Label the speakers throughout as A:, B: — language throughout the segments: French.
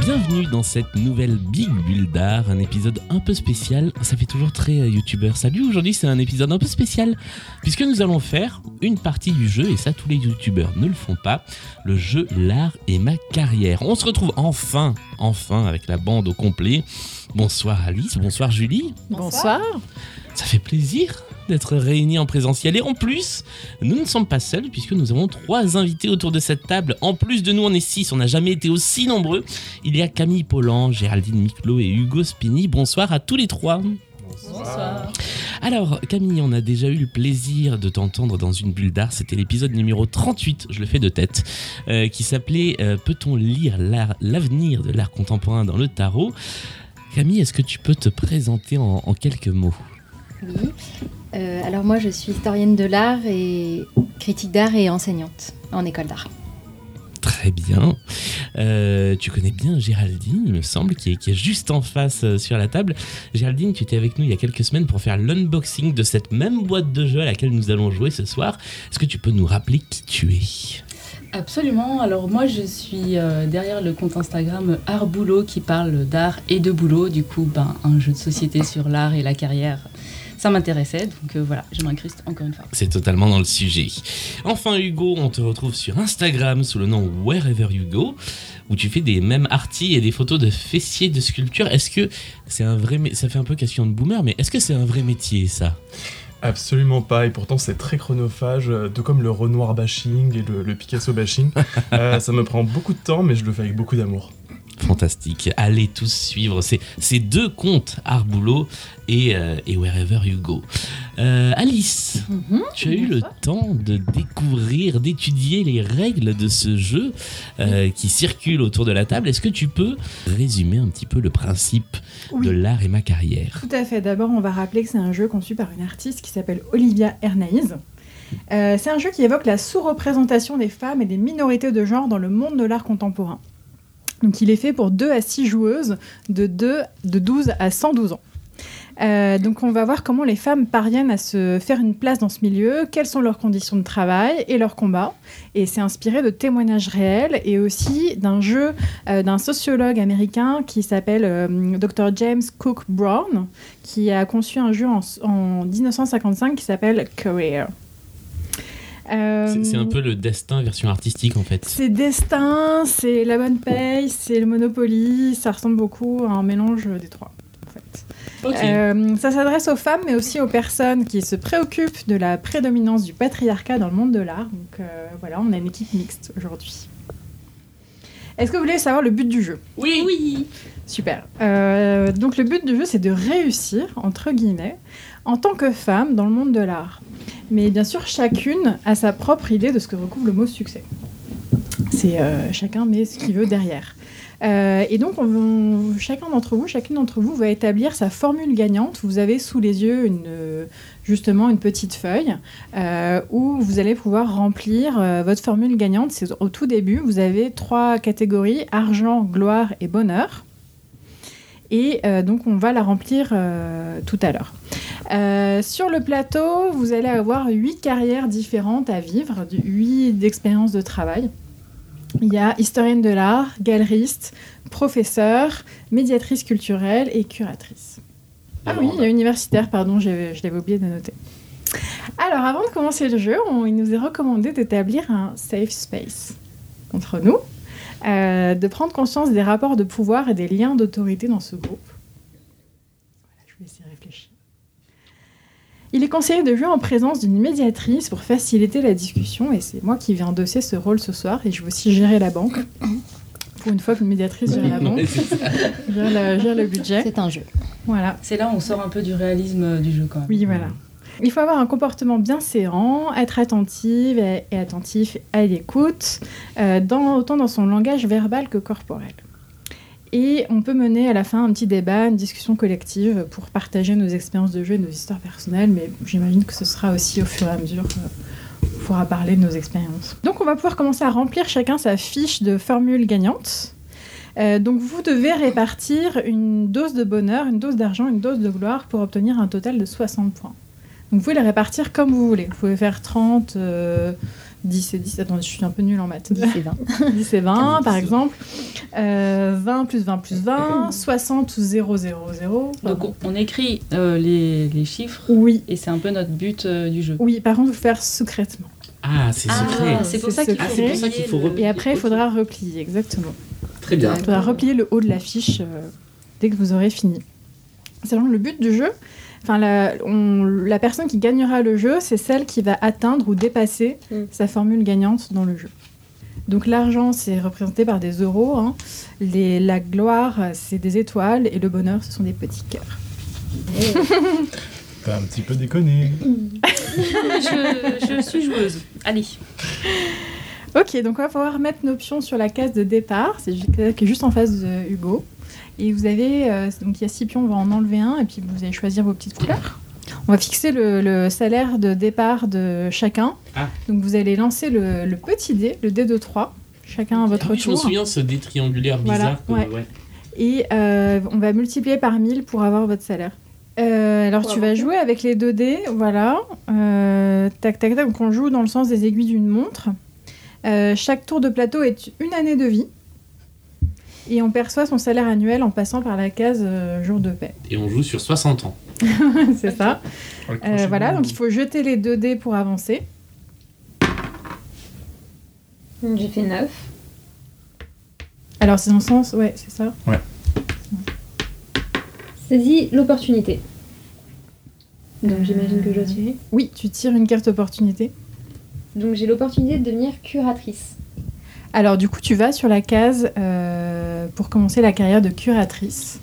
A: Bienvenue dans cette nouvelle Big Bulle d'art, un épisode un peu spécial. Ça fait toujours très euh, youtubeur. Salut, aujourd'hui c'est un épisode un peu spécial puisque nous allons faire une partie du jeu et ça tous les youtubeurs ne le font pas. Le jeu L'art et ma carrière. On se retrouve enfin, enfin avec la bande au complet. Bonsoir Alice, bonsoir Julie.
B: Bonsoir.
A: Ça fait plaisir d'être réunis en présentiel et en plus, nous ne sommes pas seuls puisque nous avons trois invités autour de cette table. En plus de nous, on est six, on n'a jamais été aussi nombreux. Il y a Camille Pollan, Géraldine Miclot et Hugo Spini. Bonsoir à tous les trois.
B: Bonsoir.
A: Alors, Camille, on a déjà eu le plaisir de t'entendre dans une bulle d'art. C'était l'épisode numéro 38, je le fais de tête, euh, qui s'appelait euh, Peut-on lire l'art- l'avenir de l'art contemporain dans le tarot Camille, est-ce que tu peux te présenter en, en quelques mots
C: Oui. Euh, alors moi, je suis historienne de l'art et critique d'art et enseignante en école d'art.
A: Très bien. Euh, tu connais bien Géraldine, il me semble, qui est, qui est juste en face euh, sur la table. Géraldine, tu étais avec nous il y a quelques semaines pour faire l'unboxing de cette même boîte de jeu à laquelle nous allons jouer ce soir. Est-ce que tu peux nous rappeler qui tu es
B: Absolument. Alors moi, je suis euh, derrière le compte Instagram Art Boulot qui parle d'art et de boulot. Du coup, ben, un jeu de société sur l'art et la carrière, ça m'intéressait. Donc euh, voilà, je m'incruste encore une fois.
A: C'est totalement dans le sujet. Enfin, Hugo, on te retrouve sur Instagram sous le nom Wherever You Go, où tu fais des mêmes artis et des photos de fessiers de sculptures. Est-ce que c'est un vrai. mé- Ça fait un peu question de boomer, mais est-ce que c'est un vrai métier, ça
D: Absolument pas, et pourtant c'est très chronophage, euh, tout comme le Renoir bashing et le, le Picasso bashing. Euh, ça me prend beaucoup de temps, mais je le fais avec beaucoup d'amour.
A: Fantastique. Allez tous suivre ces, ces deux comptes, Arboulot et, euh, et Wherever You Go. Euh, Alice,
E: Mhm.
A: tu as eu le temps de découvrir, d'étudier les règles de ce jeu euh, qui circule autour de la table. Est-ce que tu peux résumer un petit peu le principe
E: Oui.
A: de l'art et ma carrière
E: Tout à fait. D'abord, on va rappeler que c'est un jeu conçu par une artiste qui s'appelle Olivia Hernaïs. Euh, c'est un jeu qui évoque la sous-représentation des femmes et des minorités de genre dans le monde de l'art contemporain. Donc, il est fait pour 2 à 6 joueuses de, 2, de 12 à 112 ans. Euh, donc, on va voir comment les femmes parviennent à se faire une place dans ce milieu, quelles sont leurs conditions de travail et leurs combats. Et c'est inspiré de témoignages réels et aussi d'un jeu euh, d'un sociologue américain qui s'appelle euh, Dr. James Cook Brown, qui a conçu un jeu en, en 1955 qui s'appelle Career. Euh,
A: C'est c'est un peu le destin version artistique en fait.
E: c'est destin, c'est la bonne paye, c'est le Monopoly, ça ressemble beaucoup à un mélange des trois. en fait. Euh, ça s'adresse aux femmes, mais aussi aux personnes qui se préoccupent de la prédominance du patriarcat dans le monde de l'art. Donc euh, voilà, on a une équipe mixte aujourd'hui. Est-ce que vous voulez savoir le but du jeu
B: Oui. Oui.
E: Super. Euh, donc le but du jeu, c'est de réussir, entre guillemets, en tant que femme dans le monde de l'art. Mais bien sûr, chacune a sa propre idée de ce que recouvre le mot succès. C'est euh, chacun met ce qu'il veut derrière. Euh, et donc, on- on- chacun d'entre vous, chacune d'entre vous va établir sa formule gagnante. Vous avez sous les yeux une, euh, justement une petite feuille euh, où vous allez pouvoir remplir euh, votre formule gagnante. C'est au tout début. Vous avez trois catégories argent, gloire et bonheur. Et euh, donc, on va la remplir euh, tout à l'heure. Euh, sur le plateau, vous allez avoir huit carrières différentes à vivre, du- huit expériences de travail. Il y a historienne de l'art, galeriste, professeur, médiatrice culturelle et curatrice. Ah oui, il y a universitaire, pardon, j'ai- je l'avais oublié de noter. Alors, avant de commencer le jeu, on- il nous est recommandé d'établir un safe space entre nous, euh, de prendre conscience des rapports de pouvoir et des liens d'autorité dans ce groupe. Voilà, je vais essayer de réfléchir. Il est conseillé de jouer en présence d'une médiatrice pour faciliter la discussion, et c'est moi qui vais endosser ce rôle ce soir, et je vais aussi gérer la banque. Pour une fois qu'une médiatrice gère la banque, gère, la- gère le budget.
C: C'est un jeu.
E: Voilà.
B: C'est là où on sort un peu du réalisme euh, du jeu quand même.
E: Oui, voilà. Il faut avoir un comportement bien serrant, être attentive et, et attentif à l'écoute, euh, dans, autant dans son langage verbal que corporel. Et on peut mener à la fin un petit débat, une discussion collective pour partager nos expériences de jeu et nos histoires personnelles, mais j'imagine que ce sera aussi au fur et à mesure euh, on pourra parler de nos expériences. Donc on va pouvoir commencer à remplir chacun sa fiche de formule gagnante. Euh, donc vous devez répartir une dose de bonheur, une dose d'argent, une dose de gloire pour obtenir un total de 60 points. Donc vous pouvez les répartir comme vous voulez. Vous pouvez faire 30, euh, 10 et 10. Attendez, je suis un peu nulle en maths.
C: 10 et 20.
E: 10 et 20 par
A: Quinze.
E: exemple, Euh, 20 plus 20 plus 20, 60 ou 0, 0, 0.
B: Donc on, on écrit euh, les, les chiffres
E: oui,
B: et c'est un peu notre but euh, du jeu.
E: oui, par contre, vous faire secrètement.
A: Ah, c'est
B: Ah,
A: secret.
B: c'est pour ça
E: C'est
B: qu'il faut,
E: secret. Ah, c'est
A: pour ça qu'il faut
B: oublier
E: Et
A: replier.
B: le-
E: après, il faudra replier, exactement.
A: Très bien.
E: Il faudra replier le haut de l'affiche euh, dès que vous aurez fini. C'est vraiment le but du jeu. Enfin, la, on- la personne qui gagnera le jeu, c'est celle qui va atteindre ou dépasser
F: Mm.
E: sa formule gagnante dans le jeu. Donc l'argent, c'est représenté par des euros. hein. Les- la gloire, c'est des étoiles. Et le bonheur, ce sont des petits cœurs.
D: T'as un petit peu déconné.
B: je, je suis joueuse. Allez.
E: Ok, donc on va pouvoir mettre nos pions sur la case de départ. C'est ju- celle qui est juste en face de Hugo. Et vous avez, euh, donc il y a six pions, on va en enlever un, et puis vous allez choisir vos petites couleurs. On va fixer le, le salaire de départ de chacun.
A: Ah.
E: Donc vous allez lancer le, le petit dé, le dé de 3, chacun à votre
A: Ah oui, je me
E: tour.
A: souviens ce dé triangulaire
E: Voilà,
A: bizarre. que-
E: ouais.
A: ouais.
E: Et euh, on va multiplier par 1000 pour avoir votre salaire. Euh, alors
F: Pour
E: tu vas
F: avoir
E: jouer avec les 2 dés, voilà. Euh, tac, tac, tac. Donc on joue dans le sens des aiguilles d'une montre. Euh, chaque tour de plateau est une année de vie. Et on perçoit son salaire annuel en passant par la case euh, jour de paix.
A: Et on joue sur 60 ans.
E: C'est ça. Euh, voilà, donc il faut jeter les 2 dés pour avancer.
F: J'ai fait 9.
E: Alors c'est dans le sens, ouais, c'est ça.
F: Saisis l'opportunité. Donc j'imagine que je dois tirer.
E: Oui, tu tires une carte opportunité.
F: Donc j'ai l'opportunité de devenir curatrice.
E: Alors du coup, tu vas sur la case euh, pour commencer la carrière de curatrice.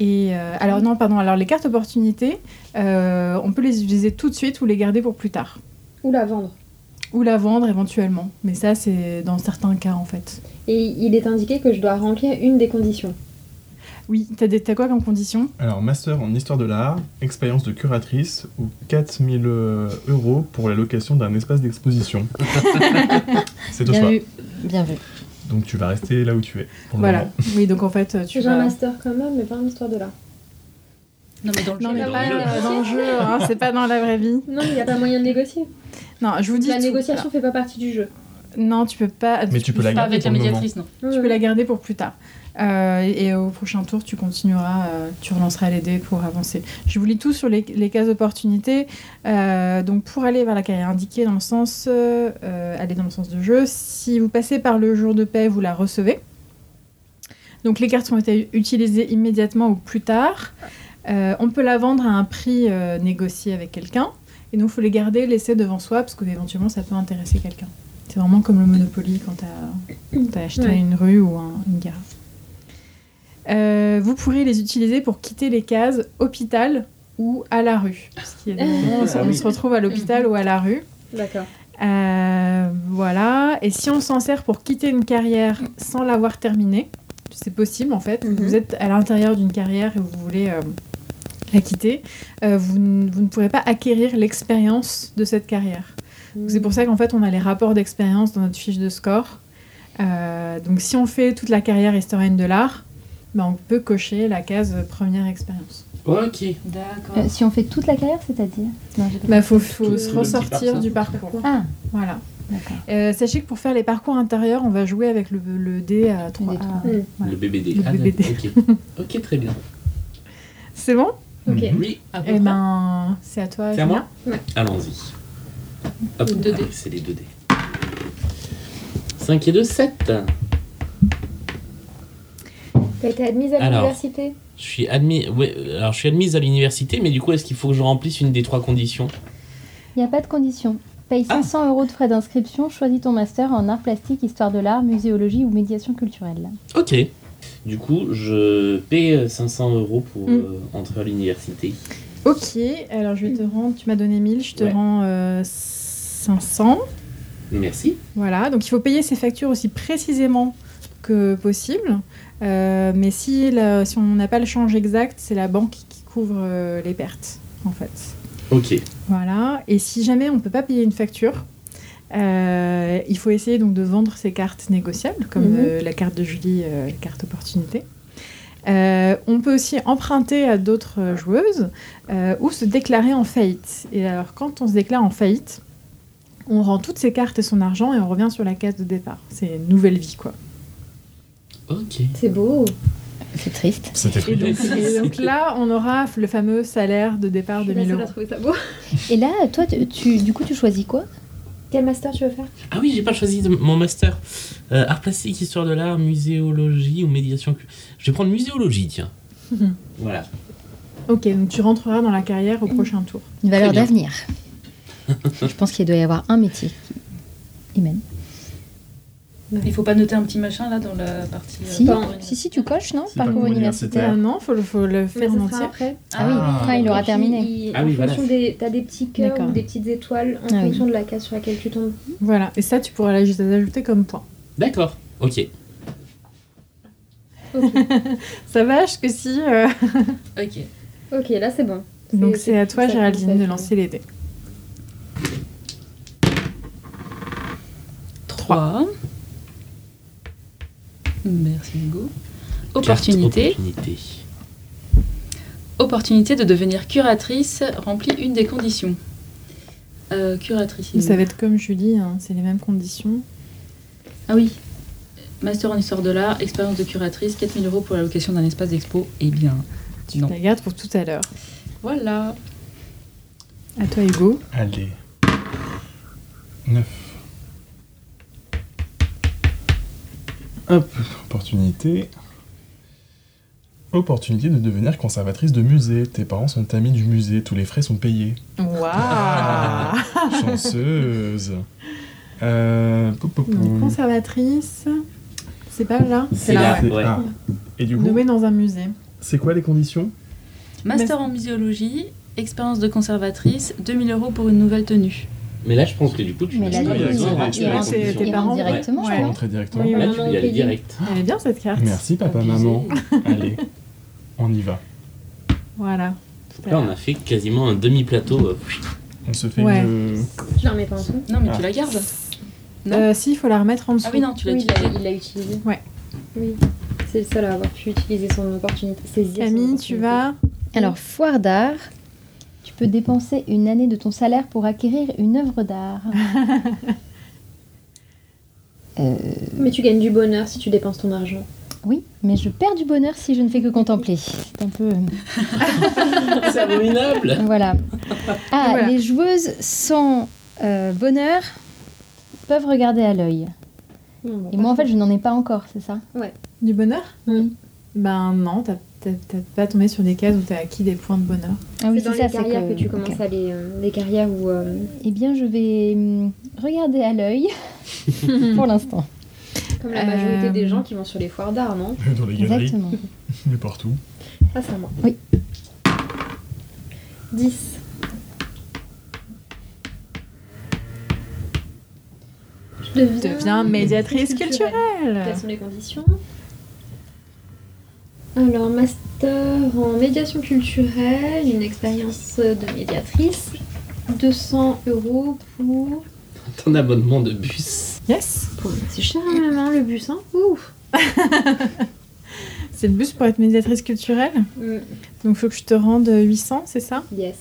E: Et euh, alors non, pardon. Alors les cartes opportunités, euh, on peut les utiliser tout de suite ou les garder pour plus tard,
F: Ou la vendre.
E: ou la vendre éventuellement. Mais ça, c'est dans certains cas en fait.
F: Et il est indiqué que je dois remplir une des conditions.
E: Oui, t'as des- t'as quoi comme condition
D: Alors, master en histoire de l'art, expérience de curatrice ou 4000 euh, euros pour la location d'un espace d'exposition. C'est ton
C: Bien
D: choix.
C: vu. Bien vu.
D: Donc, tu vas rester là où tu es. pour le
E: Voilà.
D: moment.
E: Oui, donc en fait, tu
F: J'ai un
E: vas.
F: master quand même, mais pas en histoire de l'art.
B: Non, mais dans le
E: Non,
B: jeu,
E: mais
A: dans
E: pas
A: le jeu.
E: euh, dans le jeu, hein, c'est pas dans la vraie vie.
F: Non, il n'y a pas moyen de négocier.
E: Non, je vous dis.
F: La
E: tout.
F: négociation fait pas partie du jeu.
E: Non, tu peux pas.
D: Mais tu peux la
B: pas
D: garder
B: avec la
D: pour le moment.
B: médiatrice, non.
E: Tu peux la garder pour plus tard. Euh, et au prochain tour, tu continueras, euh, tu relanceras les dés pour avancer. Je vous lis tout sur les, les cases d'opportunité. Euh, donc, pour aller vers la carrière indiquée, dans le sens, euh, euh, aller dans le sens de jeu, si vous passez par le jour de paix, vous la recevez. Donc, les cartes ont été utilisées immédiatement ou plus tard. Euh, on peut la vendre à un prix euh, négocié avec quelqu'un. Et donc, il faut les garder, laisser devant soi, parce que éventuellement, ça peut intéresser quelqu'un. C'est vraiment comme le Monopoly quand t'as T'as acheté
F: Ouais.
E: une rue ou un- une gare. Euh, vous pourrez les utiliser pour quitter les cases hôpital ou à la rue. Parce qu'il y a des moments où
A: Ah
E: on
A: oui.
E: se retrouve à l'hôpital ou à la rue.
F: D'accord.
E: Euh, voilà. Et si on s'en sert pour quitter une carrière sans l'avoir terminée, c'est possible en fait.
F: Mhm.
E: Vous êtes à l'intérieur d'une carrière et vous voulez euh, la quitter. euh, vous, ne- vous ne pourrez pas acquérir l'expérience de cette carrière. Donc, C'est pour ça qu'en fait, on a les rapports d'expérience dans notre fiche de score. Euh, donc, si on fait toute la carrière historienne de l'art, ben, on peut cocher la case première expérience.
A: Ok.
B: D'accord.
C: Euh, si on fait toute la carrière, c'est-à-dire Non, j'ai
E: Il
C: pas-
E: Bah, faut, faut
A: Tout le
E: se
A: petit
E: ressortir
A: parcours.
E: du parcours.
C: Ah,
E: Voilà.
C: d'accord.
E: Euh, sachez que pour faire les parcours intérieurs, on va jouer avec le, le dé à 3.
C: dé à trois.
F: Mm.
E: Ouais.
A: Le BBD.
E: Le
A: Ah,
E: BBD.
A: d'accord, Ok, Ok, très bien.
E: C'est bon
F: Ok.
D: Mhm.
A: Oui,
B: Ah,
E: Eh ben, c'est à toi.
A: c'est à moi
F: Ouais.
A: Allons-y. Hop,
B: Deux dés.
A: allez, c'est les 2D. 5 et 2, 7.
F: T'as été admise à
A: Alors.
F: l'université
A: Je suis admis, ouais, euh, alors je suis admise à l'université, mais du coup, est-ce qu'il faut que je remplisse une des trois conditions
C: Il n'y a pas de condition. Paye
A: Ah.
C: 500 euros de frais d'inscription, choisis ton master en art plastique, histoire de l'art, muséologie ou médiation culturelle.
A: Ok. Du coup, je paie euh, 500 euros pour
E: Mm.
A: euh, entrer à l'université.
E: Ok, alors je vais te rendre, tu m'as donné 1000, je te
A: Ouais.
E: rends euh, 500.
A: Merci.
E: Voilà, donc il faut payer ses factures aussi précisément que possible. Euh, mais si, la- si on n'a pas le change exact, c'est la banque qui couvre euh, les pertes, en fait.
A: Ok.
E: Voilà. Et si jamais on ne peut pas payer une facture, euh, il faut essayer donc de vendre ses cartes négociables, comme
F: Mhm.
E: euh, la carte de Julie, euh, la carte opportunité. Euh, on peut aussi emprunter à d'autres euh, joueuses euh, ou se déclarer en faillite. Et alors, quand on se déclare en faillite, on rend toutes ses cartes et son argent et on revient sur la case de départ. C'est une nouvelle vie, quoi.
A: Ok.
F: C'est beau.
C: C'est triste.
D: C'était
E: Et donc, et donc
A: C'est-
E: là, on aura le fameux salaire de départ de
F: Je suis
E: 1000
F: la seule
E: euros.
F: à trouver ça beau.
C: Et là, toi, tu, tu- du coup, tu choisis quoi
F: Quel master tu veux faire
A: Ah oui, j'ai pas choisi de- mon master. Euh, art plastique, histoire de l'art, muséologie ou médiation. cu- Je vais prendre muséologie, tiens.
E: Mhm.
A: voilà.
E: Ok, donc tu rentreras dans la carrière au prochain tour.
C: Une valeur
A: bien.
C: d'avenir. Je pense qu'il doit y avoir un métier qui y mène.
B: Il faut pas noter un petit machin là dans la partie. euh,
C: Si,
B: parcours
C: si,
B: universitaire.
C: si, tu coches, non
D: C'est
C: Parcours
D: parcours
C: universitaire.
E: Ah non, faut le, faut le faire
F: ça
E: en
F: sera
E: entier.
F: après.
C: Ah oui,
D: Ah.
C: quand il aura
F: Et puis,
C: terminé.
F: il-
A: Ah
F: en
A: oui, voilà.
F: fonction des, t'as des petits cœurs
C: D'accord.
F: ou des petites étoiles en
C: Ah oui.
F: fonction de la case sur laquelle tu tombes.
E: Voilà, et ça, tu pourras la- les ajouter comme point.
A: D'accord. Ok.
E: Ça vache que si. euh,
B: Ok.
F: Ok, là c'est bon.
E: Donc c'est à toi,
F: ça
E: Géraldine,
F: commence à
E: de
F: être-
E: lancer les dés.
B: 3. Merci Hugo. Opportunité.
A: Carte, opportunité.
B: Opportunité de devenir curatrice remplit une des conditions. Euh, curatrice. il
E: Ça
B: dit.
E: va être comme Julie, hein, c'est les mêmes conditions.
B: Ah oui. Master en histoire de l'art, expérience de curatrice, 4000 euros pour la location d'un espace d'expo. Eh bien, non.
E: La garde pour tout à l'heure.
B: Voilà.
E: À toi, Hugo.
D: Allez. 9. Hop, opportunité. Opportunité de devenir conservatrice de musée. Tes parents sont amis du musée, tous les frais sont payés.
E: Waouh
D: Chanceuse. Euh, pou, pou, pou.
E: Donc, Conservatrice. C'est pas là
A: Mmh. C'est là,
D: C'est-
A: ouais.
D: ah. Et du coup,
E: Nommée dans un musée.
D: c'est quoi les conditions
B: Master en muséologie, expérience de conservatrice, 2000 euros pour une nouvelle tenue.
A: Mais là, je pense que du coup, tu
C: Mais
A: hein, tu
C: là,
A: peux y
D: du coup,
A: aller direct
D: il rentre-
A: sur la
E: il rentre tes-
A: condition.
E: tes parents
A: Ouais.
C: directement, je
E: Ouais.
C: crois.
D: Rentrer directement.
E: Oui,
A: Là,
E: oui.
A: tu peux y aller direct.
E: Elle est bien cette carte.
D: Merci papa, Ah, maman. Allez, on y va.
E: Voilà. Tout à
A: Là, on
E: l'heure.
A: a fait quasiment un demi-plateau. euh,
D: On se fait
E: Ouais.
D: une... euh,
F: Je la remets pas en dessous.
B: Non, mais
D: Ah.
B: tu la gardes. non.
E: Euh, si, il faut la remettre en dessous.
B: Ah oui, non, tu l'as
F: Oui, il l'a-
B: utilisée.
F: il l'a utilisé.
E: Ouais.
F: Oui. C'est le seul à avoir pu utiliser son opportunité. saisir son
E: Camille,
F: opportunité.
E: tu vas.
C: Alors, foire d'art. Tu peux dépenser une année de ton salaire pour acquérir une œuvre d'art. Euh,
F: Mais tu gagnes du bonheur si tu dépenses ton argent.
C: oui, mais je perds du bonheur si je ne fais que contempler. C'est un peu... euh,
A: C'est abominable
C: Voilà. Ah,
E: Voilà.
C: les joueuses sans euh, bonheur peuvent regarder à l'œil. Et moi, en fait, je n'en ai pas encore, c'est ça
E: Du bonheur
F: Hmm.
C: Oui.
E: Ben non, t'as t'as- t'as pas tombé sur des cases où t'as acquis des points de bonheur.
C: Ah
F: c'est dans les carrières que... tu
C: ok.
F: commences à les, euh, les carrières où euh,
C: Eh bien, je vais hum, regarder à l'œil pour l'instant.
F: comme la majorité des
E: Euh,
F: gens qui vont sur les foires d'art, non
D: Dans les galeries,
C: Exactement.
D: mais partout.
F: Ah, c'est à moi.
C: Oui.
F: 10. Je deviens,
E: Deviens médiatrice culturelle.
F: Quelles sont les conditions Alors, master en médiation culturelle, une expérience de médiatrice, 200 euros pour...
A: Ton abonnement de bus.
E: Yes
F: pour- C'est cher même, hein, le bus, hein Ouf
E: C'est le bus pour être médiatrice culturelle
F: Mm,
E: Donc faut que je te rende 800, c'est ça
F: Yes.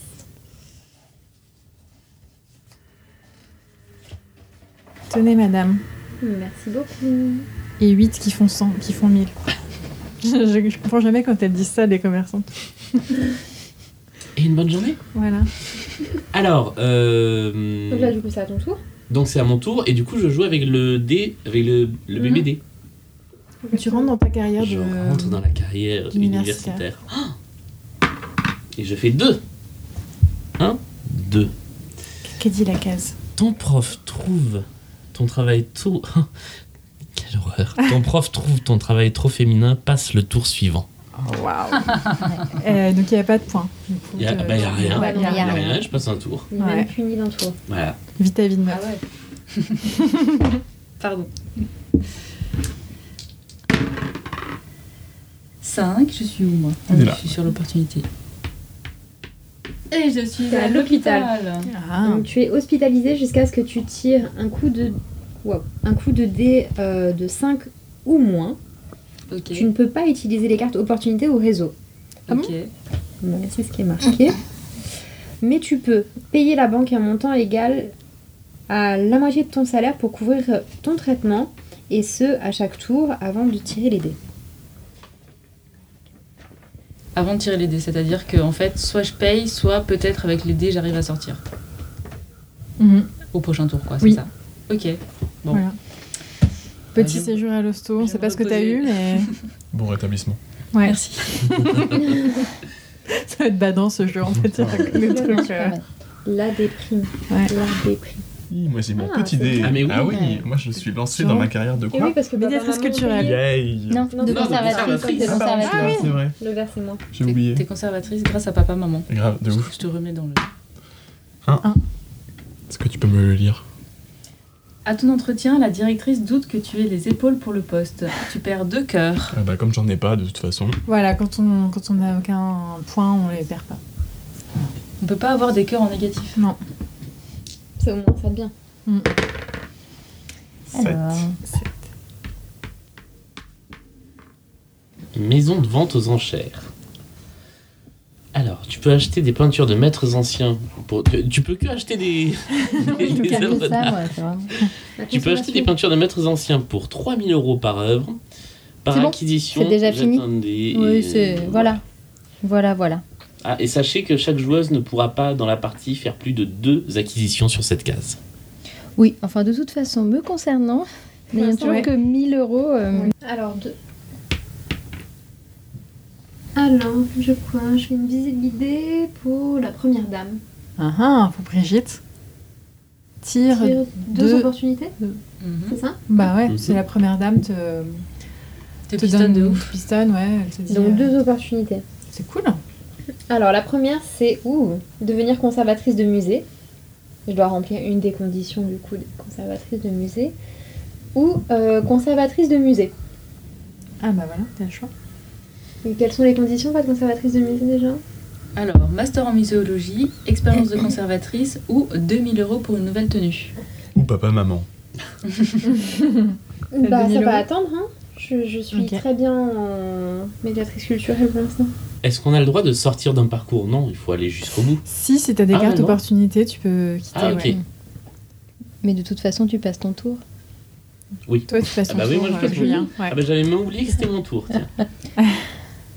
E: Tenez madame.
F: Merci beaucoup.
E: Et 8 qui font 100, qui font 1000. je, je- je comprends jamais quand elles disent ça les commerçantes.
A: Et une bonne journée.
E: Voilà.
A: Alors, euh,
F: Donc là, du coup, c'est à ton tour
A: donc c'est à mon tour et du coup je joue avec le dé, avec le, le bébé
F: Mhm.
A: dé.
E: Tu rentres dans ta carrière
A: Je
E: de...
A: rentre dans la carrière universitaire.
E: Universitaire.
A: Et je fais deux. Un, deux.
E: Qu'a dit la case
A: Ton prof trouve ton travail trop. Quelle horreur. Ton prof trouve ton travail trop féminin, passe le tour suivant.
E: Waouh Euh, Donc il n'y a pas de points. Du coup,
A: Il Ah, y a-
E: te-
A: bah, il y a rien.
E: Ouais, il y a
C: Il y a
A: Y'a
E: rien.
A: rien, je passe un tour.
F: Il est
E: Ouais.
F: Même puni d'un tour.
A: Voilà.
E: Ah Vitamine meuf.
B: ouais. Pardon. 5, je suis où moi Ah
D: Elle est
B: oui,
D: là.
B: Je suis sur l'opportunité. Et je suis
F: T'es à
B: à l'hôpital.
E: Ah.
F: Donc, tu es hospitalisé jusqu'à ce que tu tires un coup de, wow, un coup de dé euh, de 5 ou moins.
B: Ok.
F: Tu ne peux pas utiliser les cartes opportunités au réseau.
E: Ah bon
B: Ok.
F: Bon, c'est ce qui est marqué. Mais tu peux payer la banque un montant égal à la moitié de ton salaire pour couvrir ton traitement, et ce à chaque tour avant de tirer les dés.
B: Avant de tirer les dés, c'est-à-dire que en fait, soit je paye, soit peut-être avec les dés j'arrive à sortir.
E: Mhm.
B: Au prochain tour, quoi, c'est
E: Oui.
B: ça Ok. Bon.
E: Voilà. Petit Ah
B: j'aime-
E: séjour à l'hosto, on
B: j'aime
E: sait pas ce que t'as
B: reposer.
E: eu, mais
D: Bon rétablissement.
E: Ouais.
B: Merci.
E: ça va être badant ce jeu, en fait. Le
C: Vraiment
E: truc,
C: super
E: euh,
C: bête.
F: La déprime.
E: Ouais.
F: La déprime.
D: Hi, moi j'ai mon
F: Ah,
D: petit
F: c'est
D: dé.
A: Ah, mais oui.
D: oui, moi je suis lancé dans
E: Genre.
D: ma carrière de
F: Et oui,
D: quoi
F: parce que
E: Médiatrice
F: papa, maman,
E: culturelle.
F: paye.
D: Yay
C: Non,
F: Non,
C: de
F: de
C: conservatrice,
B: conservatrice.
C: de
D: Ah bah oui, c'est
C: conservatrice.
D: vrai, c'est vrai,
F: Le verre, c'est moi.
D: j'ai
B: T'es-
D: oublié.
B: T'es conservatrice grâce à papa, maman.
D: Grave, de
B: Je-
D: ouf.
B: Je te remets dans le.
D: Est-ce que tu peux me le lire
B: À ton entretien, la directrice doute que tu aies les épaules pour le poste. Tu perds deux cœurs.
D: ah bah, Comme j'en ai pas de toute façon.
E: Voilà, quand on quand on n'a aucun point, on les perd pas.
B: On peut pas avoir des cœurs en négatif.
F: C'est au moins ça de bien.
C: Alors, hein,
A: Maison de vente aux enchères. Alors, tu peux acheter des peintures de maîtres anciens. pour- Tu, tu peux que acheter des. des-
C: je
A: des
C: me
A: œuvres
C: de ça,
A: d'art.
C: moi, c'est vraiment.
A: Tu peux acheter des peintures de maîtres anciens pour 3000 euros par œuvre. Par
C: C'est bon
A: acquisition,
C: C'est déjà fini
A: j'attendais et-
C: Oui, c'est. Voilà. Voilà, voilà.
A: Ah, et sachez que chaque joueuse ne pourra pas, dans la partie, faire plus de deux acquisitions sur cette case.
C: Oui, enfin, de toute façon, me concernant, n'ayant
E: l'instant,
C: toujours
E: ouais.
C: que 1000 euros. euh,
E: Ouais.
F: Alors, deux. Alors, je crois, je fais une visite guidée pour la première dame.
E: Ah ah, pour Brigitte. Tire.
F: Sur deux
E: deux-
F: opportunités, c'est ça
E: Bah ouais,
A: Mhm.
E: c'est la première dame te,
B: T'es
E: te
B: pistonne
E: donne
B: de
E: une
B: ouf.
E: pistonne, ouais. Elle te dit,
F: Donc
E: euh,
F: deux opportunités.
E: C'est cool. Ah,
F: Alors la première c'est ouh, devenir conservatrice de musée. Je dois remplir une des conditions du coup d'être conservatrice de musée. Ou euh, conservatrice de musée.
E: Ah bah voilà, t'as le choix.
F: Et quelles sont les conditions pas de conservatrice de musée
E: Euh,
F: déjà
B: Alors, master en muséologie, expérience de conservatrice ou 2000 euros pour une nouvelle tenue.
D: Ou papa, maman.
F: Bah ça
E: 2000
F: va
E: euros.
F: attendre hein. Je, je suis
E: Ok.
F: très bien en médiatrice culturelle pour l'instant.
A: Est-ce qu'on a le droit de sortir d'un parcours Non, il faut aller jusqu'au bout.
E: Si, si t'as des
A: Ah,
E: cartes
A: non.
E: opportunités, tu peux quitter.
A: Ah, ok.
E: ouais.
C: Mais de toute façon, tu passes ton tour.
E: Toi, tu passes
A: Ah
E: ton
A: bah oui,
E: tour,
A: moi, je
E: euh,
A: passe mon
E: Julien. Ouais.
A: Ah, bah j'avais même oublié que c'était mon tour. tiens.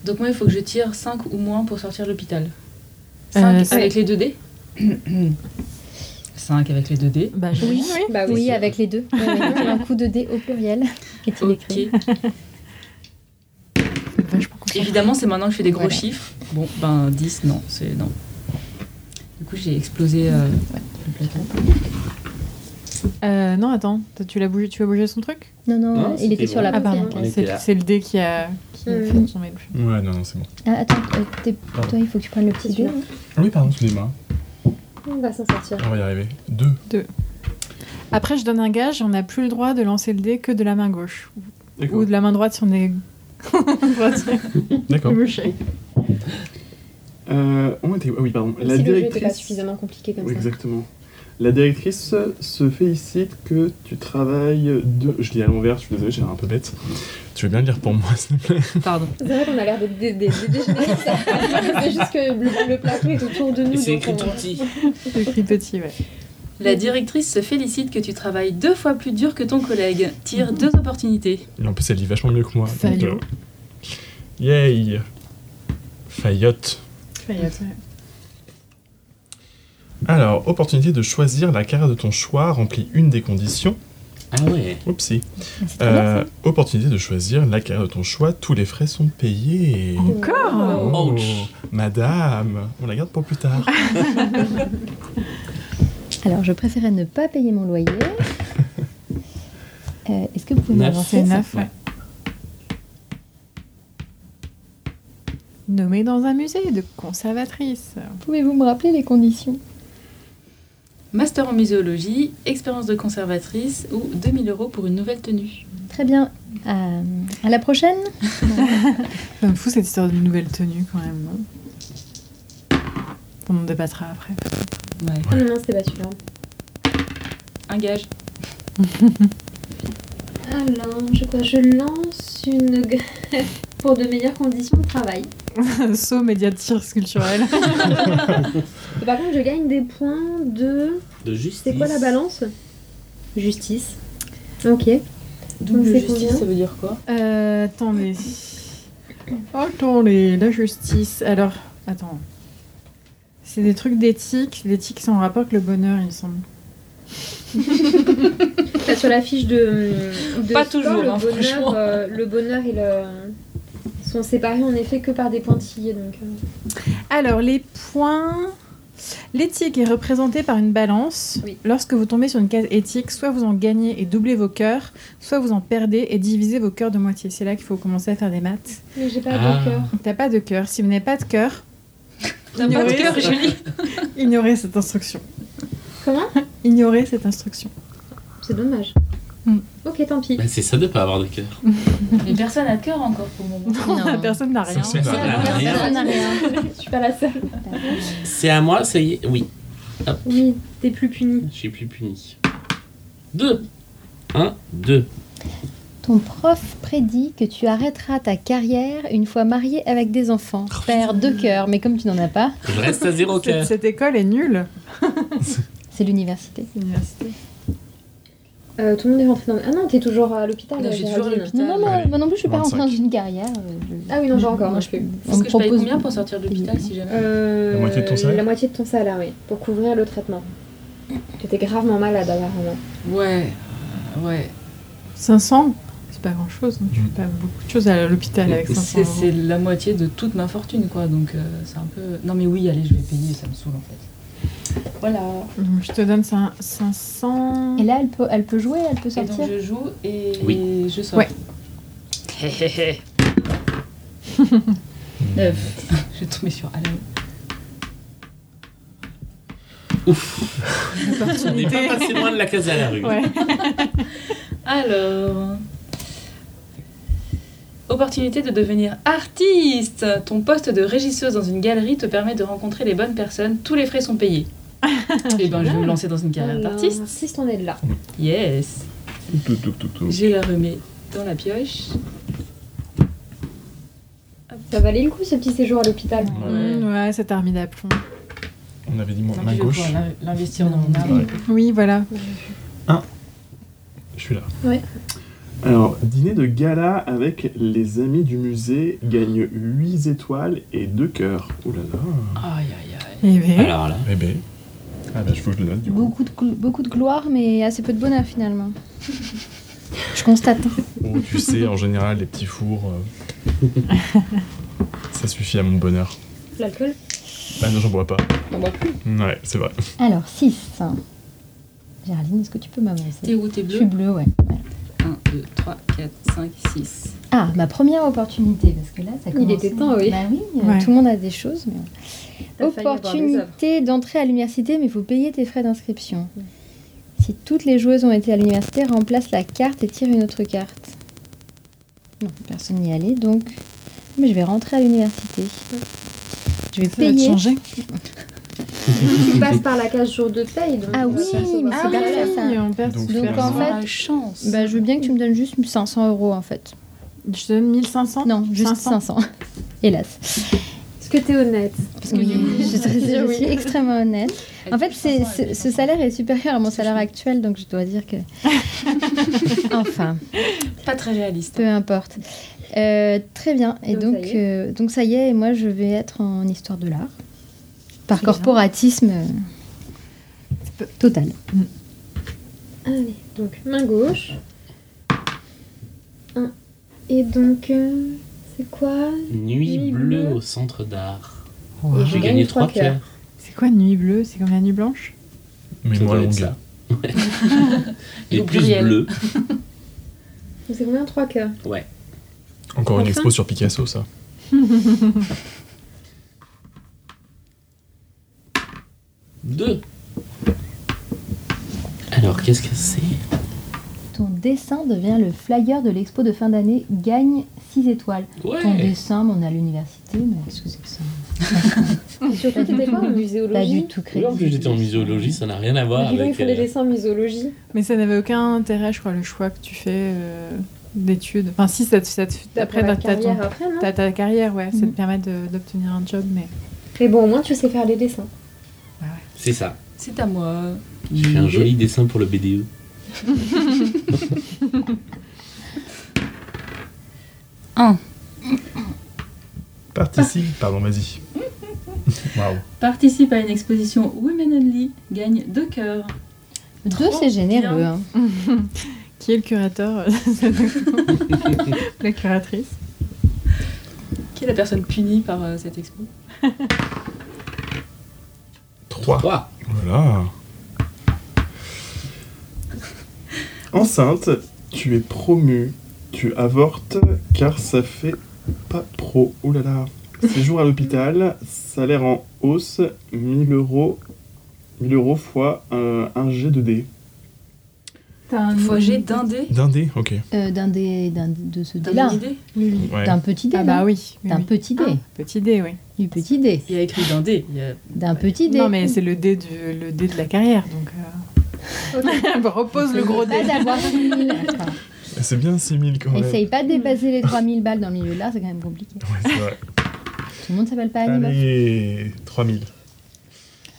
B: Donc, moi, il faut que je tire 5 ou moins pour sortir de l'hôpital.
E: Euh,
B: 5
E: c'est-
B: avec les 2 dés 5 avec les 2 dés.
E: Bah, je- oui, oui.
F: Bah
C: Oui, avec les deux. Ouais, ouais, un coup de dé au pluriel. Est-il écrit
B: Ok.
E: Vachement content.
B: Évidemment, c'est maintenant que je fais des gros
C: Voilà.
B: chiffres. Bon, ben 10, non, c'est non. Du coup, j'ai explosé euh, le plateau.
E: Euh, non, attends, t'as- tu, l'as bougé, tu as bougé son truc
C: Non, non,
A: Non,
C: il
A: c'était
C: était sur
A: bon.
F: Bah,
C: la
E: Ah,
C: paupière.
E: pardon,
A: On
E: ok,
A: était là.
E: c'est c'est le dé qui a, qui a fait
F: Mm.
E: son mail.
D: Ouais, non, non, c'est bon.
C: Ah, attends, euh, t'es- toi, il faut que tu prennes le petit
F: Petit
C: dé.
F: dur.
D: Ah Oui, pardon, excusez-moi.
F: On va s'en sortir.
D: On va y arriver. Deux.
E: Après, je donne un gage, on n'a plus le droit de lancer le dé que de la main gauche. Ou
D: D'accord.
E: de la main droite si on est. droite,
D: D'accord.
E: gaucher.
G: Euh, on était... Ah oui, pardon. La
F: si le jeu n'était pas
G: directrice...
F: suffisamment compliqué comme
G: Oui,
F: ça.
G: exactement. La directrice se félicite que tu travailles de... Je lis à l'envers, je suis désolé, j'ai l'air un peu bête.
D: Tu veux bien le lire pour moi, s'il te plaît
B: Pardon.
F: C'est vrai qu'on a l'air de dé- dé- dé- dégénérer, ça. C'est juste que le, le plateau est autour de nous.
A: Et c'est
F: donc
A: écrit
C: euh,
F: on-
A: tout petit.
E: C'est écrit petit, ouais.
B: La directrice se félicite que tu travailles deux fois plus dur que ton collègue. Tire deux opportunités.
D: Et en plus, elle lit vachement mieux que moi. donc,
E: Fayot.
D: euh, Yay Fayotte.
E: Enfin, il y a- ouais.
D: Alors, opportunité de choisir la carrière de ton choix remplit une des conditions.
A: Ah ouais.
D: Oupsie.
C: Mais c'est très bien,
D: Euh, opportunité de choisir la carrière de ton choix. Tous les frais sont payés.
E: Encore
A: Oh.
D: Madame, on la garde pour plus tard.
C: Ah, ça. Alors, je préférais ne pas payer mon loyer. Euh, Est-ce que vous pouvez
A: Neuf.
E: C'est
C: m'avancer ça
E: neuf, ouais. Nommée dans un musée de conservatrice.
C: Pouvez-vous me rappeler les conditions
B: Master en muséologie, expérience de conservatrice ou 2000 euros pour une nouvelle tenue.
C: Très très bien. Euh, à la prochaine.
E: Ça me fout cette histoire de nouvelle tenue quand même. non On en débattra après.
B: Ouais.
F: Ah non, non, c'était pas celui-là.
B: Un gage.
F: Alors, je quoi Je lance une grève pour de meilleures conditions de travail.
E: Saut médiatique culturel.
F: Et par contre, je gagne des points de.
A: De justice.
F: C'est quoi la balance Justice. Ok.
B: Double
F: c'est
B: justice,
F: combien
B: ça veut dire quoi
E: Euh, attendez. Attendez, la justice. Alors, attends. C'est des trucs d'éthique. L'éthique, c'est en rapport avec le bonheur, il me semble.
F: Enfin, sur la fiche de. de
B: Pas
F: sport,
B: toujours,
F: le,
B: hein, franchement.
F: bonheur, euh, le bonheur et le. sont séparés en effet que par des pointillés. Donc, euh,
E: Alors, les points. L'éthique est représentée par une balance.
F: Oui.
E: Lorsque vous tombez sur une case éthique, soit vous en gagnez et doublez vos cœurs, soit vous en perdez et divisez vos cœurs de moitié. C'est là qu'il faut commencer à faire des maths.
F: Mais j'ai pas
A: Ah.
F: de cœur.
E: T'as pas de cœur. Si vous n'avez pas de cœur,
B: T'as pas de cœur, Julie
E: ignorez cette instruction.
F: Comment
E: Ignorez cette instruction.
F: C'est dommage.
E: Hmm.
F: Ok, tant pis.
A: Bah, c'est ça de pas avoir de cœur.
B: Mais personne n'a de cœur encore pour le moment.
C: Non.
E: Personne n'a rien.
D: Personne n'a
A: rien.
C: Personne n'a rien.
F: Je suis pas la seule.
A: C'est à moi, ça y est. Oui,
F: Oui, t'es plus puni.
A: je suis plus puni. Deux. Un, deux.
C: Ton prof prédit que tu arrêteras ta carrière une fois marié avec des enfants. Père de cœur, mais comme tu n'en as pas,
A: Je reste à zéro
E: Cette,
A: cœur.
E: cette école est nulle.
C: c'est l'université.
E: L'université.
F: Euh, tout le monde est rentré dans. Ah non, t'es toujours à l'hôpital. euh,
B: Non, j'ai toujours à
F: Géraldine.
B: l'hôpital.
C: Non, non, moi,
D: Allez,
C: moi non plus, je suis pas en train
D: 25.
C: d'une carrière. euh, je-
F: Ah oui, non, j'ai encore.
C: Moi,
F: hein.
C: je peux- on
B: Faut
C: me
B: que je paye
C: propose-
B: combien pour sortir de l'hôpital si jamais
F: Euh,
D: La moitié de ton salaire
F: La moitié de ton salaire, oui, pour couvrir le traitement. J'étais gravement malade apparemment.
B: Ouais. Ouais.
E: 500 C'est pas grand chose. Tu fais pas beaucoup de choses à l'hôpital avec 500
B: C'est
E: euros.
B: c'est la moitié de toute ma fortune, quoi. Donc euh, c'est un peu. Non, mais oui, allez, je vais payer, ça me saoule en fait. Voilà.
E: Donc, Je te donne cin- 500.
C: Et là, elle peut, elle peut jouer, elle peut
B: Et donc
C: sortir.
B: je joue et
A: Oui.
B: je sors.
E: Ouais.
B: Hé, hé, hé. Neuf. Je vais tomber sur Alain.
A: On n'est pas passé Ah, loin de la case à la rue.
E: Ouais.
B: Alors. Opportunité de devenir artiste. Ton poste de régisseuse dans une galerie te permet de rencontrer les bonnes personnes. Tous les frais sont payés. Et ben, je vais me lancer dans une carrière
F: Alors,
B: d'artiste.
F: Artiste, on est de là.
B: Yes.
G: Tout, tout, tout, tout.
B: Je la remets dans la pioche.
F: Ça valait le coup ce petit séjour à l'hôpital.
E: Mm, ouais, ça termine à plomb.
D: On avait dit
B: Tant pis,
D: main
B: je vais
D: gauche.
B: pouvoir l'in- l'investir dans mon art.
D: Ouais.
E: Oui, voilà.
D: Je suis là.
G: Alors, dîner de gala avec les amis du musée gagne 8 étoiles et 2 cœurs. Ouh là là.
B: Aïe aïe aïe.
E: Et bien,
A: Alors là.
D: Eh ben,
G: Ah bah, je faut que je le note du coup.
C: Beaucoup de, glo- beaucoup de gloire, mais assez peu de bonheur finalement. je constate.
D: oh, tu sais, en général, les petits fours. euh, Ça suffit à mon bonheur.
F: L'alcool
D: Ah non, j'en bois pas.
F: On boit plus.
D: Ouais, c'est vrai.
C: Alors, 6. Géraldine, est-ce que tu peux
B: T'es
C: m'avancer
B: où T'es
C: Je suis
B: bleu
C: bleue, ouais. Voilà.
B: 1, 2, 3, 4, 5, 6.
C: Ah, ma première opportunité, parce que là, ça commence.
F: était temps, oui.
C: Bah oui, euh,
E: Ouais.
C: tout le monde a des choses. mais-
F: T'as failli avoir des œuvres.
C: Opportunité d'entrer à l'université, mais il faut payer tes frais d'inscription.
F: Mm.
C: Si toutes les joueuses ont été à l'université, remplace la carte et tire une autre carte. Non, personne n'y est allé, donc. Mais je vais rentrer à l'université. Je vais
E: ça va te
C: payer.
E: changer.
F: Tu passes par la case jour de paye. Donc euh,
C: Ah
F: on
C: oui,
F: sait ce qu'on
C: mais
F: va
C: c'est
F: faire.
C: parfait, ça.
E: on perd
D: Donc,
E: ses
C: Donc,
E: personnes.
C: en fait-
B: la Ah, chance.
C: Bah, je veux bien que tu me donnes juste 500 euros en fait.
E: Je te donne 1500
C: Non, juste 500. Hélas.
F: Est-ce que t'es honnête
C: Parce que je, suis- je suis extrêmement honnête. En fait, c'est- ce, ce salaire est supérieur à mon salaire actuel, donc je dois dire que. enfin.
B: Pas très réaliste.
C: Peu importe. Euh, très bien. Et
F: Donc,
C: donc,
F: ça
C: donc,
F: y
C: donc ça y est, et moi je vais être en histoire de l'art. Par
E: C'est
C: corporatisme euh,
E: peu-
C: total.
F: Allez, donc main gauche. Un. Et donc, euh, c'est quoi
A: Nuit
F: Nuit
A: bleue
F: bleue.
A: au centre d'art.
E: Wow.
A: J'ai
F: gagne
A: gagné
F: trois
A: 3
F: cœurs.
A: cœurs.
E: C'est quoi nuit bleue C'est comme la nuit blanche
D: Mais
A: Ça
D: moi,
A: doit être
D: longue.
A: ça. Les
B: Au
A: plus
B: pluriel.
A: bleus.
F: C'est combien Trois cœurs
A: Ouais.
D: Encore une
F: Enfin.
D: expo sur Picasso, ça.
A: Deux. Alors, qu'est-ce que c'est
C: Ton dessin devient le flyer de l'expo de fin d'année Gagne 6 étoiles. Ton
A: Ouais.
C: dessin, mais on est à l'université, mais qu'est-ce que c'est que ça
F: Et surtout, t'étais pas en muséologie
C: Pas du tout
A: Oui, en plus,
C: crédible.
A: j'étais en muséologie, ça n'a rien à voir
F: Bah, Dis donc, ils
A: avec.
F: font des
A: euh,
F: dessins en muséologie.
E: Mais ça n'avait aucun intérêt, je crois, le choix que tu fais euh, d'études. Enfin, si, ça, te- ça te- après,
F: Pour la
E: t'as t'as ton-
F: carrière après, non
E: t'as ta carrière, ouais, ça
C: Mhm.
E: te permet de- d'obtenir un job, mais
F: Mais bon, au moins, tu sais faire les dessins.
A: C'est ça.
B: C'est à moi.
A: J'ai fait un joli dessin pour le E. BDE.
D: Participe. Pardon, vas-y. Waouh.
B: Participe à une exposition Women Only, gagne deux cœurs.
C: Deux, c'est généreux.
B: bien.
C: hein.
E: qui est le curateur euh, La curatrice.
B: Qui est la personne punie par euh, cette expo
D: Trois.
A: Trois.
D: Voilà.
G: Enceinte, tu es promue, tu avortes car ça fait pas pro. Ouh là là. Séjour à l'hôpital, salaire en hausse, 1000 euros, 1000 euros fois euh, un G de dé.
E: T'as un
B: Faut j'ai d'un dé
D: D'un dé Ok.
C: Euh, d'un des, d'un- de ce
B: T'as
C: dé-là.
B: une idée
D: Ouais.
C: D'un petit dé,
E: Ah bah
C: non
E: oui. oui,
C: D'un
E: oui.
C: petit dé.
E: Petit dé, oui.
C: Du petit dé.
B: Il y a écrit d'un dé. il y a-
C: D'un petit dé.
E: Non, mais c'est le dé, de, le dé de la carrière, donc... euh. Bah, repose le gros dé.
C: Pas d'avoir 6 000. Enfin,
D: Ah, C'est bien 6000 quand même.
C: Essaye pas de dépasser les 3000 balles dans le milieu de l'art, c'est quand même compliqué.
D: Ouais, c'est vrai.
C: Tout le monde s'appelle pas Annie Boff.
D: Allez, 3000.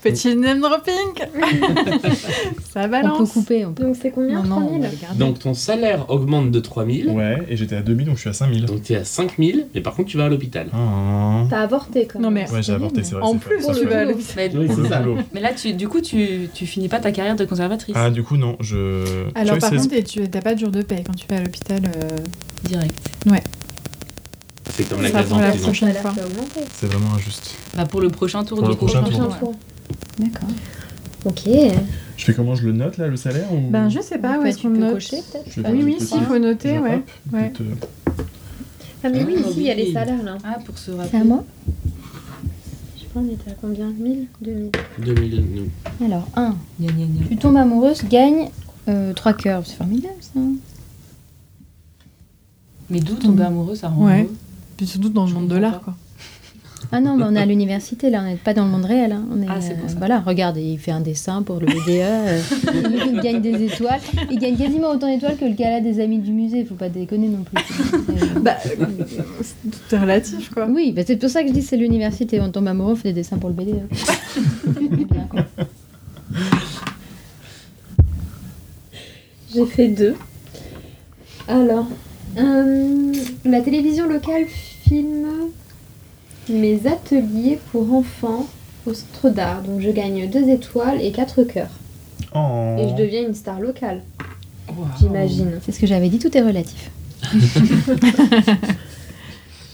E: Petit name dropping Ça
C: On peut
E: balance
C: couper, on peut.
F: Donc, c'est combien
E: Non, non, on
F: 3000
E: va le garder.
A: Donc ton salaire augmente de 3000,
D: Ouais, et j'étais à 2000, donc je suis à 5000.
A: donc t'es à 5000, mais par contre tu vas à l'hôpital.
D: Ah.
F: T'as avorté, quand
E: Non,
F: même.
E: mais
D: Ouais, j'ai avorté,
A: Bah,
D: c'est vrai.
E: en
D: c'est
E: plus,
D: vrai, ça
E: tu
D: fait-
E: vas à
F: boulot.
E: l'hôpital.
A: Oui,
D: Pour
A: c'est
D: le
A: ça.
D: boulot.
B: Mais là, tu, du coup, tu, tu finis pas ta carrière de conservatrice
D: Ah, du coup, non, je.
E: Alors,
D: Choice
E: par
D: is-
E: contre, et tu n'as pas de jour de paie quand tu vas à l'hôpital. euh,
B: direct.
A: C'est comme
E: Ça
A: la glace
E: prend
A: en
E: la
A: prison.
E: prochaine.
F: Ça a l'air
E: fois.
F: t'as augmenté.
D: C'est vraiment injuste.
B: Bah pour le prochain tour
D: Pour
B: du
D: le
B: coup.
D: prochain
E: prochain
D: tour.
E: tour.
F: Franchement.
C: D'accord.
F: Ok.
D: Je fais comment Je le note là, le salaire ou...
E: Ben, je sais pas où
C: Ouais,
E: est-ce
C: tu
E: qu'on
C: peux
E: note.
C: cocher, peut-être
D: Je
E: Oui, oui,
A: Bah,
D: je
E: s'il faut noter,
D: je
E: ouais.
D: rappe,
E: ouais.
D: peut-être, euh,
F: Ah, mais oui,
B: Ah,
F: ici, il y a
B: oui.
F: les salaires, là.
B: Ah pour se
C: C'est
B: rappeler.
C: à moi
F: Je sais pas, on était à combien 1000 2000
A: 2000, nous.
C: Alors, 1.
B: Gna, gna, gna.
C: Tu tombes amoureuse, gagne 3 cœurs. C'est formidable ça.
B: Mais d'où tomber amoureux ça rend
E: Ouais.
B: heureux.
E: Puis surtout dans le
B: Je
E: monde de
B: comprends
E: l'art, quoi.
C: Ah non, mais on est à l'université là, on n'est pas dans le monde réel. hein. On est,
B: Ah, c'est pour
C: euh,
B: ça.
C: Voilà, regarde, il fait un dessin pour le BDE. euh, il gagne des étoiles. Il gagne quasiment autant d'étoiles que le gala des amis du musée. Faut pas déconner non plus. C'est-
E: Bah, c'est tout est relatif, quoi.
C: Oui, bah, c'est pour ça que je dis c'est l'université. On tombe amoureux, on fait des dessins pour le hein. BDE. C'est bien, quoi.
F: J'ai fait deux. Alors, euh, la télévision locale filme mes ateliers pour enfants au centre d'art. Donc, je gagne deux étoiles et quatre cœurs.
D: en-
F: Et je deviens une star locale,
B: Wow.
D: Ah.
F: j'imagine.
C: c'est ce que j'avais dit, tout est relatif.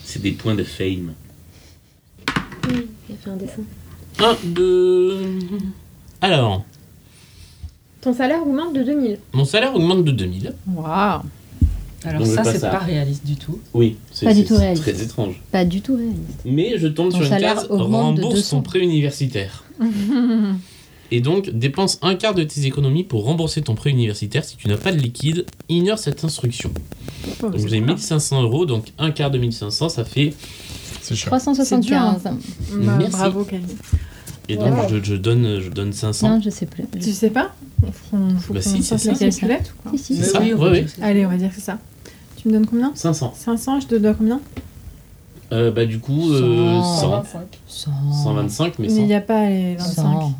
A: c'est des points de fame.
F: J'ai fait un dessin.
A: 1, 2... Alors,
F: Ton salaire augmente de 2000.
A: mon salaire augmente de 2000.
E: Waouh
B: Alors
A: Donc,
B: ça
A: pas
B: c'est
A: ça.
B: pas réaliste du tout.
A: Oui, c'est
C: Pas du
A: c'est
C: tout réaliste.
A: très étrange.
C: Pas du tout réaliste.
A: Mais je tombe
C: Ton
A: sur une
C: salaire
A: case
C: augmente de
A: rembourse
C: 200.
A: ton prêt universitaire. Et donc, dépense un quart de tes économies pour rembourser ton prêt universitaire si tu n'as pas de liquide. Ignore cette instruction.
C: Oh,
A: Donc, j'ai 1500 euros, donc un quart de 1500, ça fait
D: C'est cher.
C: 375.
E: Bah,
A: Merci.
E: Bravo, Camille.
A: Et donc
F: Wow.
A: je, je donne, je donne
B: hein.
A: 500.
C: Non, je sais plus.
E: Tu sais pas Faut faut
A: Bah
E: qu'on
A: si, c'est
E: sorte
A: ça,
E: la
C: c'est ça.
E: calculette ou quoi
C: Si, si.
A: C'est
B: Mais
A: ça,
B: oui,
A: ouais, ouais.
B: je sais.
E: Allez, on va dire que c'est ça. Tu me donnes combien
A: 500.
E: 500, je te dois combien
A: Euh, bah du coup, euh, 100.
C: 100.
A: 125, mais
E: Mais il
A: 100.
E: n'y a pas les 25.
C: 100.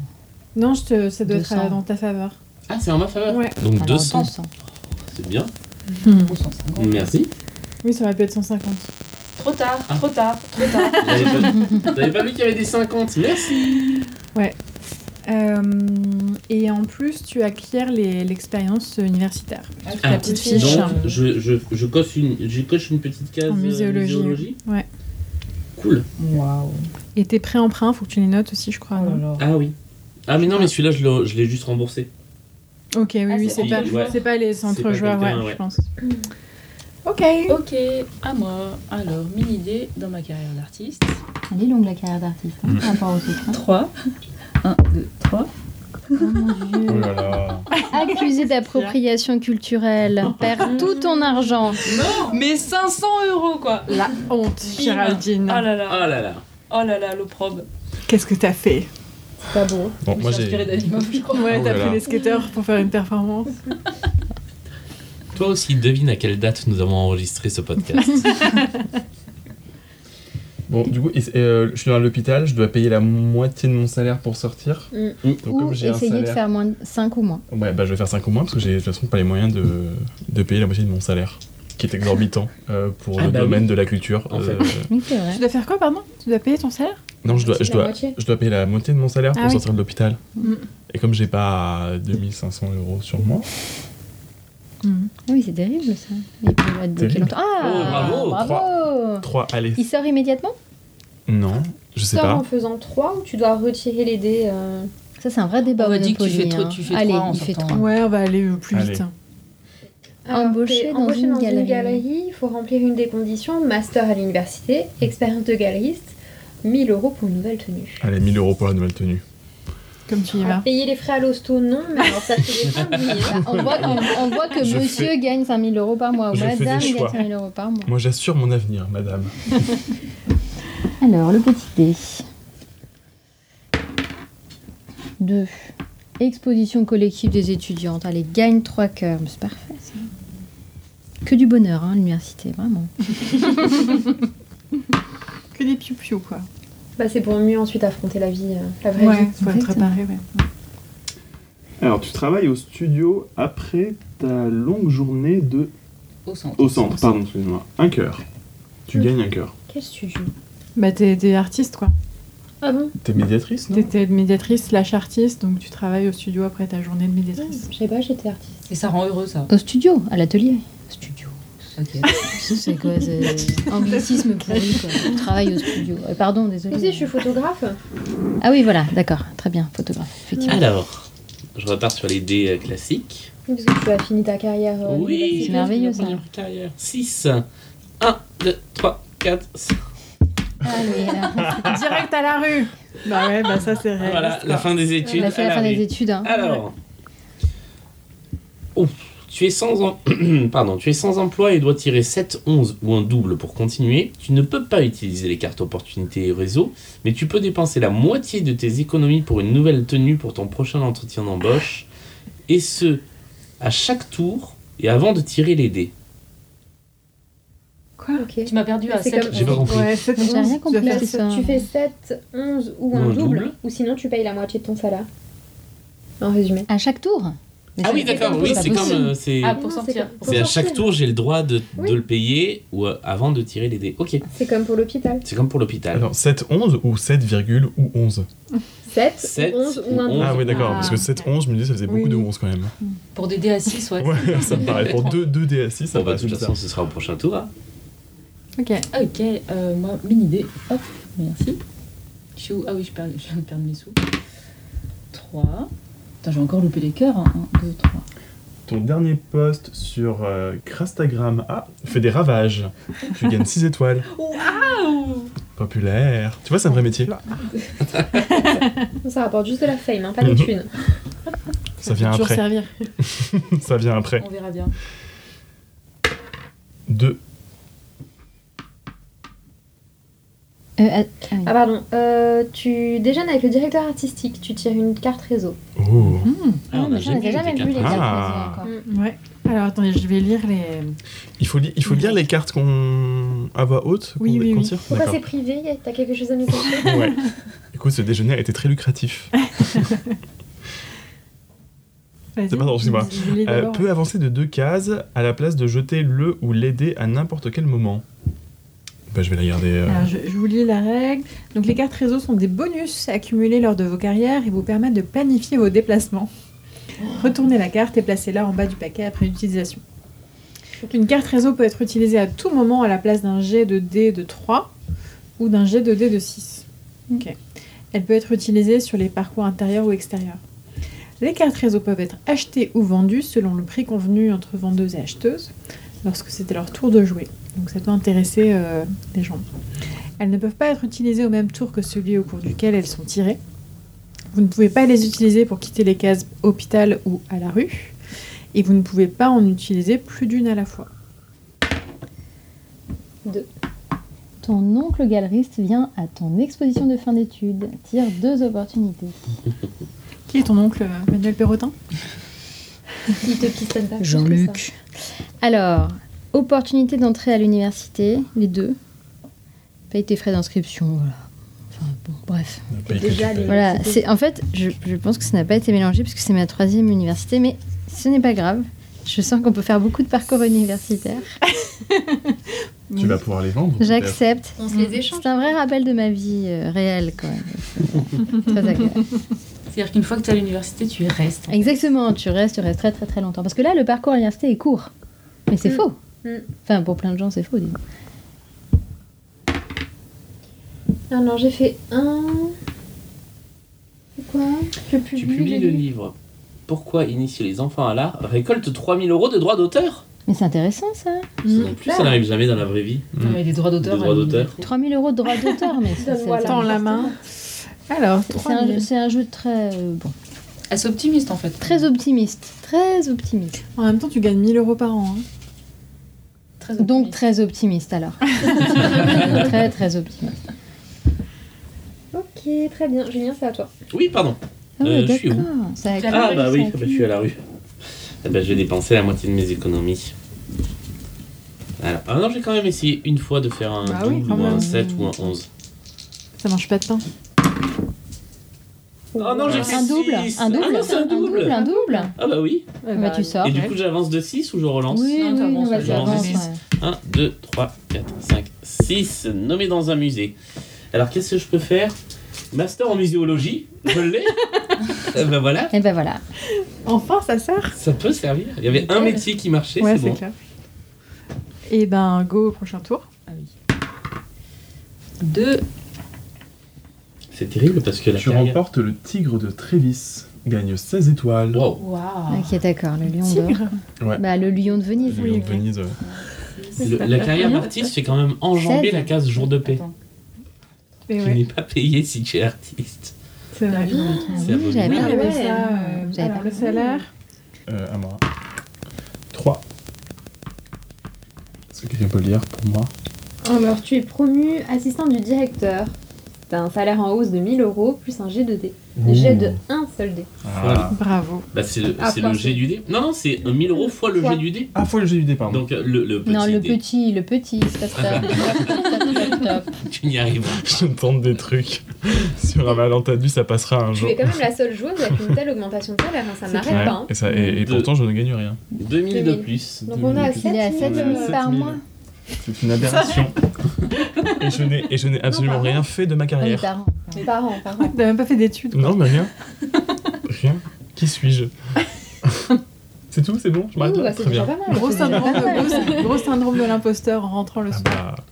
E: Non, je te, ça doit être
C: 200.
E: euh, dans ta faveur.
A: Ah, c'est en ma faveur.
E: Ouais.
A: Donc
C: Alors,
A: 200, c'est bien.
E: Hmm.
A: Merci.
E: Oui, ça aurait pu être 150.
B: Trop tard,
A: Ah.
B: trop tard, trop tard.
A: T'avais pas- t'avais pas vu qu'il y avait des 50. Merci.
E: Euh, et en plus, tu acquiers les- l'expérience universitaire.
A: Ah,
E: La petite fiche.
A: Donc je, je, je, coche une, je coche une petite case
E: En
A: euh,
E: muséologie. Ouais.
A: Cool.
B: Waouh.
E: Et tes prêts emprunts, faut que tu les notes aussi, je crois.
B: Oh là
E: non
B: là.
A: Ah oui. Ah mais non, mais celui-là, je l'ai- je l'ai juste remboursé.
E: ok, oui,
B: Ah,
E: oui,
B: c'est
E: c'est
A: pas
E: pas,
A: les joueurs.
E: c'est pas les
A: C'est pas
E: centres joueurs, ouais,
A: quelqu'un, ouais.
E: je pense. Ok.
B: Ok, à moi. Alors, mille idées dans ma carrière d'artiste.
D: Mm.
C: Elle est longue la carrière d'artiste, hein, par rapport au titre. hein.
B: 3. 1, 2, 3.
D: Oh là là.
C: Accusé d'appropriation culturelle. Perds tout ton argent.
B: Mais 500 euros, quoi
E: La honte,
B: Oh
E: Géraldine.
B: là
A: Oh
B: là,
A: là là.
B: oh là là, l'opprobre.
E: Qu'est-ce que t'as fait
F: C'est pas beau.
D: Bon,
B: Je
D: moi
B: me suis inspirée
D: j'ai.
B: d'Asimov, je crois.
E: Ouais,
D: Oh
E: t'as
D: là là.
E: pris les skateurs pour faire une performance.
A: Toi aussi, devine à quelle date nous avons enregistré ce podcast.
D: Bon, du coup, et- et, euh, je suis à l'hôpital, je dois payer la moitié de mon salaire pour sortir.
C: Mm.
D: Donc,
C: Ou
D: comme j'ai un
C: essayer de
D: salaire.
C: faire moins de 5 ou moins.
D: Ouais, bah je vais faire 5 au moins parce que j'ai de toute façon pas les moyens de, de payer la moitié de mon salaire, qui est exorbitant euh, pour
A: Ah
D: le
A: bah
D: domaine
A: oui.
D: de la culture. euh,
A: En fait.
C: Oui, c'est vrai.
E: Tu dois faire quoi, pardon Tu dois payer ton salaire
D: non, je dois, je,
F: La
D: dois,
F: moitié.
D: je dois payer la moitié de mon salaire pour
E: Ah oui.
D: sortir de l'hôpital.
E: Mm.
D: Et comme j'ai pas 2500 euros sur moi,
C: Ah oui, c'est terrible ça. Il peut être bloqué
D: Terrible.
C: longtemps. Ah
A: Oh, bravo,
C: bravo
D: 3 allez.
C: Il sort immédiatement
D: Non, je sais
F: Sors
D: pas.
F: en faisant 3 ou tu dois retirer les dés euh,
C: Ça, c'est un vrai débat.
B: On m'a dit que tu
C: Monopoly,
B: fais trois-
C: hein.
B: tu fais
C: Allez,
B: trois en
C: il fait
B: sortant. hein.
C: 3.
E: Ouais, on va aller plus
D: Allez.
E: vite.
F: alors,
C: Embauché
F: t'es
C: dans une galerie.
F: il faut remplir une des conditions master à l'université, expérience de galeriste, 1000 euros pour une nouvelle tenue.
D: Allez, 1000 euros pour la nouvelle tenue.
E: Comme tu y
F: Alors,
E: vas.
F: payer les frais à l'hosto, non, mais alors ça fait des fins de hein. billets.
C: On voit, on- on voit que
D: Je
C: monsieur gagne 5000 euros par mois, ou
D: Je fais des
C: madame gagne
D: choix.
C: 5000 euros par mois.
D: Moi j'assure mon avenir, madame.
C: Alors, le petit dé. 2. Exposition collective des étudiantes. Allez, gagne 3 cœurs. Mais C'est parfait, ça. Que du bonheur, hein, l'université, vraiment.
E: Que des piou-piou, quoi.
F: Bah, c'est pour mieux ensuite affronter la vie, euh, la vraie
E: Ouais,
F: vie.
E: faut être préparé, ouais.
G: Alors, tu travailles au studio après ta longue journée de...
B: Au centre.
G: Au centre, pardon, excuse-moi. Un cœur. Tu gagnes un cœur.
F: Quel studio
E: Bah, t'es t'es artiste, quoi.
F: Ah bon
D: T'es médiatrice, non
E: T'étais médiatrice slash artiste, donc tu travailles au studio après ta journée de médiatrice.
F: Je sais pas, j'étais artiste.
B: Et ça rend heureux, ça.
C: Au studio, à l'atelier. Studio.
B: Ok.
C: C'est quoi C'est anglicisme pourri, quoi. On travaille au studio. Euh, pardon,
F: Tu sais,
C: désolé.
F: je suis photographe.
C: Ah oui, voilà, d'accord. Très bien, photographe, effectivement.
A: Alors, je repars sur les dés euh, classiques.
F: Parce que tu as fini ta carrière. euh,
A: oui,
C: c'est merveilleux, ça.
A: Première carrière. 6. 1, 2, 3, 4, 5.
C: Allez, là.
E: Direct à la rue Bah ouais, bah ça c'est réel.
A: Voilà, la fin des études.
C: on a fait
A: à
C: la
A: la
C: fin des
A: rue.
C: études. hein.
A: Alors. Ouf, tu es sans em- Pardon, tu es sans emploi et dois tirer 7, 11 ou un double pour continuer. Tu ne peux pas utiliser les cartes opportunités et réseau, mais tu peux dépenser la moitié de tes économies pour une nouvelle tenue pour ton prochain entretien d'embauche. Et ce, à chaque tour et avant de tirer les dés.
E: Quoi
F: Ok.
B: Tu m'as perdu à
F: C'est
B: 7
F: comme-
A: J'ai pas compris.
E: Ouais, c'est
C: J'ai rien compris.
E: Tu dois faire-
F: Là,
C: c'est ça.
F: Tu fais 7, 11 ou un
A: Ou un
F: double,
A: double.
F: ou sinon tu payes la moitié de ton salaire. En résumé.
C: À chaque tour Mais
A: Ah
C: c'est-
A: oui, d'accord,
F: comme-
A: oui,
F: c'est
A: c'est
F: pas
A: comme. euh, c'est
B: Ah, pour
F: Non,
B: sortir.
F: c'est comme-
A: c'est à chaque
F: sortir.
A: tour, j'ai le droit de,
F: Oui.
A: de le payer ou euh, avant de tirer les dés. Ok,
F: C'est comme pour l'hôpital.
A: c'est comme pour l'hôpital.
D: Alors 7-11 ou 7, virgule ou 11
F: 7,
A: Sept
F: 11 ou un
A: ou
F: double.
D: Ah oui, d'accord,
E: Ah.
D: parce que 7-11, je me disais, ça faisait
E: Oui. Bah,
D: beaucoup de 11 quand même.
B: Pour des dés à 6, ouais.
D: Ouais, ça me paraît. Pour 2 d à 6, ça
A: Bon,
D: me
A: bah,
D: paraît
A: de toute façon, ce sera au prochain tour. hein.
E: Ok.
B: Ok, euh, moi, mini idée. Hop, merci. Je suis où Ah oui, je perds, je viens de perdre mes sous. 3. Putain, j'ai encore loupé les cœurs. hein. 1, 2, 3.
D: Ton dernier post sur euh, Crastagram ah, fait des ravages. Tu gagnes 6 étoiles.
B: Waouh
D: Populaire. Tu vois, c'est un vrai métier.
F: Ça rapporte juste de la fame, hein, pas des thunes.
D: Ça vient
E: Toujours
D: après.
E: servir.
D: Ça vient après.
B: On verra bien.
D: 2.
C: Euh, ah, ah oui.
F: Ah pardon, euh, tu déjeunes avec le directeur artistique, tu tires une carte réseau.
D: Oh.
E: Hmm.
A: Ah, on
C: mais
A: a
C: ça, on les a jamais
A: les
C: vu les
A: cartes.
D: Ah.
C: cartes réseau encore.
E: Ouais. Alors attendez, je vais lire les.
D: Il faut, li- il faut lire les cartes qu'on. à voix haute qu'on-
E: Oui, oui,
D: qu'on
E: oui.
D: tire
F: Pourquoi c'est
D: D'accord.
F: privé T'as quelque chose à nous confier
D: Ouais. Écoute, ce déjeuner a été très lucratif.
E: Ah, Vas-y.
D: C'est pardon, excuse-moi.
E: Je lis
D: Euh,
E: d'abord.
D: peut avancer de deux cases à la place de jeter le ou les dés à n'importe quel moment. Bah, je vais la garder. euh,
E: Alors, je, je vous lis la règle. Donc, les cartes réseau sont des bonus accumulés lors de vos carrières et vous permettent de planifier vos déplacements. Retournez la carte et placez-la en bas du paquet après utilisation. Une carte réseau peut être utilisée à tout moment à la place d'un jet de dés de 3 ou d'un jet de dés de 6. Ok. Elle peut être utilisée sur les parcours intérieurs ou extérieurs. Les cartes réseau peuvent être achetées ou vendues selon le prix convenu entre vendeuse et acheteuse lorsque c'était leur tour de jouer. Donc ça peut intéresser euh, les gens. Elles ne peuvent pas être utilisées au même tour que celui au cours duquel elles sont tirées. Vous ne pouvez pas les utiliser pour quitter les cases hôpital ou à la rue. Et vous ne pouvez pas en utiliser plus d'une à la fois.
C: Ton oncle galeriste vient à ton exposition de fin d'études. Tire deux opportunités.
E: Qui est ton oncle, euh, Manuel Perrotin
F: Il te pistonne pas. plus que ça.
H: Jean-Luc.
C: Alors, opportunité d'entrée à l'université, les deux. Paye tes frais d'inscription, voilà. Enfin, bon, bref.
F: Déjà, les-
C: Voilà,
F: c'était-
C: c'est en fait, je, je pense que ça n'a pas été mélangé puisque c'est ma troisième université, mais ce n'est pas grave. Je sens qu'on peut faire beaucoup de parcours universitaires.
D: Tu vas pouvoir les vendre
C: J'accepte.
F: On se les échange.
C: C'est un vrai rappel de ma vie euh, réelle, quand même. Très agréable.
B: C'est-à-dire qu'une fois que tu es à l'université, tu y
C: Eh
B: restes.
C: Exactement, tu restes, tu restes très très très longtemps. Parce que là, le parcours à l'université est court. Mais c'est
F: Mm.
C: faux.
F: Mm.
C: Enfin, pour plein de gens, c'est faux. dis donc.
F: Alors j'ai fait un. Quoi Je publie.
I: Tu publies le livre. Pourquoi initier les enfants à l'art Récolte 3000 euros de droits d'auteur
C: Mais c'est intéressant ça.
E: Mmh.
I: Ça non plus, ça n'arrive jamais dans la vraie vie.
B: Non, mais des droits d'auteur.
I: Mm. Des droits
B: euh,
I: d'auteur.
C: 3000 euros de droits d'auteur, mais ça, c'est-
F: Donne-moi
E: Tends la main. Alors,
C: c'est un,
E: 3000.
C: jeu- c'est un jeu très, euh, bon,
B: Elle est optimiste en fait.
C: très optimiste. Très optimiste.
E: En même temps, tu gagnes 1000 euros par an. hein.
B: Très optimiste.
C: Donc très optimiste alors. très très optimiste.
F: Ok, très bien. Julien, c'est à toi.
I: Oui, pardon.
C: Ah ouais,
I: Euh, je suis où
C: d'accord. Ça a-
B: Tu as la
I: Ah
B: rue,
I: bah
B: ça
I: oui,
B: a
I: ah bah,
B: pu.
I: je suis à la rue. Ah bah, je vais dépenser la moitié de mes économies. Alors, ah non, j'ai quand même essayé une fois de faire un
E: Bah oui,
I: 12
E: quand
I: ou un
E: même.
I: 7 ou un 11.
E: Ça mange pas de pain.
I: Oh non, j'ai fait
C: un double,
I: six.
C: un double,
I: Ah non, c'est un double.
C: un double.
I: Ah bah oui.
E: Eh
C: Bah, tu sors.
I: Et du
E: ouais.
I: coup, j'avance de 6 ou je relance
C: Oui,
B: Non,
C: oui,
B: t'avances,
C: non, bah,
I: je
C: tu
I: relance.
C: avances, ouais.
I: 1, 2, 3, 4, 5, 6. Nommé dans un musée. Alors, qu'est-ce que je peux faire Master en muséologie, je l'ai. Eh ben voilà,
C: Et ben voilà.
E: Enfin, ça sert.
I: ça peut servir. Il y avait un métier qui marchait,
E: Ouais,
I: c'est
E: c'est
I: bon.
E: clair. Et ben, go au prochain tour.
B: Ah Deux.
I: C'est terrible parce que la
D: Tu
I: carrière-
D: remportes le tigre de Trévis. Gagne 16 étoiles.
I: Wow.
B: Waouh.
C: Ok, d'accord, le lion d'or.
E: Tigre.
C: Bah, le lion de
D: Le
C: Venise.
D: Lion
E: oui,
D: de
E: ok.
D: Venise, ouais.
I: Le- la carrière d'artiste fait quand même enjamber
C: Seize.
I: la case jour de paix.
B: Attends.
E: Mais
I: Tu n'es
E: Eh ouais,
I: pas payé si tu es artiste.
E: c'est vrai.
C: Ah
I: C'est
C: oui,
I: abominable.
E: Oui,
C: j'avais
E: il y avait
F: ouais.
E: ça. euh,
C: J'avais
E: alors,
C: pas
E: le
C: vu.
E: salaire.
D: Euh, à moi. 3. Est-ce que quelqu'un peut le lire pour moi
F: Alors tu es promu assistant du directeur. T'as un salaire en hausse de 1000 euros plus un jet de dé. Jet de 1 seul dé.
D: Ah,
E: Bravo.
I: Bah, c'est le,
F: Ah,
I: c'est le
F: fois,
I: G
F: c'est-
I: du dé. Non, non, c'est 1000 euros fois le
F: Fois.
I: G du dé.
D: Ah, faut le GUD, pardon.
I: Donc euh, le, le petit
C: Non, le
I: dé.
C: petit, le petit, stop, stop, stop, stop, stop.
I: Tu n'y arrives
D: Je tente des trucs. Sur un malentendu, ça passera un
F: Tu
D: jour.
F: es quand même la seule joueuse avec une telle augmentation de salaire. hein, Ça n'arrête
D: Ouais,
F: pas. hein.
D: et, ça- et- et
I: De-
D: pourtant, je ne gagne rien.
I: 2000 de
F: 2000.
I: plus.
F: Donc on est à 7
C: Il est à
F: 000,
C: 7 000
F: euh,
C: par
D: 000.
C: mois.
D: C'est une aberration. et je n'ai- et je n'ai absolument rien fait de ma
C: Ah oui,
D: carrière.
C: par an.
F: par an. Par an.
E: T'as même pas fait d'études.
D: Non, mais rien. Rien. Qui suis-je C'est tout, c'est bon Je m'arrête
F: Ouh,
D: là
F: bah, c'est
D: Très bien.
F: déjà pas mal.
E: Gros
F: C'est déjà
E: syndrome,
F: pas mal.
E: de, gros, gros syndrome de l'imposteur en rentrant le
D: Ah
E: soir.
D: bah,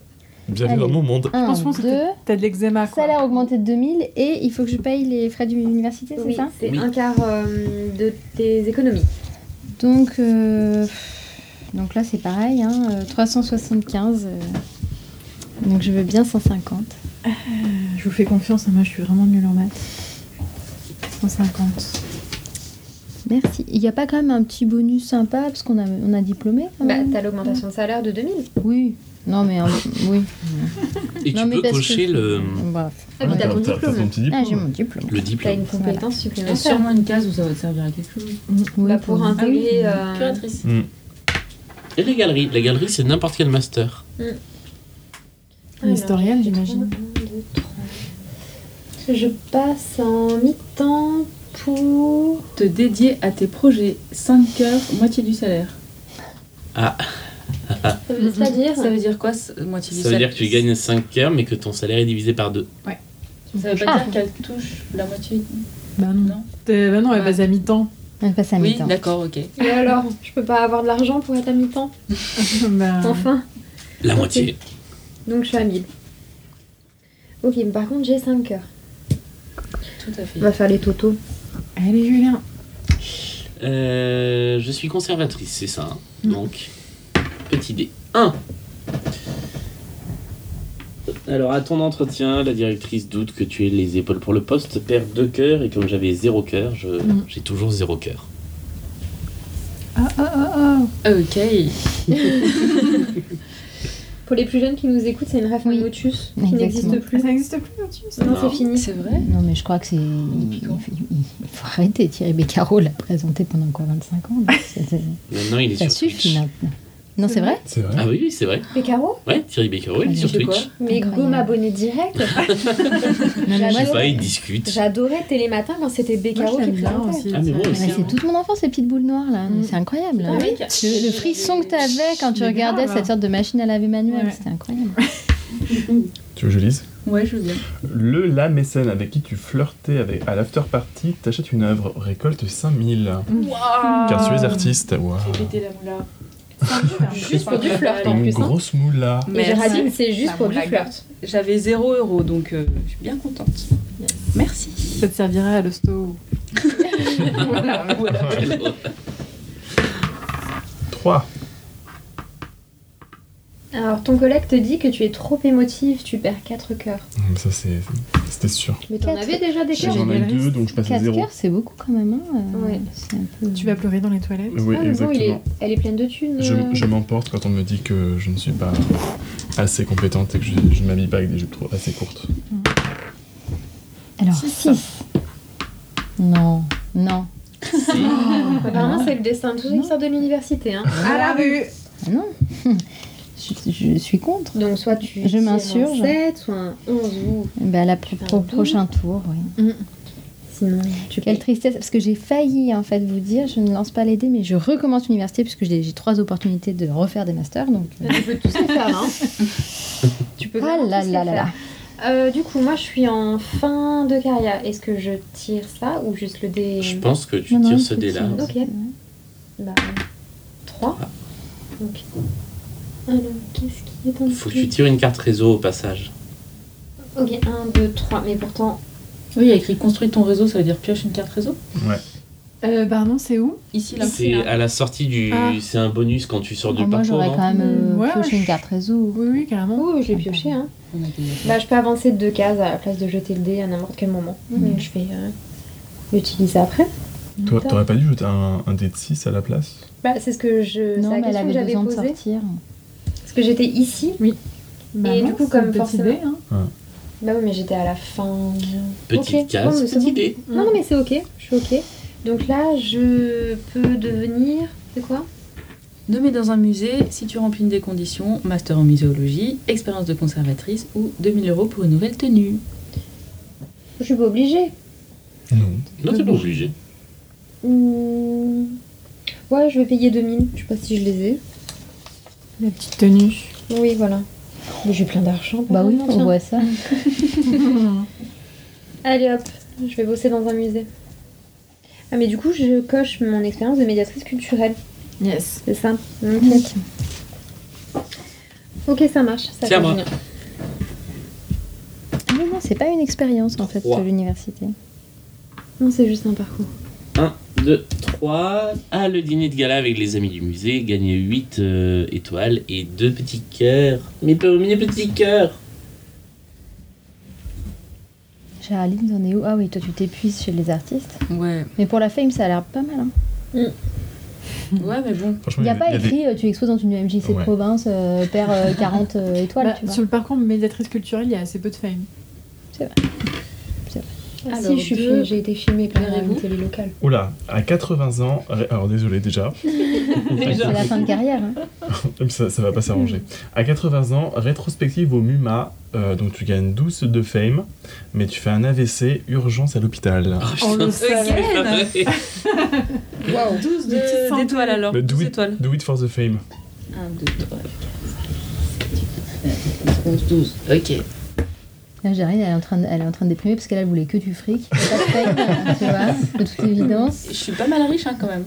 D: bienvenue
C: Allez.
D: dans mon monde.
C: 1,
E: pense qu'on
C: 2,
E: T'as de l'eczéma, quoi.
C: salaire augmenté de 2000 et il faut que je paye les frais de l'université, c'est
F: Oui,
C: ça
F: c'est
I: Oui.
F: un quart euh, de tes économies.
C: Donc, euh, donc là, c'est pareil, hein, euh, 375. euh, donc je veux bien 150.
E: Je vous fais confiance, hein, moi je suis vraiment nulle en maths. 150.
C: Merci. Il n'y a pas quand même un petit bonus sympa parce qu'on a, on a diplômé quand
F: Bah,
C: même
F: t'as l'augmentation de salaire de 2000.
C: Oui. Non, mais un- oui.
I: Et
C: non,
I: tu
C: mais
I: peux
C: parce que-
I: cocher le,
C: Bref.
F: Ah, puis t'as ton diplôme.
D: petit
C: Ah, j'ai
D: diplôme.
C: mon diplôme.
I: le
F: T'as
I: diplôme.
F: une compétence
B: Il y a
F: supplémentaire.
B: sûrement une case où ça va te servir à quelque chose.
C: Oui,
F: Bah, pour
C: un...
F: intégrer. euh,
B: Ah Curatrice.
I: Et les galeries. La galerie, c'est n'importe quel master.
E: Une historienne,
F: Alors,
E: j'imagine.
F: un, deux, trois. Je passe en mi-temps pour.
B: Te dédier à tes projets 5 heures, moitié du salaire.
F: C'est-à-dire.
B: Ça veut dire quoi, ce- moitié du
I: Ça veut
B: salaire
I: dire que tu gagnes 5 heures, mais que ton salaire est divisé par 2.
B: Ça veut pas
C: Ah.
B: dire qu'elle touche la moitié.
E: Bah
B: Non.
E: non. Euh, bah non, elle
B: Ouais.
E: passe à mi-temps.
C: On passe à
B: Oui,
C: mi-temps.
B: d'accord, ok.
F: Et alors, je peux pas avoir de l'argent pour être à mi-temps
E: Bah,
F: Enfin.
I: La moitié.
F: Donc je suis à 1000. Ok, mais par contre j'ai 5 heures.
B: Tout à fait.
F: On va faire les totos.
E: Allez, Julien.
I: Euh, je suis conservatrice, c'est ça. hein.
C: Mm.
I: Donc, petit dé. 1. Alors, à ton entretien, la directrice doute que tu aies les épaules pour le poste, perd deux cœurs, et comme j'avais zéro cœur, je-
E: Mm.
I: j'ai toujours zéro cœur.
E: Ah, ah, ah, ah.
B: Ok.
F: Pour les plus jeunes qui nous écoutent, c'est une ref
C: Oui.
F: motus qui
C: Exactement.
F: n'existe
E: Ah,
F: plus.
E: Ça n'existe plus, Motus
F: Non,
I: Non.
F: c'est fini.
B: C'est vrai
C: Non, mais je crois que c'est. Il, il- il faut arrêter. Thierry Beccaro l'a présenté pendant quoi 25 ans là. Ça, ça-
I: Maintenant, il est
C: ça
I: sur
C: suffit
I: Twitch.
C: maintenant. Non, c'est vrai
D: C'est vrai.
I: Ah oui, oui, c'est vrai.
F: Mais Caro
I: Ouais, Thierry Beccaro, il est
C: Mais
I: sur
B: je sais
I: Twitch.
F: Mais
C: Incroyable.
F: go m'abonner direct
C: Non,
I: Je
C: mais
I: sais
C: moi,
F: J'adore.
I: pas, il discute.
F: J'adorais Télématin quand c'était Bécaro
E: Moi, je
F: qui
E: l'aime bien
F: présentait.
E: aussi.
I: Ah, mais moi
E: ça.
I: aussi.
C: mais c'est toute mon enfance, ces petites boules noires là.
E: Mm.
C: C'est incroyable.
F: Ah oui.
C: Le, le frisson que t'avais quand tu
E: Mais
C: regardais
E: grave.
C: cette sorte de machine à laver manuelle,
E: Ouais.
C: c'était incroyable.
D: Tu veux que je lise
B: Ouais, je veux bien.
D: Le la mécène avec qui tu flirtais avec, à l'after party t'achète une œuvre, récolte 5000. Car tu es artiste. Waouh.
B: péter la moula.
F: Juste pour du flirt en
D: Une
F: plus. hein.
D: grosse moula.
F: Et Géraldine, c'est
B: Ça
F: juste pour
B: me
F: du
B: la
F: flirt.
B: J'avais 0 euros, donc euh, je suis bien contente. Merci.
E: Ça te servirait à l'hosto.
D: 3.
F: Alors, ton collègue te dit que tu es trop émotive, tu perds 4 cœurs.
D: Ça, c'est- c'était sûr.
F: Mais t'en
C: Quatre.
F: avais déjà des cœurs
D: J'en ai
E: généraliste.
D: deux, donc je passe à
C: 4
D: zéro.
C: cœurs, c'est beaucoup quand même. hein, euh,
F: Ouais.
C: C'est un peu.
E: Tu vas pleurer dans les toilettes.
D: Oui,
F: Ah, mais bon, il est-
D: exactement.
F: elle est pleine de thunes.
D: Je,
F: euh.
D: je m'emporte quand on me dit que je ne suis pas assez compétente et que je, je ne m'habille pas avec des jupes trop assez courtes.
C: Alors,
E: Six.
C: 6. Non, non.
F: Apparemment, c'est le destin de tous ceux
C: Non.
F: qui sortent de l'université. Hein.
E: À la rue
C: Non. Je, je suis contre.
F: Donc, soit tu.
C: Je
F: tires
C: m'insurge.
F: Un 7, soit un 11 ou.
C: Eh Ben, la plus pro-
F: Pardon.
C: prochain tour, oui.
F: Sinon, tu
C: Quelle
F: payes.
C: tristesse, parce que j'ai failli en fait vous dire, je ne lance pas les dés, mais je recommence l'université puisque j'ai j'ai trois opportunités de refaire des masters. Donc, euh,
F: Tu peux tous les faire, hein. tu peux
C: ah
F: vraiment
C: là
F: tous les
C: là là là.
F: faire. Euh, du coup, moi, je suis en fin de carrière. Est-ce que je tire ça ou juste le dé
I: Je pense que tu
C: Non, non,
I: tires
C: il
I: ce
C: faut
I: dé-là.
C: tirer.
F: Ok. Bah, 3.
I: Ah.
F: Donc. Alors, qu'est-ce qui est dans le
I: Faut que tu tires une carte réseau au passage.
F: Ok, 1, 2, 3. Mais pourtant.
B: Oui, il y a écrit construis ton réseau, ça veut dire pioche une carte réseau
E: Euh, pardon, c'est où
B: Ici, là.
I: C'est euh, à la sortie du.
E: Ah.
I: C'est un bonus quand tu sors
C: hein. Ah,
I: du
C: moi
I: parcours. hein.
C: j'aurais
I: non
C: quand même euh,
E: Hmm, ouais,
C: pioché une
E: je-
C: carte réseau.
E: Oui, oui, carrément.
F: Ouh, je l'ai pioché, hein.
B: On a des-
F: Bah, je peux avancer de deux cases à la place de jeter le dé à n'importe quel moment. Donc, je vais euh, l'utiliser après.
D: Toi, t'aurais pas dû jeter un, un dé de 6 à la place
F: Bah, c'est ce que je. c'est
C: Non, mais
F: la
C: elle
F: question que
C: avait
F: j'avais
C: besoin de
F: posée.
C: sortir.
F: Parce que j'étais ici.
E: Bah
F: Et
E: non,
F: du coup,
E: c'est
F: comme
E: une petite
F: forcément-
E: idée, hein.
F: Bah, oui, mais j'étais à la fin.
I: Petite Mm.
F: Ok,
I: case,
F: bon, mais c'est
I: petit
F: bon.
I: dé.
F: Non, non, mais c'est ok. Je suis ok. Donc là, je peux devenir. C'est quoi
B: Nommé dans un musée, si tu remplis une des conditions, master en muséologie, expérience de conservatrice ou 2000 euros pour une nouvelle tenue.
F: Je suis pas obligée.
D: Non.
I: Non, t'es pas obligé.
F: Hmm. Ouais, je vais payer 2000. Je sais pas si je les ai.
E: La petite tenue.
F: Oui, voilà. Mais j'ai plein d'argent. hein.
C: Bah oui,
F: apparemment,
C: on voit
F: tiens.
C: ça.
F: Allez hop, je vais bosser dans un musée. Ah, mais du coup, je coche mon expérience de médiatrice culturelle.
E: yes.
F: C'est ça Ok. Ok, ça marche. Ça
I: Tiens, moi.
F: convient.
C: Ah oui, non, c'est pas une expérience en fait
I: Trois.
C: de l'université.
F: Non, c'est juste un parcours.
I: 1, 2, 3. Ah, le dîner de gala avec les amis du musée, gagner 8 étoiles et 2 petits cœurs. Mes, pe- mes petits cœurs
C: Géraldine, t'en es où Ah oui, toi tu t'épuises chez les artistes.
B: Ouais.
C: Mais pour la fame, ça a l'air pas mal. Hein.
B: Ouais, mais bon.
C: Il
D: Franchement,
C: n'y a pas
D: y des-
C: écrit euh, tu exposes dans une MJC de
D: Ouais.
C: province, euh, perds euh, 40 euh, étoiles,
E: Bah,
C: tu vois.
E: sur le parcours médiatrice culturelle, il y a assez peu de fame.
F: Ah,
B: Alors,
F: si, je suis
B: deux.
F: fi- j'ai été filmée par
B: Verrez-vous
F: une télé locale.
D: Oula, à 80 ans, ré- alors désolé déjà,
C: C'est la
I: Déjà.
C: fin de carrière. hein.
D: mais ça, ça va pas s'arranger. À 80 ans, rétrospective au MUMA, euh, donc tu gagnes 12 de fame, mais tu fais un AVC, urgence à l'hôpital.
I: Ah,
E: On le
I: putain, c'est
B: savait.
I: pas vrai.
B: 12
E: Des petites
B: Oh, de-
E: centaines.
B: d'étoiles alors.
D: Mais do
B: 12
D: it,
B: étoiles.
D: do it for the fame.
B: 1, 2, 3, 4, 11, 12. Ok.
C: Là, Géraldine, elle est en train de, elle est en train de déprimer parce qu'elle elle voulait que du fric. Pas de peine, tu vois, de toute évidence.
B: Je suis pas mal riche hein, quand même.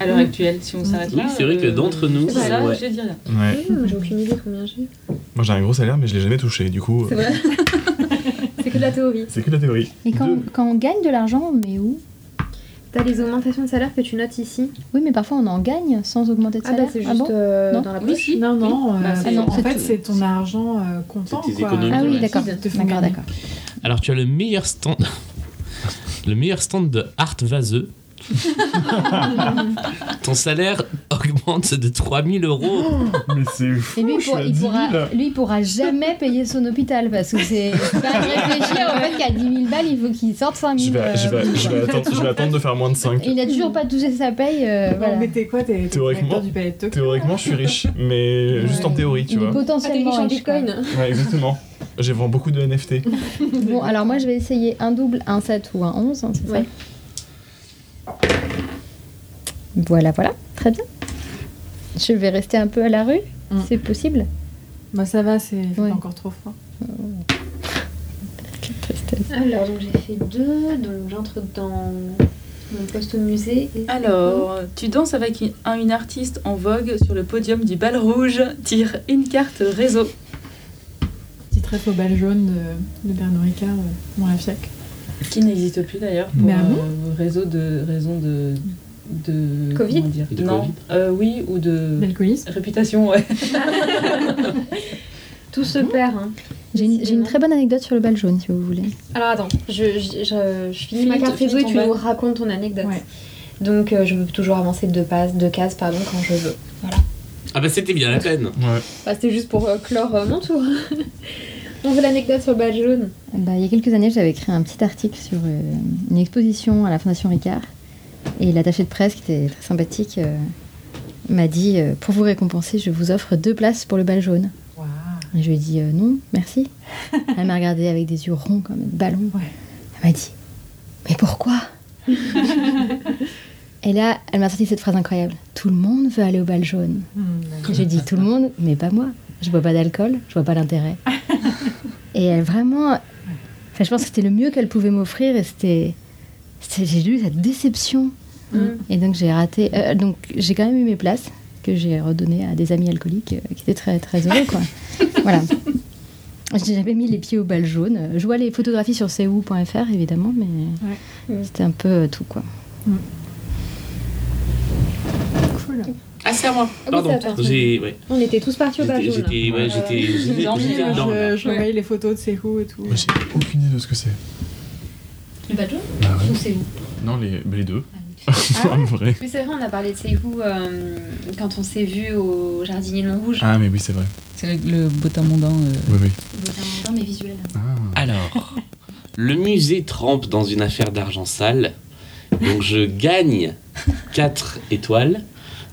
B: À l'heure actuelle, si on s'arrête
I: Oui,
B: là.
I: c'est vrai que d'entre nous,
B: Ah, euh, c'est ça,
I: ouais.
B: je dis rien.
D: Ouais.
F: Mmh, j'ai aucune idée combien j'ai.
D: Moi j'ai un gros salaire, mais je l'ai jamais touché, du coup,
F: C'est
D: euh,
F: vrai. c'est que de la théorie.
D: c'est que la théorie.
C: Et quand,
D: Deux.
C: quand on gagne de l'argent, on met où
F: T'as les augmentations de salaire que tu notes ici.
C: Oui, mais parfois on en gagne sans augmenter de
F: Ah
C: salaire.
F: bah c'est
C: Ah
F: juste
C: bon
F: euh,
C: Non.
F: dans la
B: Oui,
F: poche.
B: si.
E: Non, non,
B: Bah,
I: Ah,
E: euh,
B: c'est-
E: en
C: non, c'est
E: fait,
C: tout-
E: c'est ton argent euh, comptant.
I: C'est tes
E: quoi.
I: économies,
C: Ah oui,
I: Ouais.
C: d'accord.
E: Ils te font
C: D'accord,
E: gagner.
C: d'accord.
A: Alors tu as le meilleur stand. Le meilleur stand de Art Vaseux. Ton salaire augmente de 3000 euros.
D: Mais c'est fou,
C: Et lui, il
D: je suis
C: pourra-
D: à
C: il
D: 10 000.
C: pourra, lui, il pourra jamais payer son hôpital parce que c'est. Il va réfléchir au fait qu'à 10 000 balles, il faut qu'il sorte 5 000.
D: Je vais, je vais-
C: euh,
D: je vais attendre, je vais attendre de faire moins de 5.
C: Et il a toujours pas touché sa paye. euh, voilà.
E: Mais t'es quoi T'es t'es
D: Théoriquement.
E: directeur du palais de Tokyo
D: Théoriquement, je suis riche, mais juste en
C: Ouais.
D: théorie, tu
C: Il est
D: vois.
C: potentiellement
F: en
C: riche, quoi.
F: bitcoin.
D: Ouais, exactement. J'ai vendu beaucoup de NFT.
C: Bon, alors moi je vais essayer un double, un 7 ou un 11, hein, c'est
F: Ouais.
C: ça Voilà, voilà, très bien. Je vais rester un peu à la rue,
E: Mm.
C: c'est possible
E: Bah ça va, c'est il fait
C: Ouais.
E: pas encore trop froid.
C: Quelle tristesse.
F: Alors, donc j'ai fait deux, donc j'entre dans mon poste au musée. et-
B: Alors, tu danses avec une, un- une artiste en vogue sur le podium du bal rouge. Tire une carte réseau.
E: Petite rêve au bal jaune de, de Bernard Ricard, euh, mon Lafiac.
B: Qui n'existe plus d'ailleurs pour
E: Mais ah bon
B: euh, réseau de raison de de
F: Covid
B: comment dire
I: De
B: non
I: Covid
B: euh, oui ou
E: Mm.
B: de
E: L'alcoolisme.
B: réputation ouais.
F: Tout se perd. hein.
C: J'ai une, j'ai une très bonne anecdote sur le bal jaune si vous voulez.
F: Alors attends, je, je, je- je finis ma
B: Finis
F: carte
B: ton-
F: réseau et
B: finis
F: tu
B: ton
F: nous
B: bac.
F: racontes ton anecdote.
E: Ouais.
F: Donc euh, je peux toujours avancer de deux, passes, deux cases pardon, quand je veux. Voilà.
I: Ah bah c'était bien la peine.
D: Ouais.
F: Bah, C'était juste pour euh, clore euh, mon tour. On veut l'anecdote sur le badge jaune. Ah
C: Bah, il y a quelques années, j'avais écrit un petit article sur euh, une exposition à la Fondation Ricard. Et l'attaché de presse, qui était très sympathique, euh, m'a dit euh, Pour vous récompenser, je vous offre deux places pour le bal jaune.
E: Waouh.
C: Et je lui ai dit euh, non, merci. Elle m'a regardé avec des yeux ronds comme un ballon.
E: Ouais.
C: Elle m'a dit Mais pourquoi Et là, elle m'a sorti cette phrase incroyable Tout le monde veut aller au bal jaune.
E: Hmm.
C: J'ai dit Tout le monde, mais pas moi. Je bois pas d'alcool, je vois pas l'intérêt. et elle vraiment. Enfin, je pense que c'était le mieux qu'elle pouvait m'offrir et c'était. c'était- J'ai lu cette déception.
F: Mm.
C: Et donc j'ai raté. euh, donc j'ai quand même eu mes places que j'ai redonnées à des amis alcooliques euh, qui étaient très très heureux quoi. voilà. J'ai jamais mis les pieds au bal jaune. Euh, Je vois les photographies sur cou.fr évidemment, mais
F: Ouais. Mm.
C: c'était un peu euh, tout quoi.
E: Cool.
I: Ah c'est à moi. Pardon.
F: Ah oui, c'est à toi.
I: J'ai ouais.
F: On était tous partis au badge
I: J'étais
F: jaune. là.
I: j'étais ouais, j'étais j'étais-
B: Dans
I: j'étais
B: le-
E: Moi,
I: dedans, là.
E: je, je voyais les photos de Sekou et tout.
D: Moi, j'ai aucune idée de ce que c'est.
F: Le badge jaune
I: Ah
D: Bah ouais.
F: Ou c'est où
D: Non, les, les deux.
F: Ah ouais
D: En vrai.
F: Mais c'est vrai, on a parlé de Seihou euh, quand on s'est vu au jardinier long rouge.
D: Ah, mais oui, c'est vrai.
B: C'est le, botin mondain.
D: Oui, oui.
F: Dans mes visuels.
D: Ah.
I: Alors, le musée trempe dans une affaire d'argent sale. Donc je gagne 4 étoiles,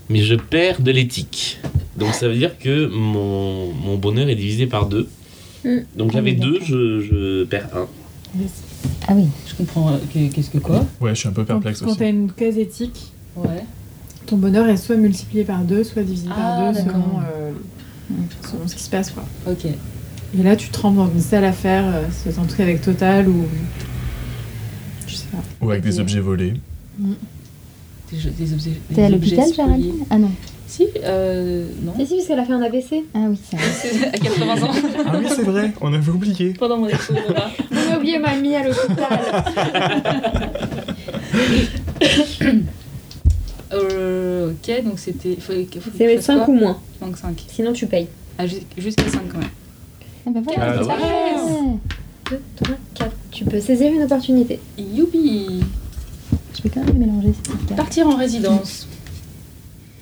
I: mais je perds de l'éthique. Donc ça veut dire que mon, mon bonheur est divisé par 2.
F: Mm.
I: Donc j'avais
C: Ah oui,
I: 2,
C: d'accord.
I: je, je perds 1.
C: Ah oui.
B: Je comprends euh, que- qu'est-ce que quoi
D: Ouais, je suis un peu
E: Quand,
D: perplexe
E: quand
D: aussi.
E: t'as une case éthique,
B: Ouais.
E: ton bonheur est soit multiplié par deux, soit divisé
B: Ah,
E: par deux,
B: d'accord.
E: selon, euh, selon ce qui se passe. Quoi.
B: Ok.
E: Et là, tu trembles dans une sale affaire, euh, c'est un truc avec Total ou. Je sais pas.
D: Ou avec des objets volés.
B: Des, jeux- des objets. des
C: T'es à
B: objets
C: l'hôpital,
B: spoliés.
C: Géraldine Ah non.
B: Si euh, non.
F: Et si, parce qu'elle a fait un ABC.
C: Ah oui, ça.
B: C'est à 80 ans
D: Ah oui, c'est vrai, on avait oublié.
B: pendant mon expo de bar.
F: On a oublié mamie à l'hôpital.
B: Euh, ok, donc c'était. faut- faut- faut que je
F: c'est
B: fasse
F: 5
B: quoi
F: ou moins,
B: Donc 5.
F: sinon tu payes.
B: Ah, jus- Jusqu'à 5 quand même.
C: Ah bah voilà.
D: Ah,
C: c'est
D: bah
C: parfait.
F: ouais. 2, 3, 4. Tu peux saisir une opportunité.
B: Youpi
C: Je vais quand même mélanger ces petites cartes.
B: Partir en résidence.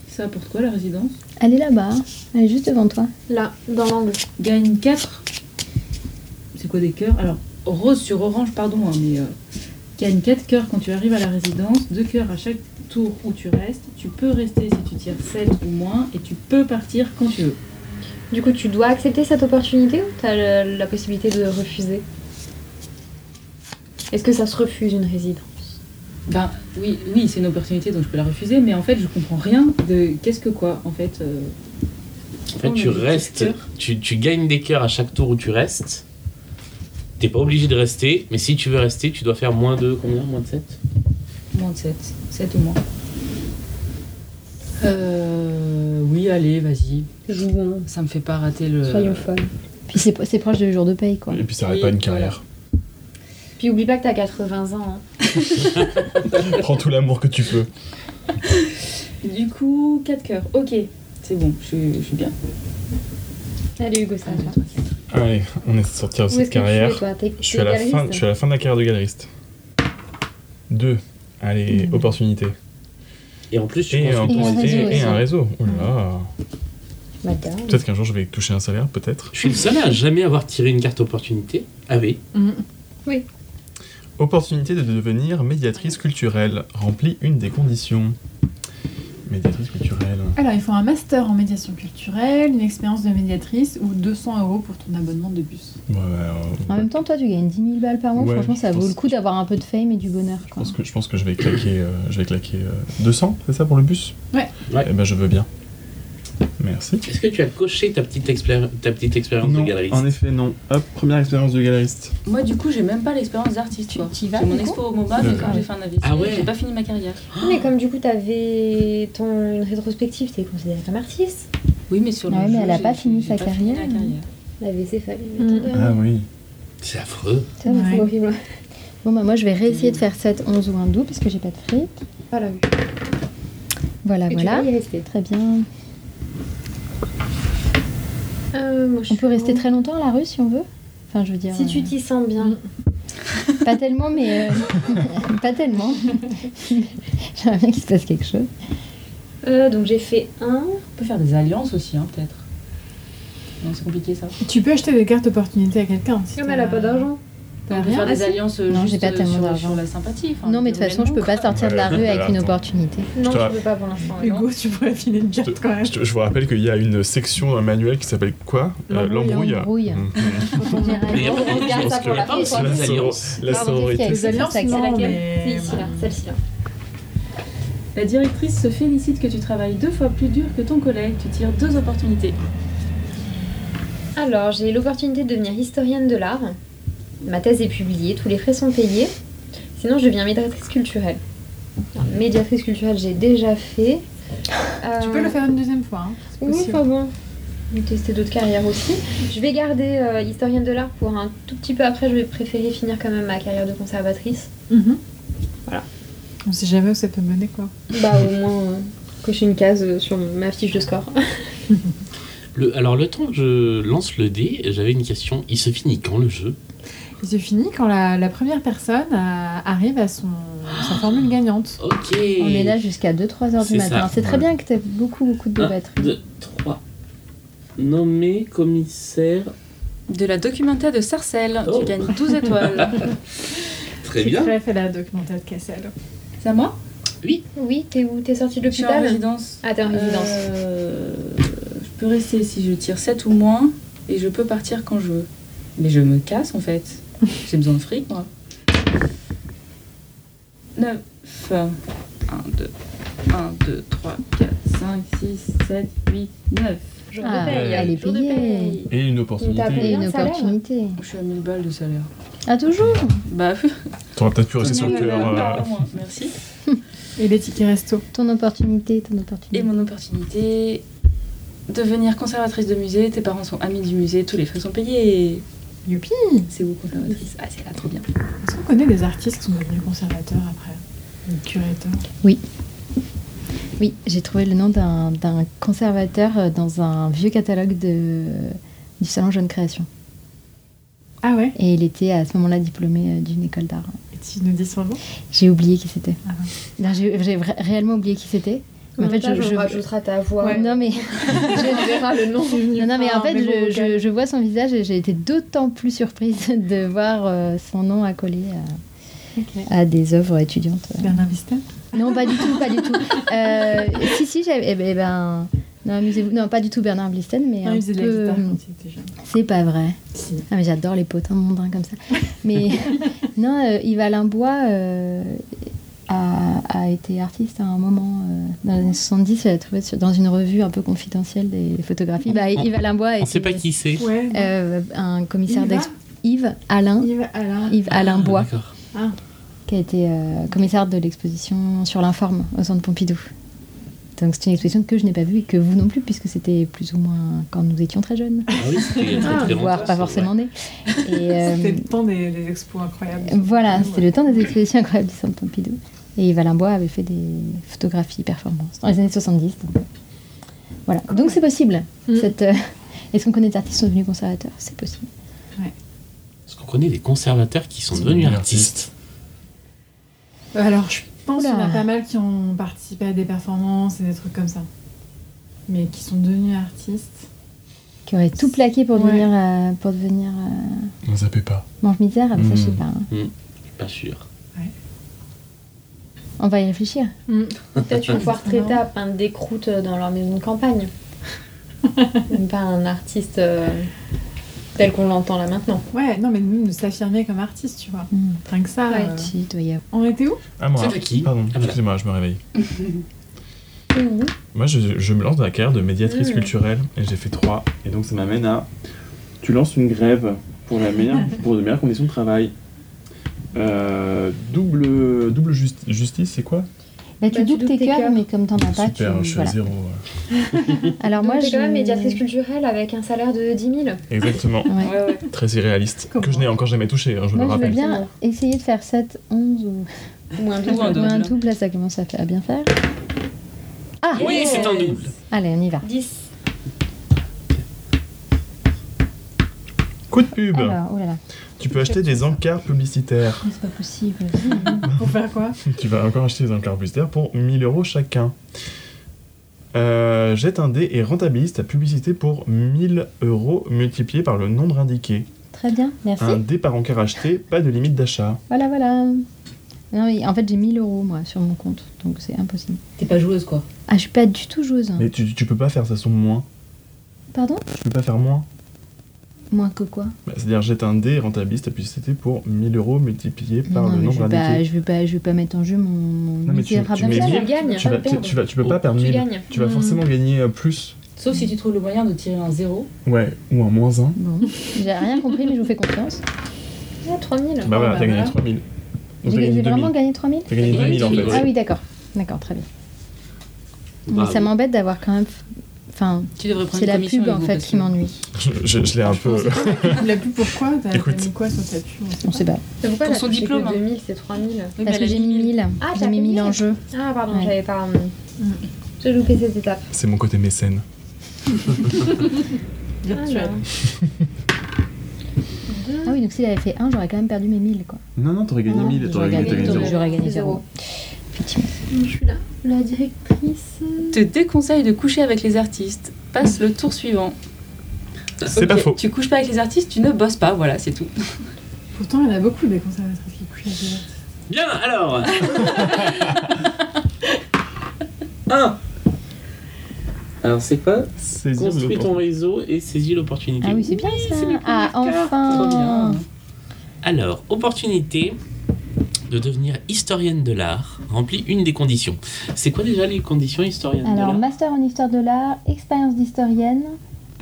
B: Ça pour quoi la résidence
C: Elle est là-bas. hein. Elle est juste devant toi.
F: Là, dans l'angle.
B: Gagne 4. C'est quoi des cœurs Alors, rose sur orange, pardon, hein, mais. euh, gagne 4 cœurs quand tu arrives à la résidence. 2 cœurs à chaque tour où tu restes. Tu peux rester si tu tires 7 ou moins. Et tu peux partir quand tu veux.
F: Du coup, tu dois accepter cette opportunité ou t'as le- la possibilité de refuser Est-ce que ça se refuse une résidence
B: Ben oui, oui c'est une opportunité donc je peux la refuser. Mais en fait, je comprends rien de qu'est-ce que quoi en fait. euh, Oh,
I: En fait, tu
B: On a des
I: restes,
B: petits
I: tu, tu gagnes des cœurs à chaque tour où tu restes. T'es pas obligé de rester, mais si tu veux rester, tu dois faire moins de combien Moins de 7
B: Moins de 7. 7 ou moins. Euh, oui, allez, vas-y.
F: Jouons.
B: Ça me fait pas rater le.
F: hein.
D: Euh.
F: Soyons folles.
C: Puis c'est c'est proche du jour de paye quoi.
D: Et puis ça arrête
B: Oui,
D: pas une
B: voilà.
D: carrière.
F: Puis oublie pas que t'as 80 ans. hein.
D: Prends tout l'amour que tu peux.
B: Du coup, 4 cœurs. Ok, c'est bon, je suis- je suis bien.
F: Allez, Hugo, ça va.
D: Allez, on essaie de sortir de
F: Où est-ce
D: cette
F: que tu es,
D: carrière.
F: toi T'es-
D: Je suis,
F: t'es
D: à la
F: galeriste
D: fin, je suis à la fin de la carrière de galeriste. Deux. Allez, opportunité.
I: Et en plus, tu
D: Et,
I: consultes-
C: un
D: opportunité
C: réseau
D: et un
C: aussi.
D: réseau. Oh là là.
F: Madame.
D: Peut-être qu'un jour je vais toucher un salaire, peut-être.
I: Je suis le seul à jamais avoir tiré une carte opportunité. Ah oui.
E: Mm.
D: Opportunité de devenir médiatrice culturelle. Remplis une des conditions. Médiatrice culturelle.
E: Alors, il faut un master en médiation culturelle, une expérience de médiatrice ou 200 euros pour ton abonnement de bus.
D: Ouais, euh, ouais, ouais.
C: En même temps, toi, tu gagnes 10 000 balles par mois.
D: Ouais,
C: Franchement,
D: je
C: ça vaut
D: pense-
C: le coup d'avoir un peu de fame et du bonheur.
D: Je
C: quoi.
D: pense que je pense que je vais claquer, euh, je vais claquer euh, 200, c'est ça pour le bus
E: Ouais.
I: Ouais.
D: Eh ben je veux bien. Merci.
I: Est-ce que tu as coché ta petite, expéri- ta petite expérience de galeriste
G: en effet, non. Hop, première expérience de galeriste.
B: Moi, du coup, j'ai même pas l'expérience d'artiste. quoi.
C: t'y vas,
B: C'est mon
C: du coup
B: expo au MOBA, mais
D: Ouais.
B: quand j'ai fait un avis,
I: Ah ouais.
B: j'ai pas fini ma carrière.
F: Mais comme du coup, t'avais ton... une rétrospective, t'es considérée comme artiste.
B: Oui, mais sur le
C: Ouais, mais
B: jeu,
C: elle a
B: j'ai-
C: pas fini
B: j'ai
C: sa
B: pas fini
C: carrière.
B: ma carrière.
F: La VC fallait.
E: Mm.
F: mettre-
G: Hum.
D: Ah oui.
I: C'est affreux.
F: Ça, mais c'est
E: Ouais.
F: horrible.
C: Bon, bah, moi, je vais réessayer de faire 7, 11 ou un doux parce que j'ai pas de fric.
F: Voilà.
C: Voilà,
F: Et
C: voilà.
F: tu vas y rester.
C: Très bien.
F: Euh, moi, je
C: On
F: suis
C: peut rester
F: en-
C: très longtemps à la rue si on veut. Enfin, je veux dire.
F: Si tu
C: euh,
F: t'y sens bien.
C: Pas tellement, mais. euh, pas tellement. J'aimerais bien qu'il se passe quelque chose.
F: Euh, donc j'ai fait un.
B: On peut faire des alliances aussi, hein, peut-être. Non, c'est compliqué
C: euh,
B: ça.
E: Tu peux acheter des cartes opportunités à quelqu'un. si
F: Non,
E: t'as-
F: mais elle a pas d'argent.
E: t'as
B: on peut
E: rien.
B: faire des
E: Ah, si.
B: alliances euh,
C: Non, j'ai
B: juste
C: pas
B: euh,
C: tellement
B: sur-
C: d'argent.
B: sur, la sympathie. enfin,
C: non, mais de toute façon, je peux
B: globalement,
C: pas sortir de la
D: Ouais,
C: rue avec une
D: attends.
C: opportunité.
F: Non,
D: te ra-
F: je peux pas pour l'instant.
B: Et-
E: Hugo, tu pourrais filer une carte quand même.
D: Je, te- je vous rappelle qu'il y a une section dans le manuel qui s'appelle quoi Euh,
E: L'embrouille.
C: L'embrouille.
D: Mhm.
I: Mais
C: Généralement, on
I: après,
C: regarde
I: je
C: ça
I: pense que
C: pour la
I: là,
C: fin,
I: c'est
C: quoi.
I: les
D: La
I: alliances.
D: La
C: Pardon,
D: sororité.
C: qu'est-ce
E: Les
C: qu'il y a
E: alliances,
C: C'est
E: non,
C: laquelle
E: mais...
F: C'est ici, là, celle-ci, là.
B: La directrice se félicite que tu travailles deux fois plus dur que ton collègue. Tu tires deux opportunités.
F: Alors, j'ai l'opportunité de devenir historienne de l'art. Ma thèse est publiée, tous les frais sont payés. Sinon, je deviens médiatrice culturelle. Alors, médiatrice culturelle, j'ai déjà fait.
E: Tu
F: Euh,
E: peux le faire une deuxième fois. hein.
F: Oui,
E: possible.
F: enfin bon. J'ai testé d'autres carrières aussi. Je vais garder euh, historienne de l'art pour un tout petit peu après. Je vais préférer finir quand même ma carrière de conservatrice.
E: Mhm.
F: Voilà.
E: On sait jamais où ça peut mener, quoi.
F: Bah, au moins, euh, cocher une case euh, sur ma fiche de score.
I: Le- alors, le temps que je lance le dé, j'avais une question. Il se finit quand le jeu
E: Et c'est fini quand la, la première personne euh, arrive à son, sa formule gagnante.
I: Ok.
C: On est là jusqu'à 2-3 heures
I: C'est
C: du matin.
I: ça.
C: C'est très bien que t'aies beaucoup, beaucoup de batteries.
I: 2, 3. Nommé commissaire.
B: De la documenta de Sarcelles.
I: Oh.
B: Tu gagnes 12 étoiles.
I: Très
E: Qui
I: bien.
E: aurait fait la documentaire de Cassel.
B: c'est à moi
F: Oui, t'es où T'es sortie de
B: Je suis en
F: l'hôpital
B: résidence.
F: Ah, t'es en résidence.
B: Euh, je peux rester si je tire 7 ou moins et je peux partir quand je veux. Mais je me casse en fait. J'ai besoin de fric moi. 9. 1, 2, 1, 2, 3, 4, 5, 6, 7, 8, 9.
F: Jour
C: Ah,
F: de paye.
D: elle
C: est
F: jour de
C: payée.
F: paye.
D: Et une
F: Une
C: Et
F: table.
D: opportunité.
C: une
F: un salaire.
C: opportunité.
B: Je suis à 1000 balles de salaire.
C: Ah, toujours
B: Bah, oui.
D: T'aurais peut-être pu rester sur le
B: Non, non, non,
D: cœur. euh,
B: non, non, Merci.
E: Et les tickets resto.
C: Ton opportunité, ton
B: Et
C: opportunité.
B: mon opportunité devenir conservatrice de musée. Tes parents sont amis du musée, tous les frais sont payés.
E: Youpi
B: C'est vous conservatrice Ah, c'est là, trop bien.
E: Est-ce qu'on connaît des artistes qui sont devenus conservateurs après Ou curateurs
C: Oui, j'ai trouvé le nom d'un d'un conservateur euh, dans un vieux catalogue de, du Salon Jeune Création.
E: Ah ouais
C: Et il était à ce moment-là diplômé euh, d'une école d'art.
E: Et tu nous dis son nom
C: J'ai oublié qui c'était.
E: Ah.
C: Non, J'ai j'ai vra- réellement oublié qui c'était. Mais en fait, je, je-
F: rajouterai ta voix.
E: Ouais.
C: Non mais,
F: Je verra le nom.
C: non, non, mais en
E: Ah,
C: fait,
E: mais bon,
C: je,
E: vocal.
C: je- je vois son visage et j'ai été d'autant plus surprise de voir euh, son nom accolé euh,
E: Ok.
C: à, à des œuvres étudiantes.
E: Bernard Vistel
C: Non, pas du tout, pas du tout. Euh, si, si, j'avais... eh ben, eh ben, non, amusez-vous. Non, pas du tout Bernard Blisten, mais
E: Non,
C: un
E: il faisait de
C: peu,
E: la guitare
C: euh,
E: quand il était jeune.
C: C'est pas vrai.
E: Si.
C: Ah mais j'adore les potins mondains comme ça. Mais non, euh, Yves Alain Bois euh, a, a été artiste à un moment euh, dans les années 70. Il a trouvé sur- dans une revue un peu confidentielle des photographies. Bah,
I: On-
C: Yves Alain Bois a
I: On sait
C: été
I: pas qui c'est.
E: Ouais.
C: euh, un commissaire
E: Yves A-
C: d'ex. Yves Alain,
E: Yves Alain.
C: Yves Alain
I: Ah,
C: Bois,
I: D'accord.
C: qui a été euh, commissaire de l'exposition sur l'informe au centre Pompidou. Donc c'est une expression que je n'ai pas vue et que vous non plus, puisque c'était plus ou moins quand nous étions très jeunes,
I: Ah oui, c'était il y a très, très
C: voire
I: longtemps,
C: pas
I: ça,
C: forcément nés. Et, euh,
E: C'était le temps des, des expos incroyables.
C: Voilà, c'était
E: Ouais.
C: le temps des expositions incroyables du Centre Pompidou. Et Yves Alain Bois avait fait des photographies performances dans les années 70. donc. euh, Voilà, donc c'est possible.
E: Mm.
C: Cette, euh, Est-ce qu'on connaît des artistes qui sont devenus conservateurs C'est possible.
I: ouais. Parce qu'on connaît des conservateurs qui sont
D: Ils sont
I: devenus
D: devenus
I: artistes.
E: Euh, Alors, je pense qu'il y en a
C: Oula.
E: pas mal qui ont participé à des performances et des trucs comme ça. Mais qui sont devenus artistes.
C: Qui auraient tout plaqué pour
E: Ouais.
C: devenir, euh, pour devenir euh,
D: Ne zappez pas.
C: mange-misère Ah, mais Ça, je sais
D: Mm.
C: pas. hein.
I: Je suis pas sûr.
C: On va y réfléchir.
F: Peut-être qu'ils vont pouvoir traiter
E: Non.
F: à peindre des croûtes euh, dans leur maison de campagne. pas un artiste euh, tel qu'on l'entend là maintenant.
E: Ouais, non, mais même de s'affirmer comme artiste, tu vois.
C: Mm.
E: Rien que ça.
F: Ouais.
E: euh,
C: Si, il doit y avoir-
E: On était où
D: Ah, moi.
I: C'est à qui
D: Pardon,
I: Ah, voilà.
D: excusez-moi, je me réveille.
F: Mhm.
D: Moi, je, je me lance dans la carrière de médiatrice
C: Mm.
F: Mmh.
D: culturelle et j'ai fait trois.
G: Et donc ça m'amène à. Tu lances une grève pour, la meilleure, pour de meilleures conditions de travail. Euh,
D: Double, double justi- justice, c'est quoi
C: Bah, tu
F: Bah, tu
C: doubles tes
F: doubles tes
C: cœurs,
F: cœurs.
C: mais comme t'en as pas, tu.
D: Super, je suis
C: euh, voilà.
D: à zéro. euh, ouais.
C: Alors
F: Donc
C: moi,
F: t'es
C: je.
F: quand même médiatrice culturelle avec un salaire de 10 000.
D: Exactement,
C: Ouais.
D: très irréaliste.
E: Comment
D: que je n'ai encore jamais touché, hein, je
C: Moi, je
D: le
C: veux
D: rappelle.
C: bien essayer de faire 7, 11 ou
F: Ou un double.
B: Ou
C: Ou
B: un
C: un
B: double.
C: double, là, ça commence à, fa- à bien faire. Ah
I: Oui, c'est un double.
C: Allez, on y va.
F: 10.
D: Coup de pub
C: Alors, oh là là,
D: Tu peux acheter des encarts publicitaires.
C: mais c'est pas possible.
E: Pour faire quoi
D: tu vas encore acheter des encarts publicitaires pour 1000 euros chacun. Euh, jette un dé et rentabilise ta publicité pour 1000 euros multiplié par le nombre indiqué.
C: Très bien, merci.
D: Un dé par encart acheté, pas de limite d'achat.
C: Voilà, voilà. Non, mais en fait, j'ai 1000 euros, moi, sur mon compte, donc c'est impossible.
B: T'es pas joueuse, quoi.
C: Ah, je suis pas du tout joueuse. hein.
D: Mais tu, tu peux pas faire ça sur moins.
C: Pardon
D: Tu peux pas faire moins.
C: Moins que quoi
D: Bah, C'est-à-dire jette un dé et rentabilise ta publicité pour 1000 euros multiplié par le
C: mais je
D: nombre
C: vais, pas,
D: indiqué.
C: je, vais pas, je vais pas mettre en jeu mon, mon
D: Non, mais tu-
C: misérable
D: tu mets
C: salaire.
F: tu
D: bien.
F: gagnes.
D: Tu vas, tu, tu vas, tu peux pas perdre
F: Tu
D: 1000.
F: gagnes.
D: Tu vas
C: Hmm.
D: forcément gagner euh, plus.
B: Sauf si tu trouves le moyen de tirer un zéro.
D: Ouais, ou un moins 1.
C: Bon, j'ai rien compris, mais je vous fais confiance.
F: Ah, 3 000.
D: Bah
E: bah
D: voilà, t'as gagné
E: voilà.
D: 3000. Donc
C: J'ai
D: t'as gagné
C: j'ai vraiment
D: 2000.
C: gagné 3000
D: T'as gagné 2000 en
I: Oui.
D: fait.
C: Ah oui, d'accord. D'accord, très bien. Mais
I: Bravo.
C: ça m'embête d'avoir quand même... Enfin,
B: Tu devrais prendre
C: c'est
B: une
C: la
B: commission
C: pub,
B: avec
C: en
B: vous,
C: fait,
B: parce
C: qui
B: que-
C: m'ennuie.
D: Je, je- je l'ai un peu.
E: La pub pourquoi T'as t'as
D: Écoute.
E: mis quoi sur ta pub On sait
C: On
E: pas.
C: sait pas.
F: Mais pourquoi
B: Pour
F: t'as
B: son
F: touché que
B: diplôme, hein.
F: 2 000, c'est 3 000.
B: Oui, bah, mais
C: Parce
B: elle
C: que
B: a
C: j'ai
B: dit
C: mis 1000.
F: Ah,
C: J'ai
F: t'as
C: mis
F: fait
C: 1000 en
F: 1000.
C: jeu.
F: Ah, pardon,
C: Ouais.
F: j'avais pas. hum,
B: Mm.
F: J'ai loupé cette étape.
D: C'est mon côté mécène.
E: virtuel.
F: Alors.
C: Ah oui, donc s'il avait fait 1, j'aurais quand même perdu mes 1000, quoi.
G: Non, non, t'aurais gagné
C: Non,
G: 1000 et t'aurais
C: j'aurais
G: gagné,
C: gagné,
G: t'as gagné
C: t'aurais-
G: zéro.
C: J'aurais gagné
F: Zéro.
C: 0. Effectivement.
F: Je suis là. La directrice.
B: te déconseille de coucher avec les artistes. Passe le tour suivant.
D: C'est
B: Ok,
D: pas faux.
B: Tu couches pas avec les artistes, tu ne bosses pas, voilà, c'est tout.
E: Pourtant, il y en a beaucoup des conservatrices qui couchent avec des
I: Bien,
E: artistes.
I: alors 1 Alors, c'est quoi
D: Saisir
I: Construis ton
D: l'opportunité.
I: réseau et saisis l'opportunité.
C: Ah oui, c'est bien ça.
I: c'est les
C: Ah,
I: premières cartes.
B: Trop
C: enfin
B: bien.
I: Alors, opportunité de devenir historienne de l'art remplit une des conditions. C'est quoi déjà les conditions historienne
C: Alors,
I: de l'art
C: master en histoire de l'art, expérience d'historienne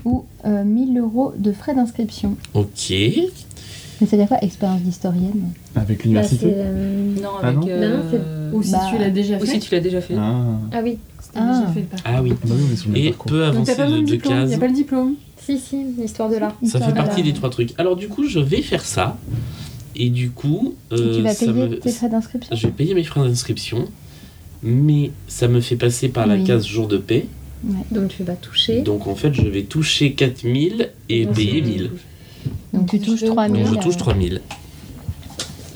C: ou euh, 1000 euros de frais d'inscription.
I: Ok.
C: Mais c'est à dire quoi, expérience d'historienne
G: Avec
F: Bah, c'est,
G: l'université
F: euh,
B: Non,
G: Ah
B: avec.
G: non
B: euh,
F: Bah
E: Ou si
C: Bah,
E: tu l'as déjà fait.
B: Ou si tu l'as déjà fait.
G: Ah,
F: Ah oui.
E: si t'as déjà
C: Ah.
E: fait le parcours.
I: Ah oui.
G: bah oui, on est sur le
I: Et
G: parcours.
I: peut
E: Donc, t'as
I: avancer
E: pas
I: de
E: même le
I: deux
E: diplôme. Il
I: cases.
E: a pas le diplôme. Ah
F: Si, si, l'histoire de l'art.
I: Ça
C: Histoire
I: fait
C: de
I: partie
C: l'art.
I: des trois trucs. Alors du coup, je vais faire ça. Et du coup,
C: Et
I: euh,
C: tu vas
I: ça
C: payer
I: me...
C: tes frais d'inscription
I: je vais payer mes frais d'inscription. Mais ça me fait passer par la
C: Oui.
I: case jour de paix.
F: Donc tu vas toucher.
I: Donc en fait, je vais toucher 4000 et
F: Donc,
I: payer
F: c'est-
I: 1000.
C: Donc tu touches
F: Donc,
C: 3000.
I: Donc je touche
C: euh,
I: 3000.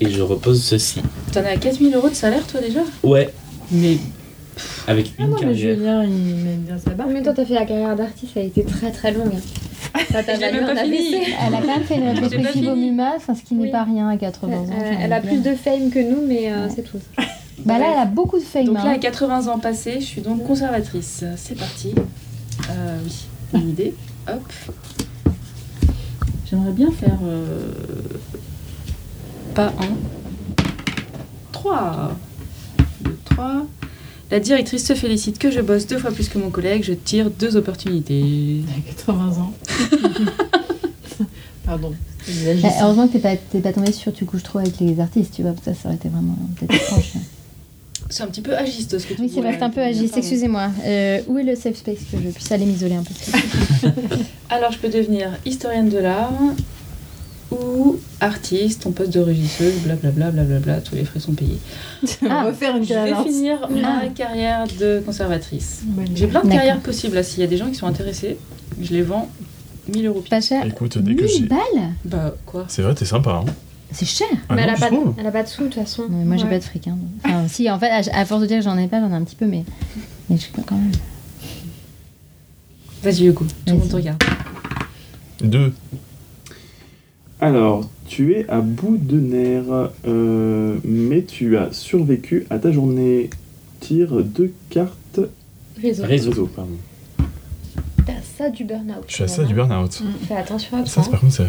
I: Et je repose ceci.
B: T'en as 4000 euros de salaire, toi déjà
I: Ouais,
B: Mais
I: avec
E: Ah
I: une
E: non, mais
I: carrière.
E: Julien, il mène bien sa barre.
F: Mais toi, t'as fait la carrière d'artiste, elle a été très très longue. Ça t'a
B: Je l'ai
F: valu
B: même
F: un
B: pas fini.
F: AVC.
C: Elle a quand même fait une
B: pas
C: rétrospective au
B: fini.
C: MUMA, enfin, ce qui n'est
F: Oui.
C: pas rien à 80 ans.
F: Euh,
C: enfin,
F: elle a
C: bien.
F: plus de fame que nous, mais euh,
C: Ouais.
F: c'est tout.
C: Bah là, elle a beaucoup de fame.
B: Donc là,
C: hein.
B: à 80 ans passés, je suis donc conservatrice. C'est parti. Euh, oui, une idée. Hop. J'aimerais bien faire. euh, Pas un. Trois. Deux, trois. La directrice se félicite que je bosse deux fois plus que mon collègue. Je tire deux opportunités.
E: Il a 80 ans. Pardon. Il
C: Bah, heureusement que t'es pas, t'es pas tombé sur tu couches trop avec les artistes, tu vois, ça, ça aurait été vraiment peut-être étrange.
B: C'est un petit peu agiste ce que tu
C: Oui,
B: dis.
C: c'est
B: Ouais.
C: resté un peu agiste.
B: Pardon.
C: Excusez-moi. Euh, où est le safe space que je puisse aller m'isoler un peu
B: Alors, je peux devenir historienne de l'art ou artiste, en poste de régisseuse, blablabla, blablabla, tous les frais sont payés.
E: On va faire une
B: Je vais
E: cadence.
B: finir ma
C: Ah.
B: carrière de conservatrice.
E: Bonne
B: J'ai plein de
C: D'accord.
B: carrières possibles. là. S'il y a des gens qui sont intéressés, je les vends 1000 euros. pièce.
C: Pas cher.
D: Écoute, dès que
C: 1000
D: j'ai.
C: balles
B: Bah, quoi
D: C'est vrai, t'es sympa. Hein.
C: C'est cher.
D: Ah
F: mais
D: non,
F: elle, a
D: je
F: pas de,
D: trouve.
F: elle a pas de sous de toute façon.
C: Non, mais moi, j'ai
E: Ouais.
C: pas de fric. hein. Enfin, si, en fait, à, à force de dire que j'en ai pas, j'en ai un petit peu, mais. Mais je quand même.
B: Vas-y, Hugo, tout le monde
C: Vas-y.
B: te regarde.
D: Deux.
G: Alors, tu es à bout de nerfs, euh, mais tu as survécu à ta journée. Tire deux cartes
F: Réseau.
I: Réseau, pardon.
F: T'as ça du burn-out.
D: Je suis à ça du burn-out.
F: Fais attention à
D: Ça,
F: toi.
D: c'est- par contre, c'est.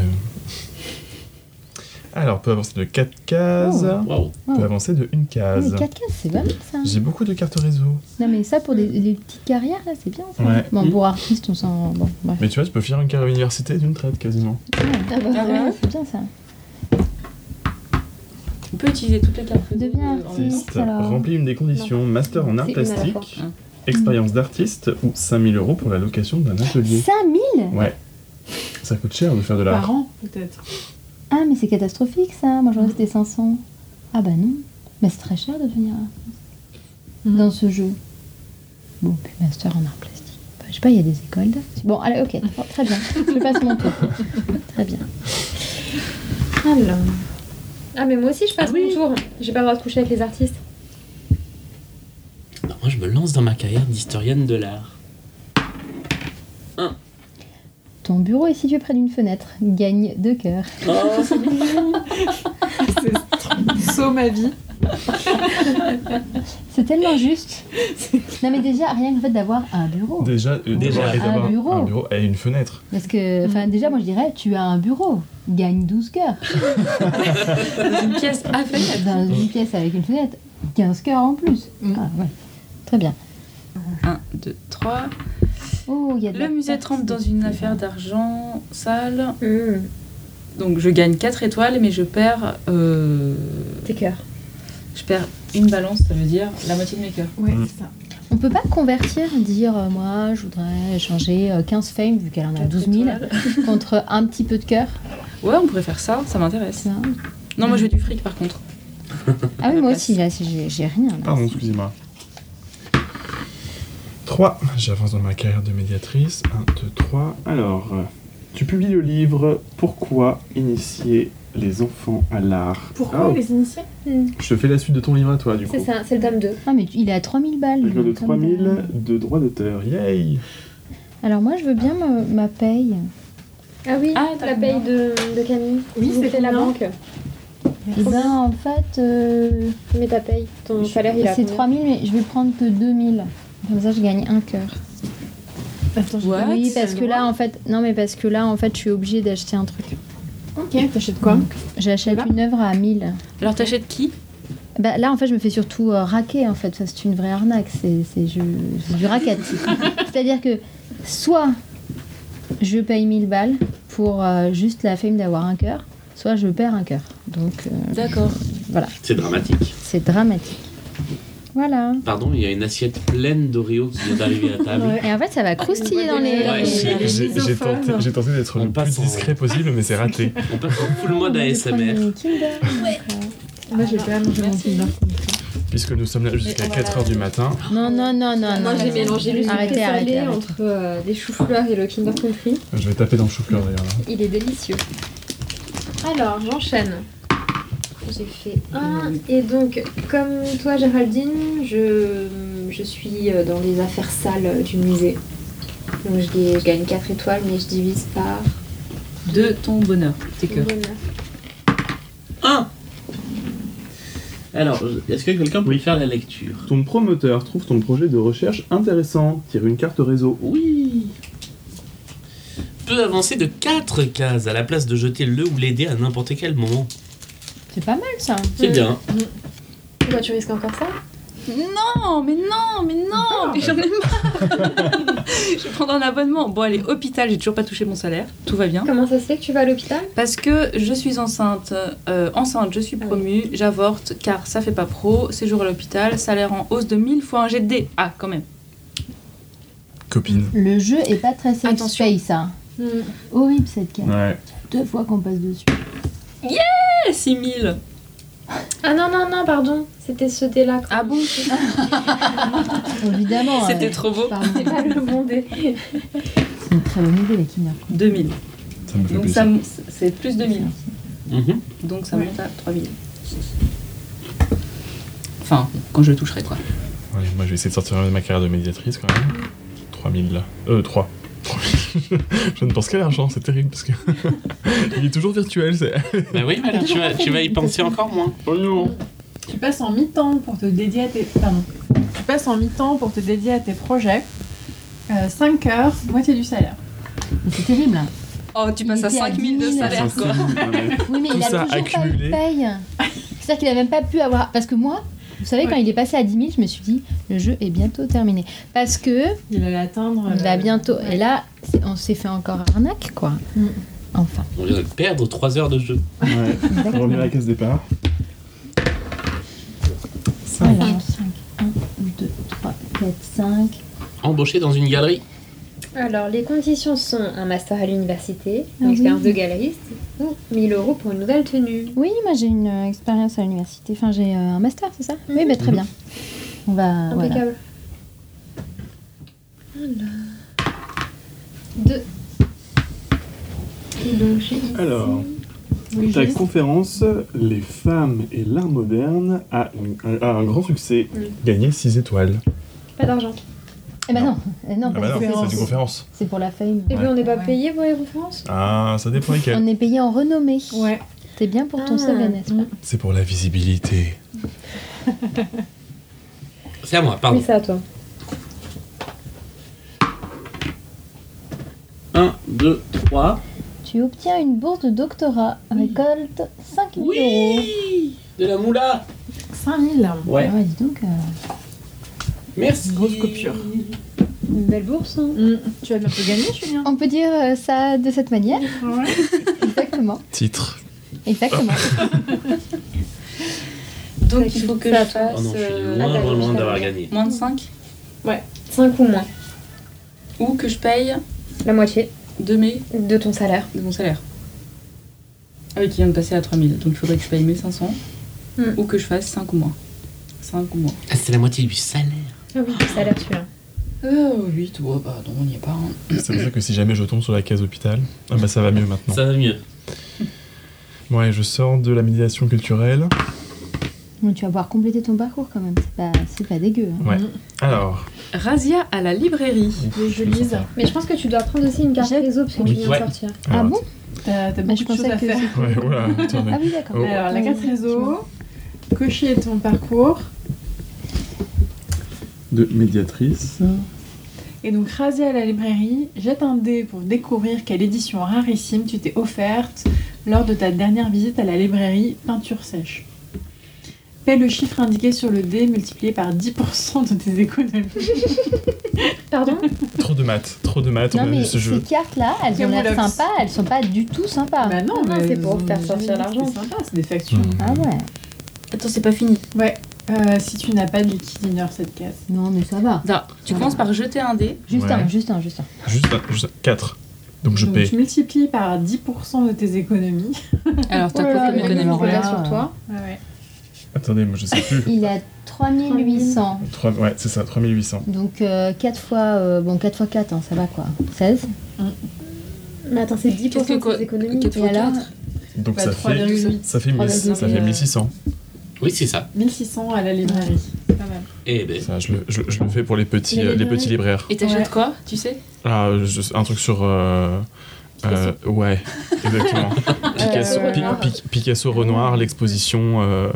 D: Alors, on peut avancer de 4 cases.
F: Oh.
I: Waouh.
D: On peut avancer de 1
C: Ah,
D: case.
C: mais 4 cases, c'est pas mal ça.
D: J'ai beaucoup de cartes réseau.
C: Non, mais ça, pour des, les petites carrières, là, c'est bien ça.
D: Ouais.
C: Bon,
I: Mm.
C: pour artiste, on s'en. Bon, bref.
D: Mais tu vois, tu peux finir une carrière université d'une traite quasiment.
C: Ouais.
F: Ah bah,
B: Ah ouais.
C: Ouais, c'est bien ça.
B: On peut utiliser toutes les cartes. réseau,
C: Deviens
B: euh, en
C: artiste.
B: même temps.
C: Six, alors.
G: Remplis une des conditions master en art
F: C'est une à la
G: plastique,
B: fois. Hein.
G: expérience d'artiste ou 5000 euros pour la location d'un atelier.
C: 5000
G: Ouais.
D: Ça coûte cher de faire de l'art.
E: Par an, peut-être.
C: Ah, mais c'est catastrophique ça. Moi, j'aurais resté 500. Ah, bah non. Mais c'est très cher de devenir artiste dans ce jeu. Bon, puis master en art plastique. Bah, je sais pas, il y a des écoles d'art. Bon, allez, ok. Oh, très bien. Je passe mon tour. très bien.
F: Alors. Ah, mais moi aussi, je passe
I: Ah oui.
F: mon tour. J'ai pas le droit de coucher avec les artistes.
I: Bah, moi, je me lance dans ma carrière d'historienne de l'art.
C: Ton bureau est situé près d'une fenêtre. Gagne deux cœurs.
I: Oh, c'est mignon.
E: C'est Saut ma vie.
C: C'est tellement juste. non, mais déjà, rien que le fait d'avoir un bureau.
D: Déjà, euh,
I: Déjà.
D: d'avoir- et
I: Un
D: d'avoir
C: bureau.
D: un bureau et une fenêtre.
C: Parce que, enfin, déjà, moi, je dirais, tu as un bureau. Gagne 12 cœurs.
B: Une pièce à faire.
C: Dans une pièce avec une fenêtre, 15 cœurs en plus.
E: Mm.
C: Ah, ouais. Très bien.
B: 1, 2, 3.
C: Oh, il y a de
B: Le
C: la
B: musée
C: place.
B: trempe dans une affaire d'argent sale.
C: Mm.
F: Mmh.
B: Donc je gagne 4 étoiles, mais je perds. euh,
F: Tes cœurs.
B: je perds une balance, ça veut dire la moitié de mes cœurs.
E: Ouais,
D: Mm.
E: c'est ça.
C: On peut pas convertir, dire euh, moi je voudrais changer euh, 15 fame vu qu'elle en a
B: Quatre
C: 12 000
B: étoiles.
C: contre un petit peu de cœur.
B: Ouais, on pourrait faire ça, ça m'intéresse.
C: ça.
B: Non, moi je veux du fric par contre.
C: Ah oui,
B: La
C: moi
B: place.
C: aussi, là si j'ai j'ai rien. là.
G: Pardon, excusez-moi.
D: 3. J'avance dans ma carrière de médiatrice.
G: 1, 2, 3. Alors, euh, tu publies le livre Pourquoi initier les enfants à l'art
E: Pourquoi
D: Oh.
G: Ah,
E: les initiés
F: Hmm,
G: Je te fais la suite de ton livre à toi, du coup.
F: C'est ça, c'est le dame 2.
C: Ah mais tu- il est à 3000 balles.
G: Je viens de
C: donc, comme
G: 3000
C: de-
G: de droits d'auteur. Yay
C: Alors moi je veux bien me- ma paye.
F: Ah oui,
B: Ah, t'as
F: la paye de, de Camille.
E: Oui,
F: Vous
E: c'est
F: faites la
E: combien
F: banque.
C: Et ben en fait euh,
F: Mais ta paye, ton salaire, il a
C: c'est
F: combien
C: 3000 mais je vais prendre que 2000. Comme ça je gagne un cœur.
E: Attends, j'ai
B: Ouais.
E: pas-
C: Oui
B: c'est
C: parce que là en fait non mais parce que là en fait je suis obligée d'acheter un truc.
E: Ok, t'achètes quoi
C: J'achète
E: Là
C: une œuvre à 1000.
B: Alors t'achètes qui
C: Bah, là, en fait, je me fais surtout euh, raquer, en fait. Ça, c'est une vraie arnaque. C'est, c'est, je- c'est du racket. C'est-à-dire que soit je paye 1000 balles pour euh, juste la fame d'avoir un cœur, soit je perds un cœur. Donc, euh,
B: D'accord.
C: voilà,
I: C'est dramatique.
C: c'est dramatique. Voilà.
I: Pardon, il y a une assiette pleine d'Oreo qui vient d'arriver à la table.
C: Et en fait, ça va croustiller dans les...
I: Ouais,
D: J'ai
E: les
D: j'ai- j'ai
E: misophones.
D: tenté, j'ai tenté d'être
I: On
D: le
I: passe
D: plus
I: en-
D: discret possible, mais c'est raté.
I: On passe en
C: Ah,
I: full mode ASMR.
C: Premier Kinder.
E: Moi, j'ai pas mangé mon
B: Merci.
E: Kinder.
D: Puisque nous sommes là jusqu'à
F: Mais on
D: 4h du matin.
C: Non, non, non, non.
F: Moi
C: Ah non,
F: j'ai
C: non.
F: mélangé le sucré
C: Arrêtez, arrêtez,
F: salé
C: arrêtez.
F: entre euh, des choux-fleurs et le Kinder Country.
D: Je vais taper dans le chou-fleur d'ailleurs. là.
F: Il est délicieux. Alors j'enchaîne. J'ai fait un. Et donc comme toi Géraldine, je, je suis euh, dans les affaires sales du musée. Donc je, dis- je gagne 4 étoiles mais je divise par
B: De ton bonheur, tes cœurs.
I: Un Alors, est-ce que quelqu'un peut faire la lecture
G: Ton promoteur trouve ton projet de recherche intéressant. Tire une carte réseau.
I: Oui Peut avancer de 4 cases à la place de jeter le ou les dés à n'importe quel moment.
C: C'est pas mal, ça.
I: C'est bien.
F: Toi tu risques encore ça
B: Non, mais non, mais non, mais j'en ai marre. je vais prendre un abonnement. Bon, allez, hôpital, j'ai toujours pas touché mon salaire. Tout va bien.
F: Comment ça se fait que tu vas à l'hôpital
B: Parce que je suis enceinte, euh, enceinte, je suis promue, j'avorte, car ça fait pas pro, séjour à l'hôpital, salaire en hausse de 1000 fois un jet de dés. Ah, quand même.
D: Copine.
C: Le jeu est pas très safe
B: Attention.
C: space, hein. Horrible cette carte.
D: Ouais.
C: Deux fois qu'on passe dessus.
B: Eh, 6000
F: Ah non, non, non, pardon. C'était ce dé-là.
B: Ah bon
C: Évidemment.
B: C'était
C: euh,
B: trop beau.
C: pardon,
F: C'est pas le bon dé.
C: C'est une très bonne idée, les Kinder.
B: 2000.
D: Ça me fait
B: Donc
D: plaisir.
B: ça, m- c'est plus 2000.
I: Mhm.
B: Donc ça
E: Ouais.
B: monte à 3000. Enfin, quand je le toucherai, quoi.
D: Ouais, moi, je vais essayer de sortir ma carrière de médiatrice quand même. 3000 là. Euh, 3. je ne pense qu'à l'argent, c'est terrible parce que. Il est toujours virtuel, c'est.
I: Bah oui, mais alors tu vas, tu vas y penser encore moins.
G: Oh non
E: Tu passes en mi-temps pour te dédier à tes. Pardon. Tu passes en mi-temps pour te dédier à tes projets. 5 heures, moitié du salaire.
C: Mais C'est terrible. hein.
B: Oh, tu passes à
C: Il était à
B: 5000 de
C: 10 000.
B: salaire, quoi.
C: Oui, mais
D: Tout
C: il a
D: ça
C: toujours pas eu
D: accumulé.
C: de paye. C'est-à-dire qu'il a même pas pu avoir. Parce que moi, vous savez, quand
E: Ouais.
C: il est passé à 10 000, je me suis dit, le jeu est bientôt terminé. Parce que
E: Il allait atteindre. euh,
C: il va bientôt.
E: ouais.
C: Et là, c'est- on s'est fait encore arnaque, quoi.
E: Mm.
C: Enfin.
I: On vient de perdre 3 heures de jeu.
G: Ouais, on revient à la case départ.
C: Alors, 5, 1, 2, 3, 4, 5.
I: Embauché dans une galerie.
F: Alors, les conditions sont un master à l'université,
C: Ah
F: une
C: oui.
F: expérience de galeriste ou 1000 euros pour une nouvelle tenue.
C: Oui, moi j'ai une euh, expérience à l'université. Enfin, j'ai euh, un master, c'est ça Oui, bah, très bien. On va. Voilà.
F: Impeccable. Voilà. Deux. Et donc, j'ai ici-
G: Alors, ta conférence Les femmes et l'art moderne a, un- a un grand succès.
D: Gagner 6 étoiles.
F: Pas d'argent.
C: Eh ben non, eh non,
D: Ah
C: parce
D: bah
C: que
D: non,
E: conférence.
D: c'est une conférence.
C: c'est pour la fame.
F: Et puis, on n'est pas
E: Ouais.
F: payé pour les conférences
D: Ah, ça dépend lesquelles.
C: On est payé en renommée.
E: Ouais.
C: C'est bien pour ton
F: Ah.
C: CV, n'est-ce pas
D: C'est pour la visibilité.
I: C'est à moi,
F: Oui,
I: pardon.
F: c'est à toi.
I: 1, 2, 3.
C: Tu obtiens une bourse de doctorat, récolte 5 000 euros.
I: Oui De la moula
E: 5000.
I: Ouais.
C: Ah ouais, dis donc. euh,
I: Merci.
E: Grosse coupure.
F: Une belle bourse, hein
C: Mm.
E: Tu vas bientôt gagner, Julien.
C: On peut dire euh, ça de cette manière Exactement.
D: Titre.
C: Exactement.
B: Donc il faut que
F: Ça
B: je
F: passe.
B: fasse
I: Oh non, je suis
B: euh,
I: loin,
F: attends,
I: loin, loin
F: je
I: d'avoir
F: t'avais-
I: gagné.
B: moins de 5
F: 5 ou moins.
B: ou que je paye
F: La moitié
B: de, mes,
F: de ton salaire.
B: de mon salaire. Ah oui, qui vient de passer à 3000. Donc il faudrait que je paye 1500
F: Hmm.
B: ou que je fasse 5 ou moins. 5 ou moins.
I: Ah, c'est la moitié du salaire.
F: Ah oui, ton salaire, celui-là.
H: Ah
B: Euh, 8, ouais, bah non, on n'y est pas. hein.
D: Ça veut dire que si jamais je tombe sur la case hôpital, ah bah ça va mieux maintenant.
I: Ça va mieux.
D: Ouais, je sors de la médiation culturelle.
C: Bon, tu vas pouvoir compléter ton parcours quand même. C'est pas, c'est pas dégueu. hein.
D: Ouais. Alors.
B: Razia à la librairie.
E: Les
D: je me sens
E: Jolies.
D: pas.
F: Mais je pense que tu dois prendre aussi une carte
C: J'ai-
F: réseau parce que
I: Oui.
F: tu viens
I: Ouais.
F: de sortir.
C: Ah
D: Alors,
C: bon
E: T'as t'as
C: Bah,
E: beaucoup
C: Je
E: de choses
C: pensais
E: à
C: que.
E: faire.
D: Ouais, voilà, attendez.
C: Ah oui, d'accord.
D: Oh.
E: Alors, la carte
C: Oui,
E: réseau, cocher ton parcours.
G: De médiatrice.
E: Et donc, rasé à la librairie, jette un dé pour découvrir quelle édition rarissime tu t'es offerte lors de ta dernière visite à la librairie Peinture Sèche. Paie le chiffre indiqué sur le dé multiplié par 10% de tes économies.
F: Pardon
D: Trop de maths, trop de maths, on
C: Non,
D: a vu
C: mais
D: ce
C: ces
D: jeu.
C: cartes-là, elles ont l'air
E: Camoulox.
C: sympas, elles sont pas du tout sympas.
E: Bah non,
F: Ah, Non,
E: mais
F: c'est pour
E: ils
F: faire
E: ont-
F: sortir l'argent.
E: C'est sympa, c'est des factures.
D: Mmh.
C: Ah ouais
B: Attends, c'est pas fini.
E: Ouais, euh, si tu n'as pas de liquidineur cette case.
C: Non, mais ça va.
B: Non, tu commences par jeter un dé.
C: Juste
D: Ouais.
C: un, juste un, juste un.
D: Juste, un- juste 4. Donc je
E: donc,
D: paie.
E: tu multiplies par 10% de tes économies.
B: Alors
F: Oh
B: t'as quoi
F: là là, mais
B: comme
C: mais
F: économie
B: économie
C: alors là,
F: sur toi.
E: ouais.
D: Attendez, moi je sais plus.
C: Il a 3800.
D: Trois- ouais, c'est ça, 3800.
C: Donc 4 fois, euh, bon 4 fois 4, hein, ça va quoi. 16.
F: Mais attends, c'est 10%
B: Qu'est-ce que
F: de
B: quoi-
F: tes économies.
B: qu'est-ce que-
C: Et alors
D: Donc
E: Bah,
D: ça fait,
E: 3,8.
D: ça fait, 1000 ça
C: 3,8.
D: fait 1600.
I: Oui, c'est ça.
E: 1600 à la librairie. Pas mal.
I: Eh ben,
D: Ça, je, le, je- je le fais pour les petits,
E: Les
D: euh, les
E: libraires.
D: petits libraires.
B: Et t'achètes
E: Ouais.
B: quoi, tu sais
D: Ah, je- un truc sur. euh, euh, ouais, exactement. Picasso,
F: Euh,
D: Pi-
F: Renoir.
D: Pi- Picasso Renoir, l'exposition. euh,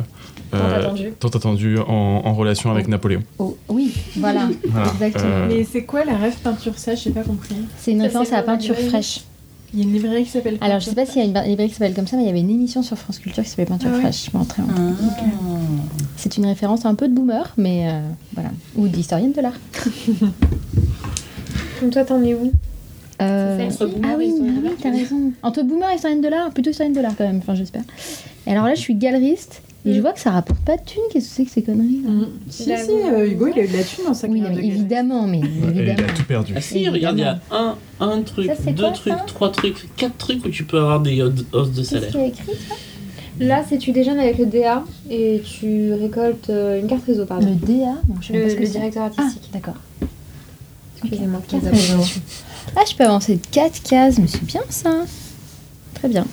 D: euh,
F: attendu.
D: tant attendue en, en relation avec Napoléon.
C: Oh, oui, voilà.
D: Voilà.
C: Exactement.
D: Euh,
E: Mais c'est quoi la rêve peinture sèche J'ai pas compris.
C: C'est une
F: Ça,
C: référence
F: c'est
C: à la
F: quoi, la
C: peinture
F: librairie
C: fraîche.
E: Il y a une librairie qui s'appelle.
C: Alors, je sais pas s'il y a une bar- librairie qui s'appelle comme ça, mais il y avait une émission sur France Culture qui s'appelait Peinture
E: Ah ouais.
C: Fraîche. Je m'en très longtemps.
B: Ah.
C: C'est une référence un peu de boomer, mais euh, voilà. Ou d'historienne de l'art.
F: Donc toi, t'en es où
C: Euh,
F: C'est ça, entre boomer
C: ah
F: et
C: oui,
F: historienne
C: ah
F: de
C: oui,
F: l'art, tu
C: t'as
F: veux
C: raison. Entre boomer et historienne de l'art, plutôt historienne de l'art quand même, enfin j'espère. Et alors là, je suis galeriste et
F: Mm.
C: je vois que ça rapporte pas de thunes. Qu'est-ce que c'est que ces conneries là
E: Mm. Si, si, euh, Hugo, il a eu de la thune dans sa
C: Oui, non,
E: carrière de galerie.
C: mais évidemment, mais
D: Et il
C: évidemment.
D: a tout perdu.
I: Ah si, regarde, il y a un, un truc,
C: Ça, c'est
I: deux
C: quoi,
I: trucs,
C: ça
I: trois trucs, quatre trucs où tu peux avoir des hausses hausses de
F: Qu'est-ce
I: salaire.
F: qu'il y a écrit ça Là, c'est tu déjeunes avec le DA et tu récoltes euh, une carte réseau, pardon.
C: Le DA, bon, je sais
F: Le,
C: même pas ce que
F: le
C: c'est.
F: directeur
C: Ah,
F: artistique.
C: d'accord.
F: Excusez-moi,
C: Ah,
F: carte réseau.
C: je peux avancer de 4 cases, mais c'est bien ça. Très bien.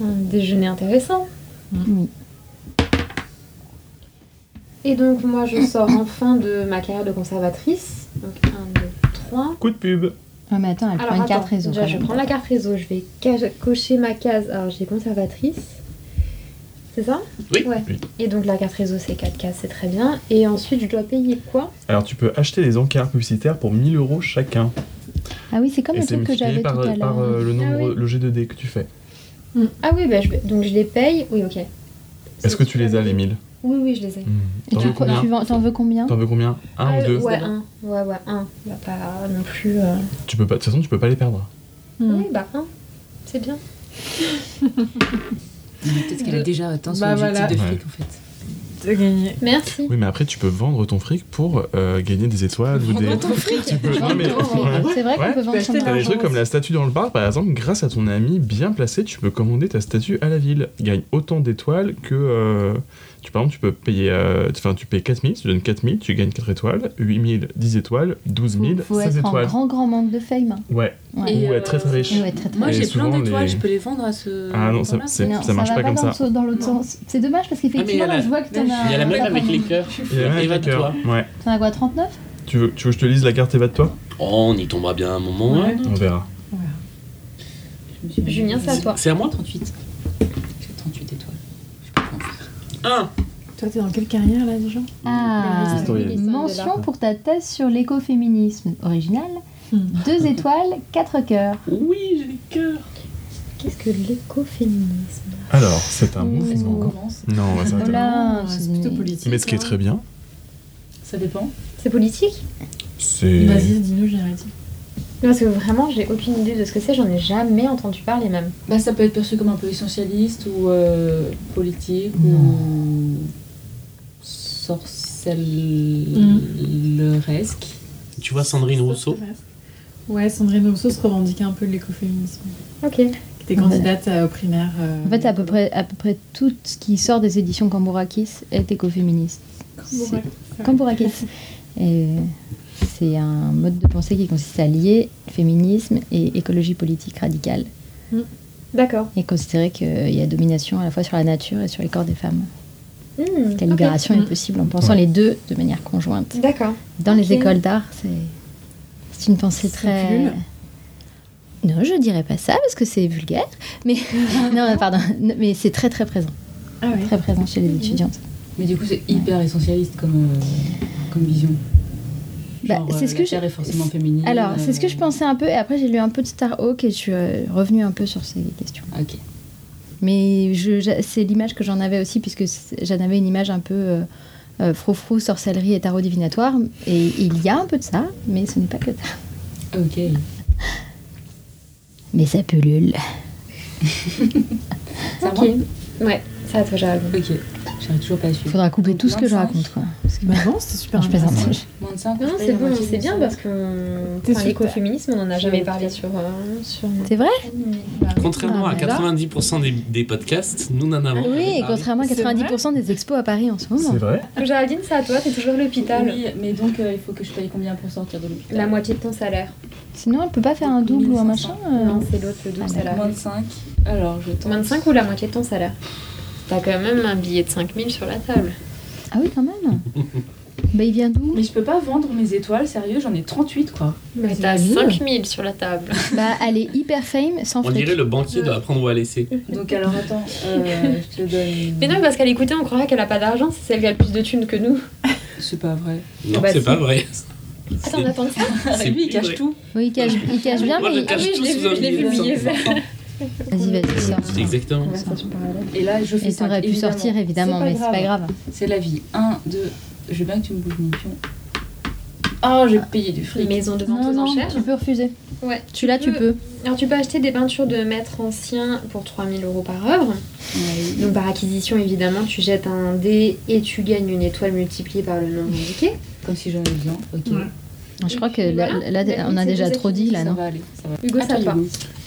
F: Un déjeuner intéressant.
C: Oui.
F: Et donc, moi, je sors enfin de ma carrière de conservatrice. Donc, 1, 2, 3.
D: Coup de pub.
C: Ah, mais attends, elle prend une carte réseau.
F: déjà,
C: quand
F: je
C: même.
F: prends la carte réseau, je vais ca- cocher ma case. Alors, j'ai conservatrice. C'est ça
I: Oui.
F: Ouais.
D: Oui.
F: Et donc, la carte réseau, c'est 4 cases, c'est très bien. Et ensuite, je dois payer quoi
D: Alors tu peux acheter des encarts publicitaires pour 1000 euros chacun.
C: Ah oui, c'est comme
D: et
C: le
D: c'est
C: truc que j'avais tout
D: multiplié par,
C: à
D: par,
C: l'heure.
D: euh, le nombre,
F: Ah oui.
D: le G2D que tu fais.
F: Ah oui, bah, je- donc je les paye. Oui, ok.
D: Est-ce que tu les as les 1000
F: Oui, oui, je les ai.
C: Et
D: T'en
C: tu
D: veux
C: crois-
D: combien
C: tu vends- T'en veux combien
D: T'en veux combien Un
F: Ah,
D: ou deux
F: Ouais, un. Ouais, ouais, un. Bah, pas non plus. euh,
D: Tu peux pas. De toute façon, tu peux pas les perdre.
E: Mm.
F: Oui, bah, un. C'est bien.
H: Peut-être qu'elle a déjà atteint son
E: Bah
H: objectif de
E: voilà.
D: Ouais.
H: flic en fait.
E: De gagner.
F: Merci.
D: Oui, mais après, tu peux vendre ton fric pour euh, gagner des étoiles ou des. Tu peux- non, mais- Ouais.
C: C'est vrai
D: Ouais.
C: qu'on peut vendre
E: acheter
C: son
E: de
D: T'as des
C: argent.
D: trucs comme la statue dans le bar, par exemple, grâce à ton ami bien placé, tu peux commander ta statue à la ville. Gagne autant d'étoiles que. euh, tu, par exemple, tu peux payer. euh, Enfin, tu payes 4000, tu donnes 4000, tu gagnes 4 étoiles, 8000, 10 étoiles, 12000,
C: Faut, faut
D: 16
C: être en
D: étoiles.
C: grand, grand manque de fame. hein.
D: Ouais,
C: Ouais.
H: Et,
D: ou être très très riche.
C: Et ouais, très, très
H: Moi
D: Et
H: j'ai plein
D: souvent,
H: d'étoiles,
D: les-
H: je peux les vendre à ce.
D: Ah non, ça,
H: endroit-là.
D: c'est-
C: Non,
D: ça marche pas
C: va
D: comme
C: dans
D: ça.
C: le sens- Dans l'autre sens. C'est dommage parce qu'effectivement,
I: Ah, mais il y a
C: là,
I: la-
C: je vois que t'en as.
I: Il y a la même avec les cœurs.
D: Il y a la même
I: Évade-toi.
D: cœur. Ouais.
C: T'en as quoi, 39
D: Tu veux, tu veux que je te lise la carte Eva de toi
I: Oh, on y tombera bien à un moment. hein. ou à un autre.
D: On verra.
F: Julien, c'est à toi.
I: C'est à moi
H: 38. J'ai 38 étoiles.
I: 1.
E: Toi, t'es dans quelle carrière là déjà
C: Ah,
D: Historienne.
C: mention pour ta thèse sur l'écoféminisme. Original.
E: Hmm.
C: Deux étoiles, quatre cœurs.
I: Oui, j'ai les cœurs.
F: Qu'est-ce que l'écoféminisme
D: Alors, c'est un
C: Ouh.
D: mouvement.
B: commence
D: Non, on va
C: Oh
D: s'arrêter là.
C: là,
H: c'est
C: c'est-
H: plutôt politique.
D: Mais ce
E: hein.
D: qui est très bien,
B: Ça dépend.
F: C'est politique
D: c'est.
E: Bah, Vas-y, dis-nous, Jérémy.
F: Non, Parce que vraiment, j'ai aucune idée de ce que c'est, j'en ai jamais entendu parler même.
H: Bah, ça peut être perçu comme un peu essentialiste ou euh, politique ou sorcelleresque.
I: Tu vois Sandrine Rousseau
E: Ouais, Sandrine Rousseau se revendiquait un peu de l'écoféminisme.
F: Ok.
E: Qui était candidate euh, aux primaires. euh,
C: En fait, à peu près, à peu près tout ce qui sort des éditions Cambourakis est écoféministe.
E: Cambourakis.
C: C'est- Cambourakis. Et c'est un mode de pensée qui consiste à lier féminisme et écologie politique radicale
F: D'accord.
C: et considérer qu'il y a domination à la fois sur la nature et sur les corps des femmes.
F: Hmm,
C: Que la
F: ok.
C: libération
E: Mm.
C: est possible en pensant les deux de manière conjointe.
F: D'accord.
C: Dans
F: Ok.
C: les écoles d'art, c'est c'est une pensée
E: C'est
C: très.
E: vulgaire.
C: Non, je dirais pas ça parce que c'est vulgaire, mais non, pardon, Non, mais c'est très très présent,
E: Ah ouais.
C: très présent chez les étudiantes.
H: Mais du coup, c'est hyper essentialiste comme, euh, comme vision.
C: Bah,
H: Genre, euh,
C: c'est ce
H: la
C: que je-
H: Terre est forcément féminine.
C: Alors, c'est ce que
H: euh,
C: je pensais un peu, et après j'ai lu un peu de Starhawk et je suis euh, revenue un peu sur ces questions.
H: ah, Ok.
C: Mais je- j'a- c'est l'image que j'en avais aussi, puisque c'est- j'en avais une image un peu euh, euh, frou-frou, sorcellerie et tarot divinatoire, et il y a un peu de ça, mais ce n'est pas que ça.
H: Ok.
C: Mais ça pullule.
H: C'est à
F: Ok.
H: moi
F: Ouais, ça à toi, Gérald.
H: Ok. J'arrive toujours pas à
C: Il
H: suivre.
C: faudra couper tout ce que je
H: 25.
C: raconte, quoi.
E: Bah non, c'était super
C: Non, je plaisante.
E: intéressant.
H: Moins de 5.
F: Non, non, c'est bon, c'est bien parce que euh,
E: T'es
F: enfin,
E: super.
F: l'écoféminisme, on en a
E: Je-
F: jamais parlé sur. euh, sur...
C: C'est vrai
I: Contrairement
C: Ah,
I: à
C: bah.
I: 90% des, des podcasts, nous n'en avons
C: Oui, et
I: Ah,
C: contrairement à
E: C'est vrai
C: 90% des expos à Paris en ce moment.
D: C'est vrai
F: Géraldine, c'est à toi, t'es toujours à l'hôpital.
B: Oui, mais donc euh, il faut que je paye combien pour sortir de l'hôpital
F: La moitié de ton salaire.
C: Sinon, elle peut pas faire un double ou un machin euh,
F: Non, c'est l'autre, le double
C: Ah,
F: salaire.
B: Moins de 5. Alors je tente.
F: 25 ou la moitié de ton salaire T'as quand même un billet de 5000 sur la table.
C: Ah oui, quand même. bah, il vient d'où
B: Mais je peux pas vendre mes étoiles, sérieux, j'en ai 38 quoi.
F: Mais t'as 5000 sur la table.
C: Bah, elle est hyper fame, sans
I: On
C: fric.
I: dirait le banquier doit apprendre où à laisser.
B: Donc alors attends, euh, je te donne.
F: Mais non, parce qu'à l'écouter, on croirait qu'elle a pas d'argent, c'est celle qui a le plus de thunes que nous.
B: C'est pas vrai.
I: Non,
F: Bah,
I: c'est
F: si.
I: pas vrai.
F: Attends, on attend que ça
I: C'est
B: lui, il cache
I: vrai.
B: tout.
J: Oui, il cache, il cache bien,
I: Moi,
J: mais.
I: je cache
F: Ah oui, je
I: tout
F: l'ai
I: sous
F: vu,
I: un
F: je l'ai
I: billet.
F: vu, billet vert.
J: Vas-y, vas-y, sors.
I: Exactement.
J: Conversation parallèle.
B: Et là, je fais
J: Et
B: ça.
J: t'aurais pu
B: évidemment.
J: sortir évidemment, mais c'est pas grave.
B: C'est la vie. 1, 2, je veux bien que tu me bouges mon pion. Oh, j'ai payé du fric.
F: Maison de vente
J: Non,
F: aux
J: non,
F: enchères.
J: tu peux refuser.
F: Ouais.
J: Tu là, tu peux.
F: Alors tu peux acheter des peintures de maître anciens pour 3000 euros par œuvre.
B: Ouais.
F: Donc par acquisition évidemment tu jettes un dé et tu gagnes une étoile multipliée par le nombre indiqué.
B: Comme si j'en avais besoin. Ok. Ah,
F: Ouais.
J: Je crois que
F: Et
J: là,
F: voilà.
J: là,
F: La
J: on a
F: vie,
J: déjà
F: c'est
J: trop dit là,
B: ça
J: non
B: va aller. Ça va.
F: Hugo,
B: À toi,
F: ça part.
B: Hugo.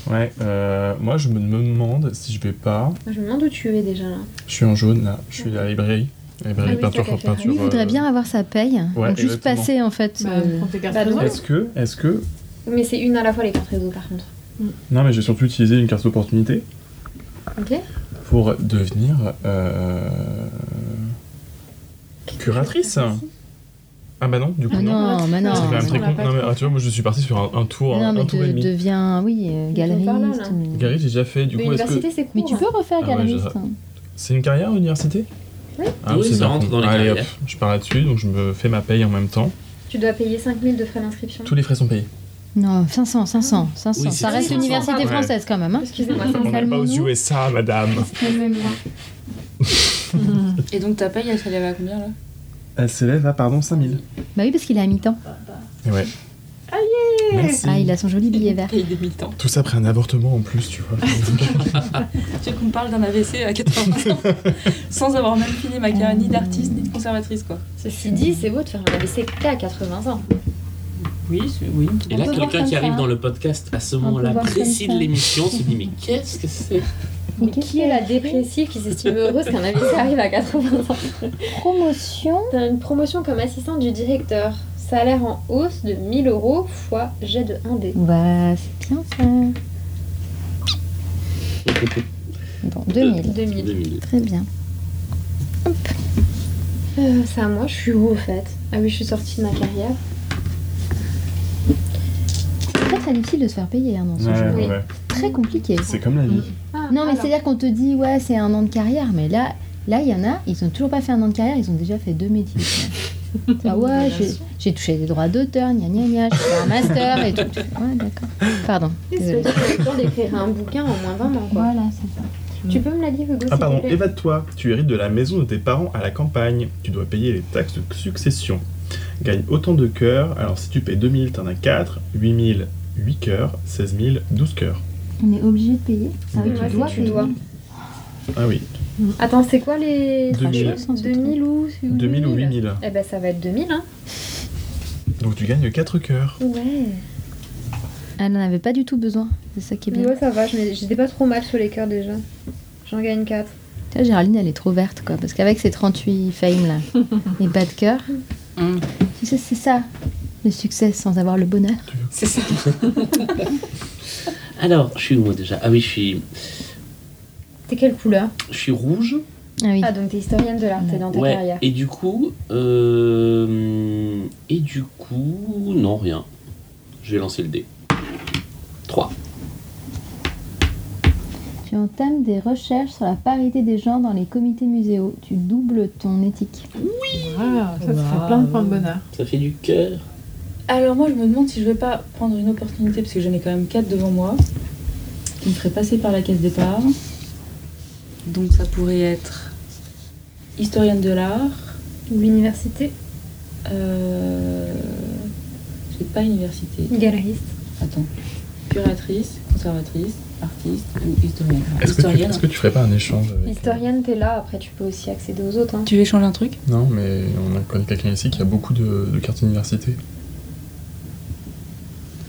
D: Ouais, euh, moi je me me demande si je vais pas.
F: Je me demande où tu es déjà là.
D: Je suis en jaune là, je suis à la librairie. La librairie
F: Ah oui,
D: peinture
F: ça,
D: pour
F: t'as fait.
D: peinture.
J: Lui
D: euh,
J: voudrait bien avoir sa paye.
D: Ouais,
J: Donc juste
D: exactement.
J: passer en fait.
E: Bah,
J: euh,
E: prends tes cartes
F: bah,
E: trésor.
F: non.
D: Est-ce que, est-ce que.
F: Mais c'est une à la fois les cartes réseau par contre.
D: Non, mais j'ai surtout utilisé une carte d'opportunité
F: Ok
D: pour devenir. euh, Curatrice Ah bah non, du coup
J: Ah
D: non.
J: non, mais non.
D: C'est quand même
E: non,
D: très
E: on l'a
D: con.
E: pas
D: Non, mais
E: trop
D: ah, tu vois, moi je suis parti sur un, un tour,
J: Non,
D: un,
J: mais
D: un tour et
J: de-
D: demi.
J: deviens, oui, euh, galeriste.
F: par là, là.
J: ou-
D: Galerie, j'ai déjà fait, du coup, est-ce que.
F: L'université c'est court.
J: Mais tu peux refaire
D: Ah ouais,
J: galeriste.
D: je- C'est une carrière, l'université
F: Oui.
D: Ah,
I: Oui,
D: c'est
I: ça
D: bien.
I: rentre dans les
D: Allez hop,
I: carrières.
D: je pars là-dessus, donc je me fais ma paye en même temps.
F: Tu dois payer 5000 de frais d'inscription.
D: Tous les frais sont payés.
J: Non, 500, 500, 500.
I: Oui,
J: ça
I: c'est
J: reste
F: 500,
J: l'université
F: pardon.
J: française quand même. Hein.
F: Excusez-moi.
J: On n'est pas aux Calmons-nous.
D: USA, madame.
B: Et donc, ta paye, elle s'élève à combien là
D: Elle s'élève à, pardon, 5000.
J: Bah oui, parce qu'il est à mi-temps.
D: Et ouais. Merci.
J: Ah, il a son joli billet vert.
B: Paye des militants.
D: Tout ça après un avortement en plus, tu vois.
B: Tu sais qu'on me parle d'un AVC à 80 ans sans avoir même fini ma carrière ni d'artiste ni de conservatrice quoi.
F: Ceci dit, c'est beau de faire un AVC que t'as à 80 ans.
B: Oui, c'est- oui.
I: Et là,
J: peut voir
I: quelqu'un
J: comme
I: qui arrive
J: ça.
I: dans le podcast à ce
J: peut
I: moment-là
J: voir comme
I: précis de
J: ça.
I: l'émission se dit Mais qu'est-ce que c'est
J: Mais
F: Qui est la dépressive qui s'estime heureuse qu'un AVC arrive à 80 ans
J: Promotion.
F: T'as une promotion comme assistant du directeur. Salaire en hausse de 1000 euros fois jet de 1D.
J: Bah, c'est bien ça. Bon, 2000.
F: 2000.
I: 2000.
J: Très bien.
F: Euh, c'est à moi, je suis où au fait Ah oui, je suis sortie de ma carrière.
J: C'est très très difficile de se faire payer hein, dans ce jeu.
F: Oui.
J: Très compliqué.
D: C'est comme la vie.
F: Ah,
J: Non, mais
F: alors.
J: c'est-à-dire qu'on te dit, ouais, c'est un an de carrière, mais là, là, il y en a, ils ont toujours pas fait un an de carrière, ils ont déjà fait deux métiers. quoi. Ah ouais, j'ai- j'ai touché des droits d'auteur, gna gna gna, j'ai fait un master et tout. Tu fais, Ouais, d'accord. Pardon.
F: Oui, Ça veut
J: désolée.
F: dire que t'as le temps d'écrire un bouquin en moins 20 ans quoi.
J: Voilà, c'est ça.
F: Tu peux me la dire, Hugo
D: Ah
F: s'il te
D: pardon,
F: plaît
D: évade-toi. Tu hérites de la maison de tes parents à la campagne. Tu dois payer les taxes de succession. Gagne autant de cœurs. Alors si tu payes 2000, t'en as 4. 8000, 8 cœurs. 16000, 12 cœurs.
J: On est obligé de payer Ça veut
F: Ouais,
J: dire
F: c'est
J: tu dois
F: tu
J: payer.
F: dois.
D: Ah oui,
F: Attends, c'est quoi les.
D: 2000.
F: 2000 ou.
D: 2000 ou 8000.
F: Eh ben ça va être 2000 hein.
D: Donc tu gagnes 4 cœurs.
F: Ouais.
J: Elle n'en avait pas du tout besoin, c'est ça qui est bien.
F: Ouais, ça va, je m'ai- j'étais pas trop mal sur les cœurs déjà. J'en gagne 4.
J: Tu vois, Géraldine, elle est trop verte, quoi, parce qu'avec ses 38 fame là, et pas de cœur, Mm.
B: Hum,
J: tu sais, c'est ça, le succès sans avoir le bonheur.
B: c'est ça.
I: Alors, je suis où moi déjà Ah oui, je suis,
F: T'es quelle couleur
I: je suis rouge.
J: Ah oui.
F: Ah, donc t'es historienne de l'art, t'es dans ta
I: Ouais.
F: carrière.
I: Et du coup. euh, Et du coup. Non, rien. Je vais lancer le dé. 3.
J: Tu entames des recherches sur la parité des genres dans les comités muséaux. Tu doubles ton éthique.
E: Ah, ça, ça fait plein de points de bonheur.
I: Ça fait du cœur.
B: Alors moi je me demande si je vais pas prendre une opportunité parce que j'en ai quand même 4 devant moi qui me ferait passer par la case départ. Donc ça pourrait être historienne de l'art.
F: L'université,
B: Euh... J'ai pas université.
F: galeriste.
B: Attends. Curatrice, conservatrice, artiste ou historienne. Alors,
D: Est-ce que, tu,
B: historienne.
D: est-ce que tu ferais pas un échange avec...
F: Historienne, t'es là, après tu peux aussi accéder aux autres. Hein.
B: Tu veux échanger un truc
D: Non, mais on a connu quelqu'un ici qui a beaucoup de, de cartes université.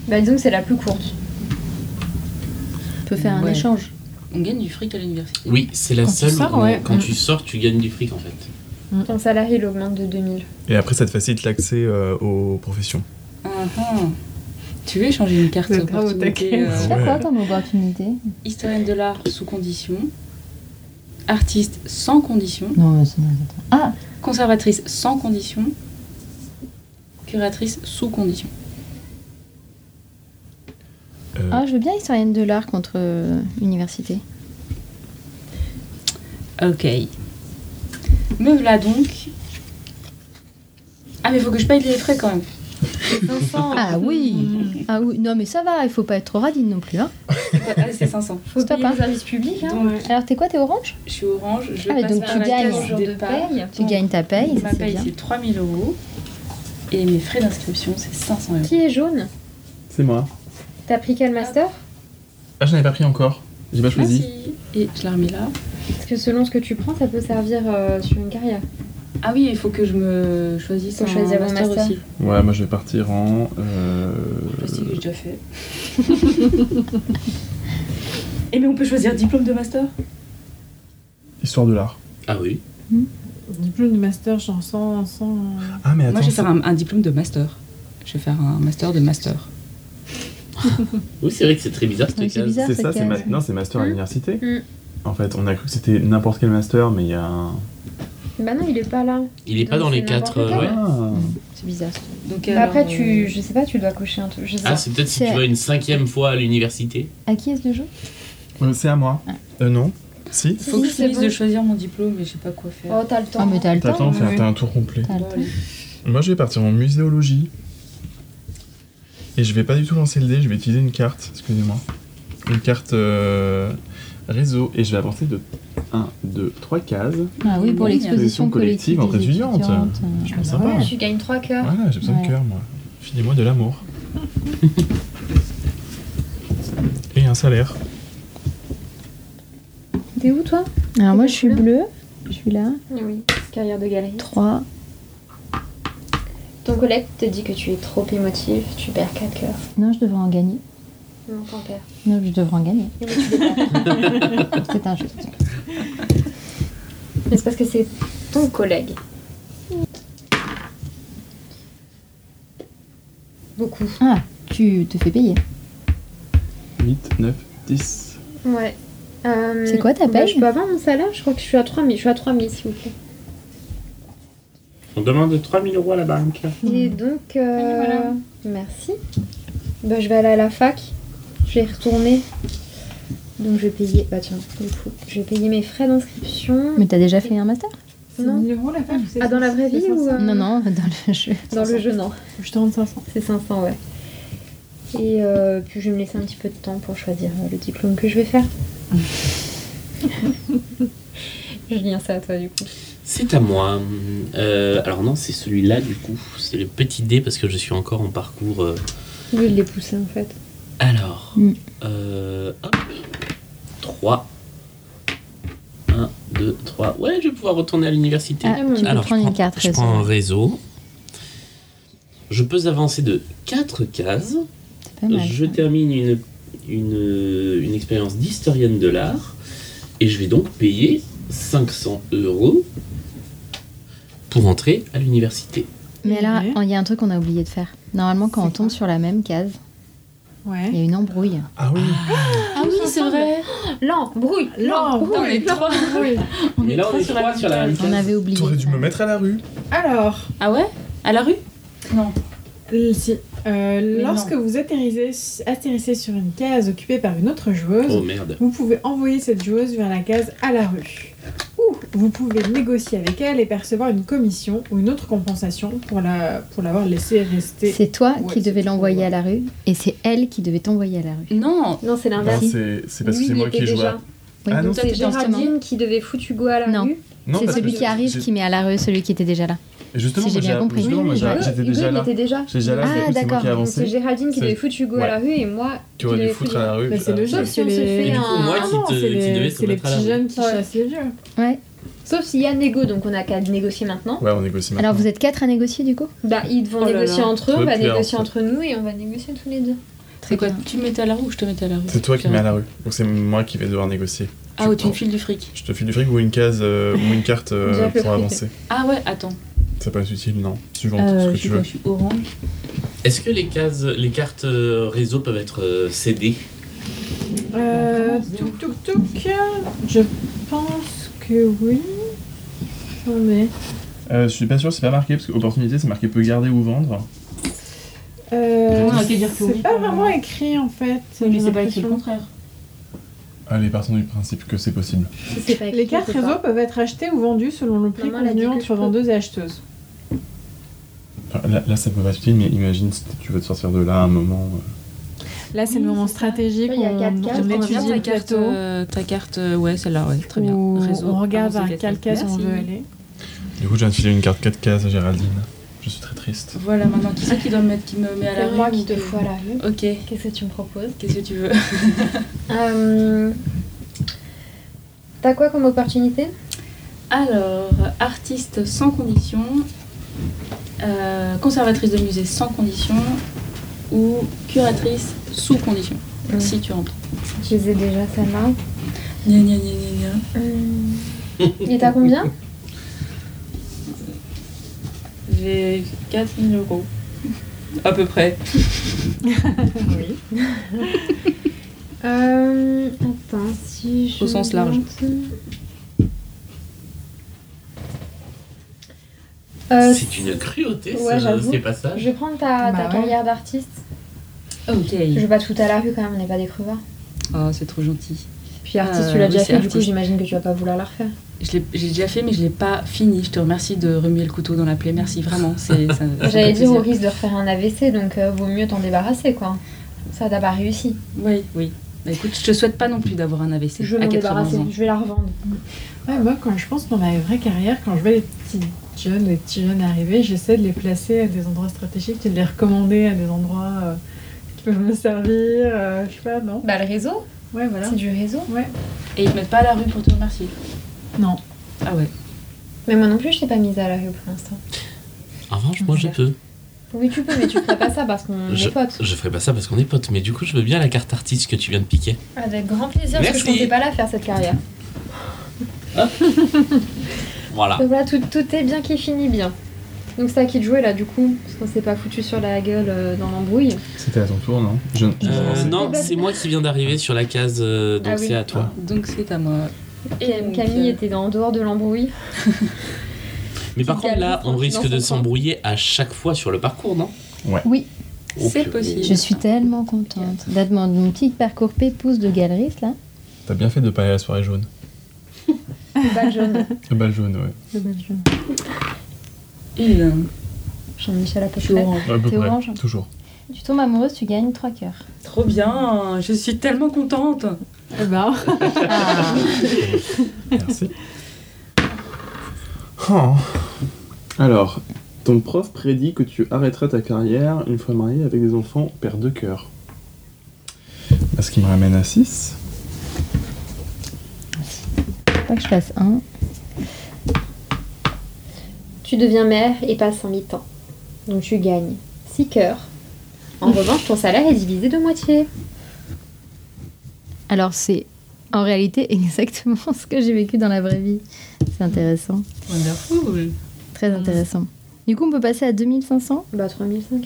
F: Bah, disons que c'est la plus courte.
J: Tu peux faire un
B: Ouais.
J: échange.
B: On gagne du fric à l'université.
I: Oui, c'est la
E: Quand tu
I: seule
E: sors,
I: où,
E: ouais.
I: quand
E: Mm.
I: tu sors, tu gagnes du fric en fait.
F: Ton salaire, il augmente de 2000.
D: Et après, ça te facilite l'accès euh, aux professions.
B: Ah, ah. Tu veux échanger une carte
E: Vous êtes grave au
B: opportunité
E: taquet.
B: euh,
J: Tu as
D: Ah
J: quoi comme opportunité
B: Historienne de l'art sous condition. Artiste sans condition.
J: Non, mais c'est non, attends. Ah,
B: Conservatrice sans condition. Curatrice sous condition.
D: Euh,
J: ah, je veux bien historienne de l'art contre euh, université.
B: Ok. Me voilà donc. Ah mais faut que je paye les frais quand même. Mmh.
F: c'est 500.
C: Ah oui Ah oui, non mais ça va, il faut pas être trop radine non plus. Hein.
B: Ah, c'est 500.
F: Faut
C: Stop,
F: payer
C: hein.
F: le service public. Hein.
B: Donc,
C: Alors t'es quoi, t'es orange
B: je suis orange. Je
C: Ah, mais
B: passe
C: donc
B: par
C: tu
B: la
C: gagnes.
B: case
K: jour
B: de
K: de
B: départ.
K: paye.
C: Tu gagnes ta paye, ça
B: Ma
C: c'est
B: paye,
C: bien.
B: c'est 3000 euros. Et mes frais d'inscription, c'est 500 euros.
F: Qui est jaune
G: C'est moi.
F: T'as pris quel master
D: Ah, j'en avais pas pris encore. J'ai
B: Ah,
D: pas choisi.
B: Merci. Et je la remets là.
F: Parce que selon ce que tu prends, ça peut servir euh, sur une carrière.
B: Ah oui, il faut que je me choisisse
F: Faut
B: un
F: choisir mon
B: master,
F: master.
B: aussi.
D: Ouais, moi je vais partir en. euh,
B: Je sais que j'ai déjà fait. Et mais on peut choisir diplôme de master
D: Histoire de l'art.
I: Ah oui.
E: Diplôme de master, chanson, sans.
D: Ah, mais attends.
B: Moi, je vais
D: ça-
B: faire un, un diplôme de master. Je vais faire un master de master.
I: Oui, c'est vrai que c'est très bizarre cette
C: Oui, c'est
I: case.
C: bizarre
D: C'est
C: cette
D: ça, c'est
C: case.
D: ma- non, c'est master à
F: Hmm.
D: l'université.
F: Hmm.
D: En fait, on a cru que c'était n'importe quel master, mais il y a un.
F: Bah non, il est pas là.
I: Il est pas dans
F: Donc,
I: les
F: c'est
I: quatre. euh,
F: n'importe quel.
I: ouais.
D: Ah.
C: C'est bizarre.
B: Donc,
F: Bah
B: alors,
F: après, tu,
B: euh,
F: je sais pas, tu dois cocher un truc. Je sais
I: Ah,
F: pas.
I: c'est peut-être si
C: C'est-
I: tu vas une cinquième fois à l'université.
C: À qui est-ce le jeu
D: Euh, C'est à moi. Euh, non. Si.
B: faut que
F: Si,
B: je
F: c'est
B: finisse
F: bon.
B: de choisir mon diplôme, mais je sais pas quoi faire.
K: Oh, t'as le temps.
C: Ah mais t'as le temps.
D: T'attends, t'as
B: oui.
D: t'as un tour complet.
C: T'as le
B: Bon,
C: temps.
B: allez.
D: Moi, je vais partir en muséologie. Et je vais pas du tout lancer le dé, je vais utiliser une carte, excusez-moi. Une carte euh, réseau. Et je vais avancer de 1, 2, 3 cases.
C: Ah oui, pour l'exposition
B: Oui,
D: l'exposition collective
C: collective
D: entre
C: des
D: étudiantes.
C: euh,
D: Je trouve sympa.
K: Tu gagnes 3
F: Ah.
K: cœurs.
D: Voilà, j'ai besoin
C: Ouais.
D: de cœur, moi. Filez-moi de l'amour. Et un salaire.
F: T'es où toi
C: Alors moi je suis bleue, je suis là.
K: Eh Oui, carrière de galerie.
C: 3.
K: Ton collègue te dit que tu es trop émotive, tu perds 4 cœurs.
C: Non, je devrais en gagner.
K: Non, t'en perds.
C: Non, je devrais en gagner.
K: Mais tu les perds.
C: C'est injuste.
K: Mais c'est parce que c'est ton collègue.
F: Beaucoup.
C: Ah, tu te fais payer.
D: 8, 9, 10.
K: Ouais. Euh,
C: C'est quoi ta
K: bah,
C: paye
K: Je peux avoir mon salaire Je crois que je suis à 3000. Je suis à 3000, s'il vous plaît.
I: On demande 3000 euros à la banque.
F: Et donc, euh,
K: Allez, voilà.
F: merci. Bah, je vais aller à la fac. Je vais y retourner. Donc, je vais payer. Bah, tiens, du coup, je vais payer mes frais d'inscription.
C: Mais t'as déjà fait un master
E: C'est
F: Non.
E: 1000 euros la femme ou c'est
F: Ah, dans la vraie
E: c'est
F: vie ou
E: 500?
F: euh,
C: Non, non, dans le jeu.
F: Dans le jeu, non.
E: Faut que Je te rende 500.
F: C'est 500, ouais. Et euh, puis, je vais me laisser un petit peu de temps pour choisir euh, le diplôme que je vais faire. Julien, c'est à toi, du coup.
I: C'est à moi. Euh, alors non, c'est celui-là du coup. C'est le petit dé parce que je suis encore en parcours. euh.
F: Oui, il les poussé, en fait.
I: Alors,
C: Mm.
I: euh, hop, 3. 1, 2, 3. Ouais, je vais pouvoir retourner à l'université.
C: Ah, tu peux
I: Alors, je
C: prendre
I: prends-
C: une carte
I: Je
C: réseau.
I: prends un réseau. Je peux avancer de 4 cases.
C: C'est pas mal.
I: Je
C: ça.
I: termine une, une, une expérience d'historienne de l'art et je vais donc payer 500 euros pour entrer à l'université.
C: Mais là,
E: Ouais.
C: il y a un truc qu'on a oublié de faire. Normalement, quand
E: C'est
C: on tombe
E: quoi
C: sur la même case, il y
E: Ouais.
C: a une embrouille.
D: Ah oui.
K: Ah oui, c'est vrai. L'embrouille.
B: Putain, les trois.
E: Oui.
B: On
I: Mais
B: est
I: là, on
B: trois
I: est
B: sur la
I: trois
B: même
I: sur la même
B: case.
C: On
I: case.
C: avait oublié.
D: T'aurais dû
C: ça.
D: me mettre à la rue.
E: Alors,
B: Ah ouais À la rue Non.
E: si, euh,
B: non.
E: lorsque vous atterrissez, atterrissez sur une case occupée par une autre joueuse,
I: Oh merde.
E: vous pouvez envoyer cette joueuse vers la case à la rue. Ou vous pouvez négocier avec elle et percevoir une commission ou une autre compensation pour la pour l'avoir laissée rester.
C: C'est toi
E: Ouais,
C: qui
E: c'est
C: devais
E: trop,
C: l'envoyer
E: ouais.
C: à la rue et c'est elle qui devait t'envoyer à la rue.
B: Non
K: Non,
F: Ah,
K: c'est
D: Non,
K: l'inverse.
D: c'est c'est parce que
K: Lui,
D: c'est
K: il
D: moi
K: était
D: qui joue.
K: déjà.
D: à- Ah non,
C: donc
K: Donc
C: c'est
K: c'est Géraldine qui devait foutre Hugo à la
C: Non.
K: rue.
D: non,
C: c'est
D: parce
C: celui
D: que
C: qui arrive
D: j'ai-
C: qui met à la rue celui qui était déjà là.
D: Justement,
C: si j'ai
D: moi,
C: bien
D: j'ai-
C: compris.
D: justement,
E: Oui,
D: moi,
E: oui,
D: j'ai-
K: Hugo,
D: j'étais
K: Hugo,
D: déjà
K: Ah, il
D: là.
K: était déjà.
D: J'étais déjà là,
C: Ah,
D: mais c'est moi
C: d'accord.
D: qui ai
K: Donc c'est
D: avancé.
K: Géraldine qui
D: C'est-
K: devait foutre Hugo à la rue et moi
D: Tu
K: qui
D: aurais dû
K: devais
D: foutre
K: foutre.
D: à la rue.
E: Bah, c'est
D: Ah,
E: le
D: ouais.
E: jeu,
K: Sauf si
E: c'est
K: on se
E: les...
K: fait
I: Du coup,
K: un-
I: moi
E: Ah
I: qui
E: non,
I: te-
E: c'est
I: qui devais
E: les,
I: te
E: c'est les
I: mettre à la
E: petits
I: rue.
E: jeunes qui
K: Ouais.
E: chassent les vieux.
C: Ouais.
K: Sauf s'il y a négo, donc on a qu'à négocier maintenant.
D: Ouais, on négocie maintenant.
C: Alors vous êtes quatre à négocier du coup
K: Bah ils vont
B: Oh là
K: négocier
B: là.
K: entre eux, on
D: Ouais,
K: va
D: puis là,
K: négocier
D: en
K: entre nous et on va négocier tous les deux.
B: C'est quoi Tu me mettais à la rue ou je te mettais à la rue
D: C'est toi qui mets à la rue. Donc c'est moi qui vais devoir négocier.
B: Ah, ou tu me files du fric.
D: Je te file du fric ou une case euh, ou une carte euh,
K: Déjà, le
D: pour
K: fric.
D: avancer.
B: Ah ouais, attends.
D: Ça peut être utile, non. Suivant ce
B: Euh,
D: que
B: je, sais
D: tu
B: pas,
D: veux.
B: je suis orange.
I: Est-ce que les cases, les cartes euh, réseau peuvent être euh, cédées
E: Euh, touc touc touc. Je pense que oui. J'en ai.
D: Euh, je suis pas sûr, c'est pas marqué parce que opportunité c'est marqué peut garder ou vendre.
E: Euh,
B: Ouais, on peut dire que oui,
E: c'est pas
B: quand même.
E: vraiment écrit en fait.
B: mais
E: j'ai
B: c'est pas écrit
E: l'impression.
B: le contraire.
D: Allez, partons du principe que c'est possible.
K: Si c'est pas
E: Les
K: écrit,
E: cartes
K: c'est pas.
E: réseau peuvent être achetées ou vendues selon le prix
K: Maman l'a dit
E: convenu
K: que
E: entre
K: je peux.
E: vendeuses et acheteuses.
D: Enfin, là, là, ça peut pas suffire, mais imagine si tu veux te sortir de là à un moment. euh,
E: Là, c'est
F: Oui,
E: le moment
F: c'est ça.
E: stratégique.
F: Il y a
E: on-
F: quatre cartes,
E: on,
F: on
E: étudie
F: regarde
E: le
F: la
E: carte.
B: euh, ta carte, euh, ouais, celle-là, ouais, très bien. Réseau,
E: on regarde
B: avance
E: vers
B: des
E: quelle
B: lettres.
E: case on
B: Merci.
E: veut aller.
D: Du coup, j'ai filé une carte 4 cases à Géraldine. Je suis très triste.
B: Voilà, maintenant, qui c'est qui doit me mettre, qui me met à la
F: C'est
B: rue
F: moi
B: ou
F: qui te
B: qui-
F: fous à la rue.
B: Ok,
F: Qu'est-ce que tu me proposes
B: qu'est-ce que tu veux
F: Euh, T'as quoi comme opportunité
B: Alors, artiste sans condition, euh, conservatrice de musée sans condition ou curatrice sous condition,
F: Mm.
B: si tu remplis.
F: Je les ai déjà, celle-là.
B: Gna, gna, gna, gna, gna.
F: Hum. Et t'as combien
B: J'ai 4000 euros, à peu près.
F: Oui. euh, attends, si je.
B: Au sens large.
F: monte- Euh,
I: C'est une cruauté,
F: Ouais,
I: ce-
F: j'avoue.
I: ces passages.
F: je vais prendre ta,
E: Bah
F: ta
E: ouais.
F: carrière d'artiste.
B: Ok.
F: Je vais pas tout à la rue quand même, on n'est pas des crevards.
B: Oh, c'est trop gentil.
F: Puis artiste,
B: Euh,
F: tu l'as
B: oui,
F: déjà
B: c'est
F: fait, du coup
B: artiste.
F: j'imagine que tu vas pas vouloir la refaire.
B: Je l'ai- J'ai déjà fait, mais je l'ai pas fini. Je te remercie de remuer le couteau dans la plaie. Merci, vraiment. c'est- ça- ça
I: Ah,
B: me fait
F: J'allais dire au
B: plaisir.
F: risque de refaire un AVC, donc euh, vaut mieux t'en débarrasser quoi. Ça t'as pas réussi.
B: Oui, oui. Bah, écoute, je te souhaite pas non plus d'avoir un AVC
F: Je vais
B: à
F: m'en
B: 80
F: débarrasser,
B: ans.
F: je vais la revendre.
E: Ouais, moi, quand je pense dans ma vraie carrière, quand je vois les petits jeunes, les petits jeunes arriver, j'essaie de les placer à des endroits stratégiques et de les recommander à des endroits euh, qui peuvent me servir. euh, je sais pas, non
F: Bah le réseau,
E: Ouais, voilà.
F: c'est du réseau.
E: Ouais.
B: Et ils te mettent pas à la rue pour te remercier.
E: Non.
B: Ah ouais.
F: Mais moi non plus je t'ai pas mise à la rue pour l'instant.
I: En revanche, Ah, moi je peux.
F: Oui tu peux, mais tu ferais pas ça parce qu'on
I: Je-
F: est potes.
I: Je ferai pas ça parce qu'on est potes, mais du coup, je veux bien la carte artiste que tu viens de piquer.
F: Avec grand plaisir, parce que
I: Merci.
F: je
I: Ah.
F: comptais pas la faire cette carrière.
I: Voilà.
F: Donc voilà, tout, tout est bien qui finit bien. Donc c'est à qui de jouer là du coup, parce qu'on s'est pas foutu sur la gueule euh, dans l'embrouille.
D: C'était à ton tour, non Je- je
I: Euh,
D: pensais-
I: non, c'est moi qui viens d'arriver sur la case, euh, donc
F: Ah oui.
I: c'est à toi.
B: Donc c'est à moi.
F: Et
B: Donc,
F: Camille
B: euh,
F: était en dehors de l'embrouille.
I: Mais par
F: Ah. Qui
I: contre, là,
F: galère,
I: on
F: franchement,
I: risque
F: dans
I: de
F: son coin.
I: s'embrouiller à chaque fois sur le parcours, non
J: Oui.
I: Oh,
B: euh, C'est
I: purée.
B: possible.
J: Je suis tellement contente d'être dans mon petit parcours pépouze de galeriste là.
D: T'as bien fait de pas aller à la soirée jaune.
F: Pas jaune.
D: Le bal jaune, ouais.
B: Il, euh,
F: Jean-Michel à peu
B: je suis
F: près.
B: orange.
D: À peu
J: T'es
D: près,
J: orange.
D: Toujours.
J: Tu tombes amoureuse, tu gagnes 3 cœurs.
B: Trop bien, je suis tellement contente.
E: Eh ben,
J: Ah.
D: Merci.
L: Oh. Alors, ton prof prédit que tu arrêteras ta carrière une fois mariée avec des enfants, père de cœur.
D: Ce qui me ramène à 6.
J: Faut pas que je fasse un.
F: Tu deviens mère et passes en mi-temps. Donc tu gagnes 6 cœurs. En revanche, ton salaire est divisé de moitié.
J: Alors c'est en réalité exactement ce que j'ai vécu dans la vraie vie. C'est intéressant,
B: Wonderful.
J: très intéressant. Du coup, on peut passer à 2500
F: Bah 3005.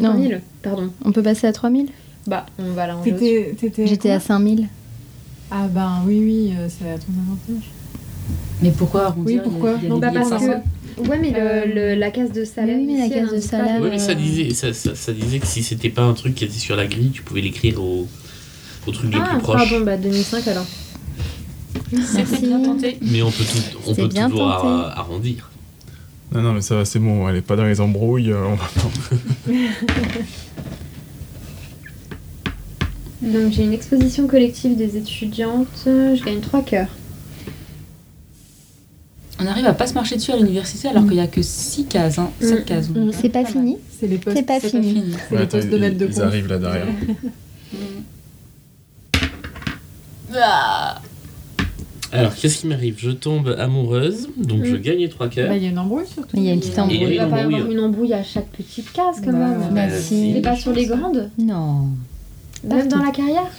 J: Non,
F: 3000, pardon.
J: on peut passer à 3000
F: Bah, on va là en jeu.
E: t'étais. t'étais-
J: J'étais à 5000.
E: Ah, ben oui, oui, euh, c'est à ton avantage.
B: Mais pourquoi
E: Oui,
B: arrondir
E: pourquoi
B: les-
E: Non,
B: les-
E: bah,
B: les-
E: parce que-
F: Ouais, mais
E: Euh,
F: le, le- la case de salaire.
J: oui, mais la
F: ici, elle
J: case de
F: indique pas
J: salaire,
F: que-
I: Oui, mais ça
J: Euh.
I: disait, ça, ça- ça disait que si c'était pas un truc qui était sur la grille, tu pouvais l'écrire au, au truc le
F: Ah,
I: plus proche.
F: pardon, bah 2005 alors.
B: C'était bien tenté.
I: Mais on peut, tout, on
J: C'est
I: peut
J: bien
I: toujours
J: tenté.
I: ar- arrondir.
D: Non, non, mais ça va, c'est bon, elle est pas dans les embrouilles. euh, on va pas-
F: Donc j'ai une exposition collective des étudiantes, je gagne 3 cœurs.
B: On arrive à pas se marcher dessus à l'université alors qu'il y a que 6 cases, 7
F: Mm.
B: cases.
E: Mm.
J: Mm. C'est pas fini
E: C'est les postes.
J: C'est pas
B: C'est pas
J: fini.
B: fini.
E: C'est les
D: attends,
E: postes de
D: ils-
E: maître de
D: Ils
E: conf.
D: arrivent là derrière.
B: Bah,
I: Alors, qu'est-ce qui m'arrive Je tombe amoureuse, donc
F: Mm.
I: je gagne 3 cœurs.
E: Bah, il y a une embrouille surtout.
J: Il y a une petite
I: Et
F: Il
J: embrouille.
F: va pas y
I: l'embrouille.
F: avoir une embrouille à chaque petite case
E: Bah,
F: quand même.
J: Bah
I: Euh,
J: si.
F: Mais
I: si.
F: pas sur les grandes,
J: Non.
F: même dans
J: Partout.
F: la carrière.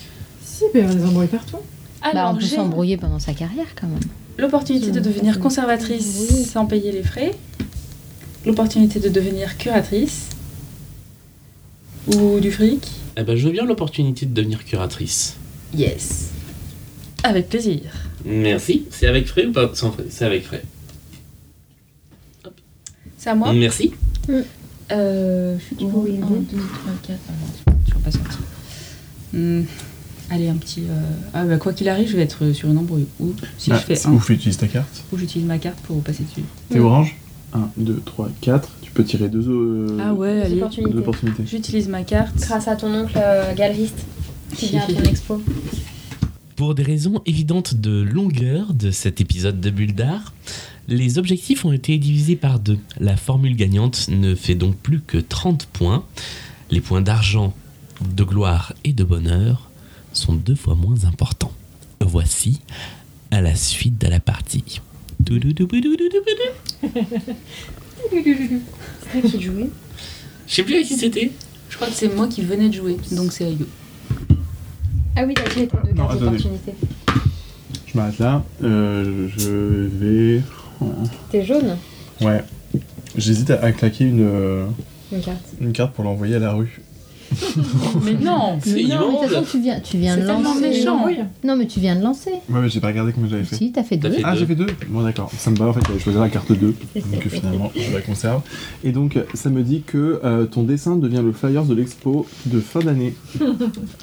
E: Si, mais il y a des embrouilles partout.
J: Bah, on
B: Alors,
J: peut
B: j'ai
J: s'embrouiller pendant sa carrière quand même.
B: l'opportunité de devenir conservatrice
F: Oui.
B: sans payer les frais, l'opportunité de devenir curatrice ou du fric.
I: Eh ben, je veux bien l'opportunité de devenir curatrice.
B: Yes. Avec plaisir.
I: Merci. C'est avec frais ou pas sans frais C'est avec frais.
B: C'est à moi
I: Merci.
B: Euh, je suis toujours
F: Oui,
B: 1,
F: oui.
B: 2, 3, 4. Ah non, je suis pas sortie. Hum, Allez, un petit. euh, Ah, bah, quoi qu'il arrive, je vais être sur une embrouille. Ou si
D: Ah,
B: je fais hein
D: c'est
B: 1,
D: ouf, utilise ta carte.
E: Mm.
B: ou j'utilise ma carte pour passer dessus.
D: T'es orange 1, 2, 3, 4. Tu peux tirer deux, euh,
B: Ah ouais,
F: Des
B: allez.
D: deux
F: opportunités.
D: opportunités.
B: J'utilise ma carte.
F: Grâce à ton oncle euh, galeriste qui vient à ton expo.
I: Pour des raisons évidentes de longueur de cet épisode de Bulldar, les objectifs ont été divisés par deux. La formule gagnante ne fait donc plus que 30 points. Les points d'argent, de gloire et de bonheur sont deux fois moins importants. Voici à la suite de la partie. Touloudouboudouboudouboudoub.
F: C'est vrai qu'il jouait.
A: Je sais plus à qui c'était.
B: Je crois que c'est moi qui venais de jouer, donc c'est à You.
F: Ah oui, t'as joué tes deux
D: Non,
F: cartes
D: attendez.
F: d'opportunité.
D: Je m'arrête là. Euh, je vais.
F: T'es jaune,
D: Ouais. J'hésite à, à claquer une, euh,
F: une carte.
D: une carte pour l'envoyer à la rue.
B: Mais non
A: C'est
J: non, mais de toute
A: immonde.
J: façon, tu viens, tu viens de
B: C'est tellement
J: lancer.
B: méchant.
E: Oui.
J: Non, mais tu viens de lancer.
D: Ouais, mais j'ai pas regardé comment j'avais fait.
J: Si, t'as fait
A: T'as
J: deux.
A: fait
D: Ah,
A: deux.
D: j'ai fait deux Bon, d'accord. Ça me va, en fait, j'avais choisi la carte 2. Donc euh, finalement, je la conserve. Et donc, ça me dit que euh, ton dessin devient le Flyers de l'expo de fin d'année.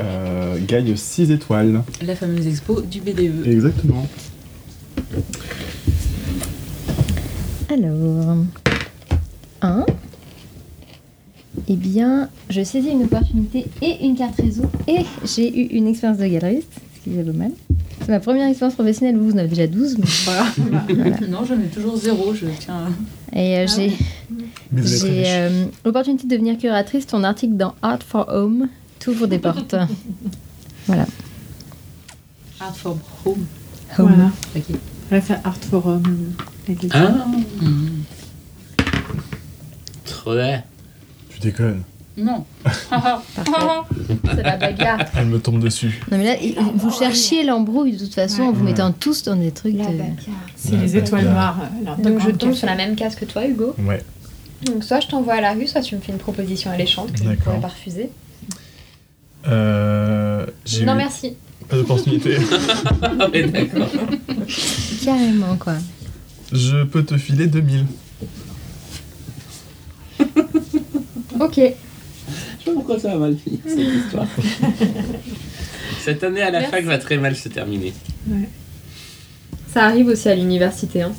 D: Euh, gagne 6 étoiles.
B: La fameuse expo du E. BDE.
D: Exactement.
J: Alors. 1. Eh bien, je saisis une opportunité et une carte réseau et j'ai eu une expérience de galeriste, ce qui est pas mal. C'est ma première expérience professionnelle, vous, vous en avez déjà 12. mais voilà. Voilà.
B: Non, j'en ai toujours zéro, je tiens. à-
J: Et euh,
E: Ah
J: j'ai,
E: ouais.
D: Mais vous êtes très
J: j'ai
D: riche.
J: euh, l'opportunité de devenir curatrice, ton article dans Art for Home, tout vous déporte.
B: Art for Home.
J: Home.
E: Voilà.
B: Ok.
E: On va faire Art Forum. euh, avec les-
A: Ah,
B: Mhm.
A: trop bien.
D: Tu déconnes.
B: Non.
F: C'est la bagarre.
M: Elle me tombe dessus.
J: Non mais là, il- vous cherchiez l'embrouille de toute façon
E: Ouais.
J: en vous
D: Ouais.
J: mettant tous dans des trucs
F: La
J: de-
F: bagarre.
E: C'est les
I: Ah,
E: étoiles noires. Alors,
F: Donc je tombe sur la même case que toi, Hugo.
M: Ouais.
F: Donc soit je t'envoie à la rue, soit tu me fais une proposition alléchante que je ne
M: D'accord.
F: pourrais pas refuser.
M: Euh, j'ai
F: Non,
M: eu
F: merci.
M: pas d'opportunité.
A: Ah ouais, d'accord.
J: Carrément quoi.
M: je peux te filer 2000.
F: Ok.
A: Je sais pas pourquoi ça a mal fini cette histoire. Cette année à la fac va très mal se terminer.
F: Ça arrive aussi à l'université. Hein.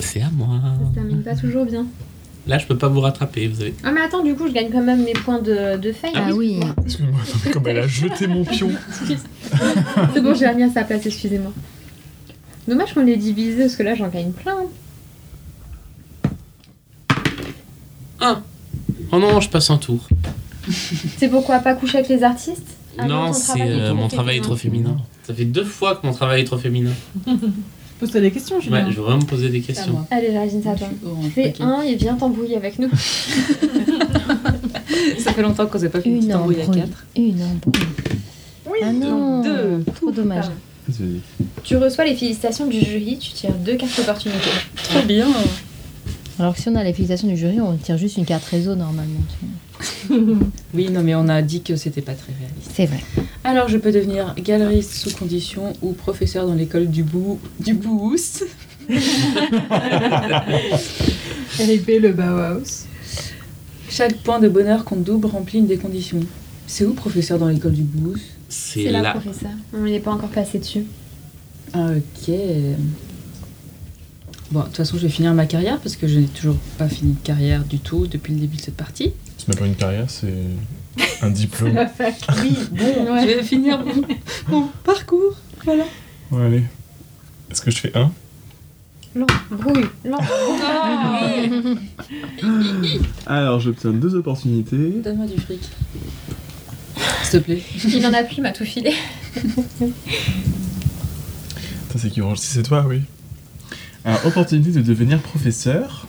I: C'est à moi.
F: Ça se termine pas toujours bien.
A: Là, je peux pas vous rattraper, vous avez.
F: Ah mais attends, du coup, je gagne quand même mes points de, de faille.
J: Ah oui.
M: Excuse-moi, comme elle a jeté mon pion.
F: C'est bon, j'ai remis à sa place, excusez-moi. Dommage qu'on l'ait divisé, parce que là, j'en gagne plein.
A: Oh non, je passe un tour.
F: C'est pourquoi pas coucher avec les artistes Ah
A: non,
F: ton
A: c'est
F: travail est
A: euh,
F: trop hein.
A: mon travail est trop féminin. Ça fait deux fois que mon travail est trop féminin.
E: Pose-toi des questions, Julien.
A: Ouais, je vais vraiment me poser des
B: C'est à
A: questions.
B: moi.
F: Allez, Jarine, ça à
B: Je
F: toi.
B: suis orange,
F: Fais
B: ok.
F: un et viens t'embrouiller avec nous.
B: Ça fait longtemps qu'on s'est pas fait une
J: Une
B: petite embrouille à
J: embrouille.
B: quatre.
J: Une embrouille.
E: Oui,
J: Ah non.
B: deux.
J: Trop dommage.
D: Vas-y, vas-y.
F: Tu reçois les félicitations du jury, tu tires deux cartes d'opportunité.
B: Trop bien.
J: Alors que si on a les félicitations du jury, on tire juste une carte réseau normalement. tu vois.
B: Oui, non, mais on a dit que c'était pas très réaliste.
J: C'est vrai.
B: Alors, je peux devenir galeriste sous condition ou professeur dans l'école du Bou... du Bouhous.
E: RIP le Bauhaus.
B: Chaque point de bonheur qu'on double remplit une des conditions. C'est où, professeur dans l'école du Bouhous
A: C'est là.
F: professeur. On n'est pas encore passé dessus.
B: Ah, ok. Bon, de toute façon, je vais finir ma carrière parce que je n'ai toujours pas fini de carrière du tout depuis le début de cette partie.
M: C'est même pas une carrière, c'est un diplôme.
B: Oui, bon, je vais finir mon, mon parcours. Voilà.
M: Ouais, allez. Est-ce que je fais un
F: L'embrouille.
D: Alors, j'obtiens deux opportunités.
B: Donne-moi du fric. S'il te plaît.
F: Il en a plus, il m'a tout filé.
M: Putain, c'est qui range Si c'est toi, oui.
D: Alors, Euh, opportunité de devenir professeur,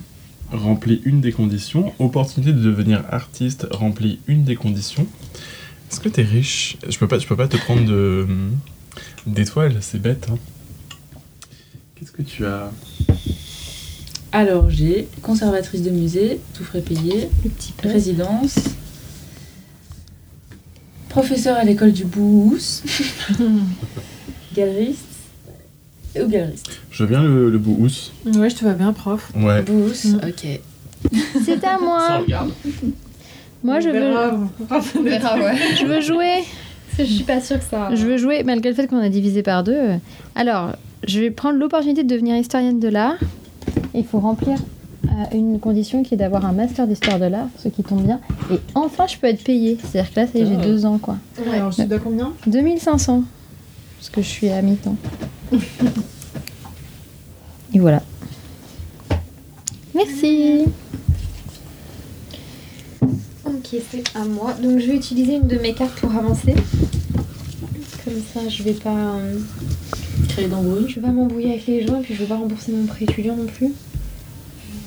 D: remplis une des conditions. Opportunité de devenir artiste, remplis une des conditions.
M: Est-ce que t'es riche Je peux pas, je peux pas te prendre de
D: euh,
M: d'étoiles, c'est bête. Hein.
D: Qu'est-ce que tu as
B: Alors, j'ai conservatrice de musée, tout frais payé,
J: Le petit peu.
B: résidence, professeur à l'école du Bouhous, galeriste ou galeriste.
D: Je veux bien le, le bouhous.
E: Ouais, je te vois bien, prof.
M: Ouais.
B: Bouhous,
E: Mm.
B: ok.
J: C'est
A: Ça
J: à moi.
A: regarde.
J: Moi je veux,
F: On verra, ouais.
J: je veux jouer.
F: Parce que Je suis pas sûre que ça.
J: Je veux jouer malgré le fait qu'on a divisé par deux. Alors, je vais prendre l'opportunité de devenir historienne de l'art. Il faut remplir
C: à euh, une condition qui est d'avoir un master d'histoire de l'art, ce qui tombe bien. Et enfin, je peux être payée. C'est-à-dire que là, ça y est, j'ai
E: Ah.
C: deux ans, quoi.
E: Alors, je suis de combien
C: 2500, parce que je suis à mi-temps. Et voilà. Merci.
F: Ok, c'est à moi. Donc je vais utiliser une de mes cartes pour avancer. Comme ça, je vais pas, euh,
N: Créer d'embrouille.
F: je vais pas m'embrouiller avec les gens et puis je vais pas rembourser mon prêt étudiant non plus.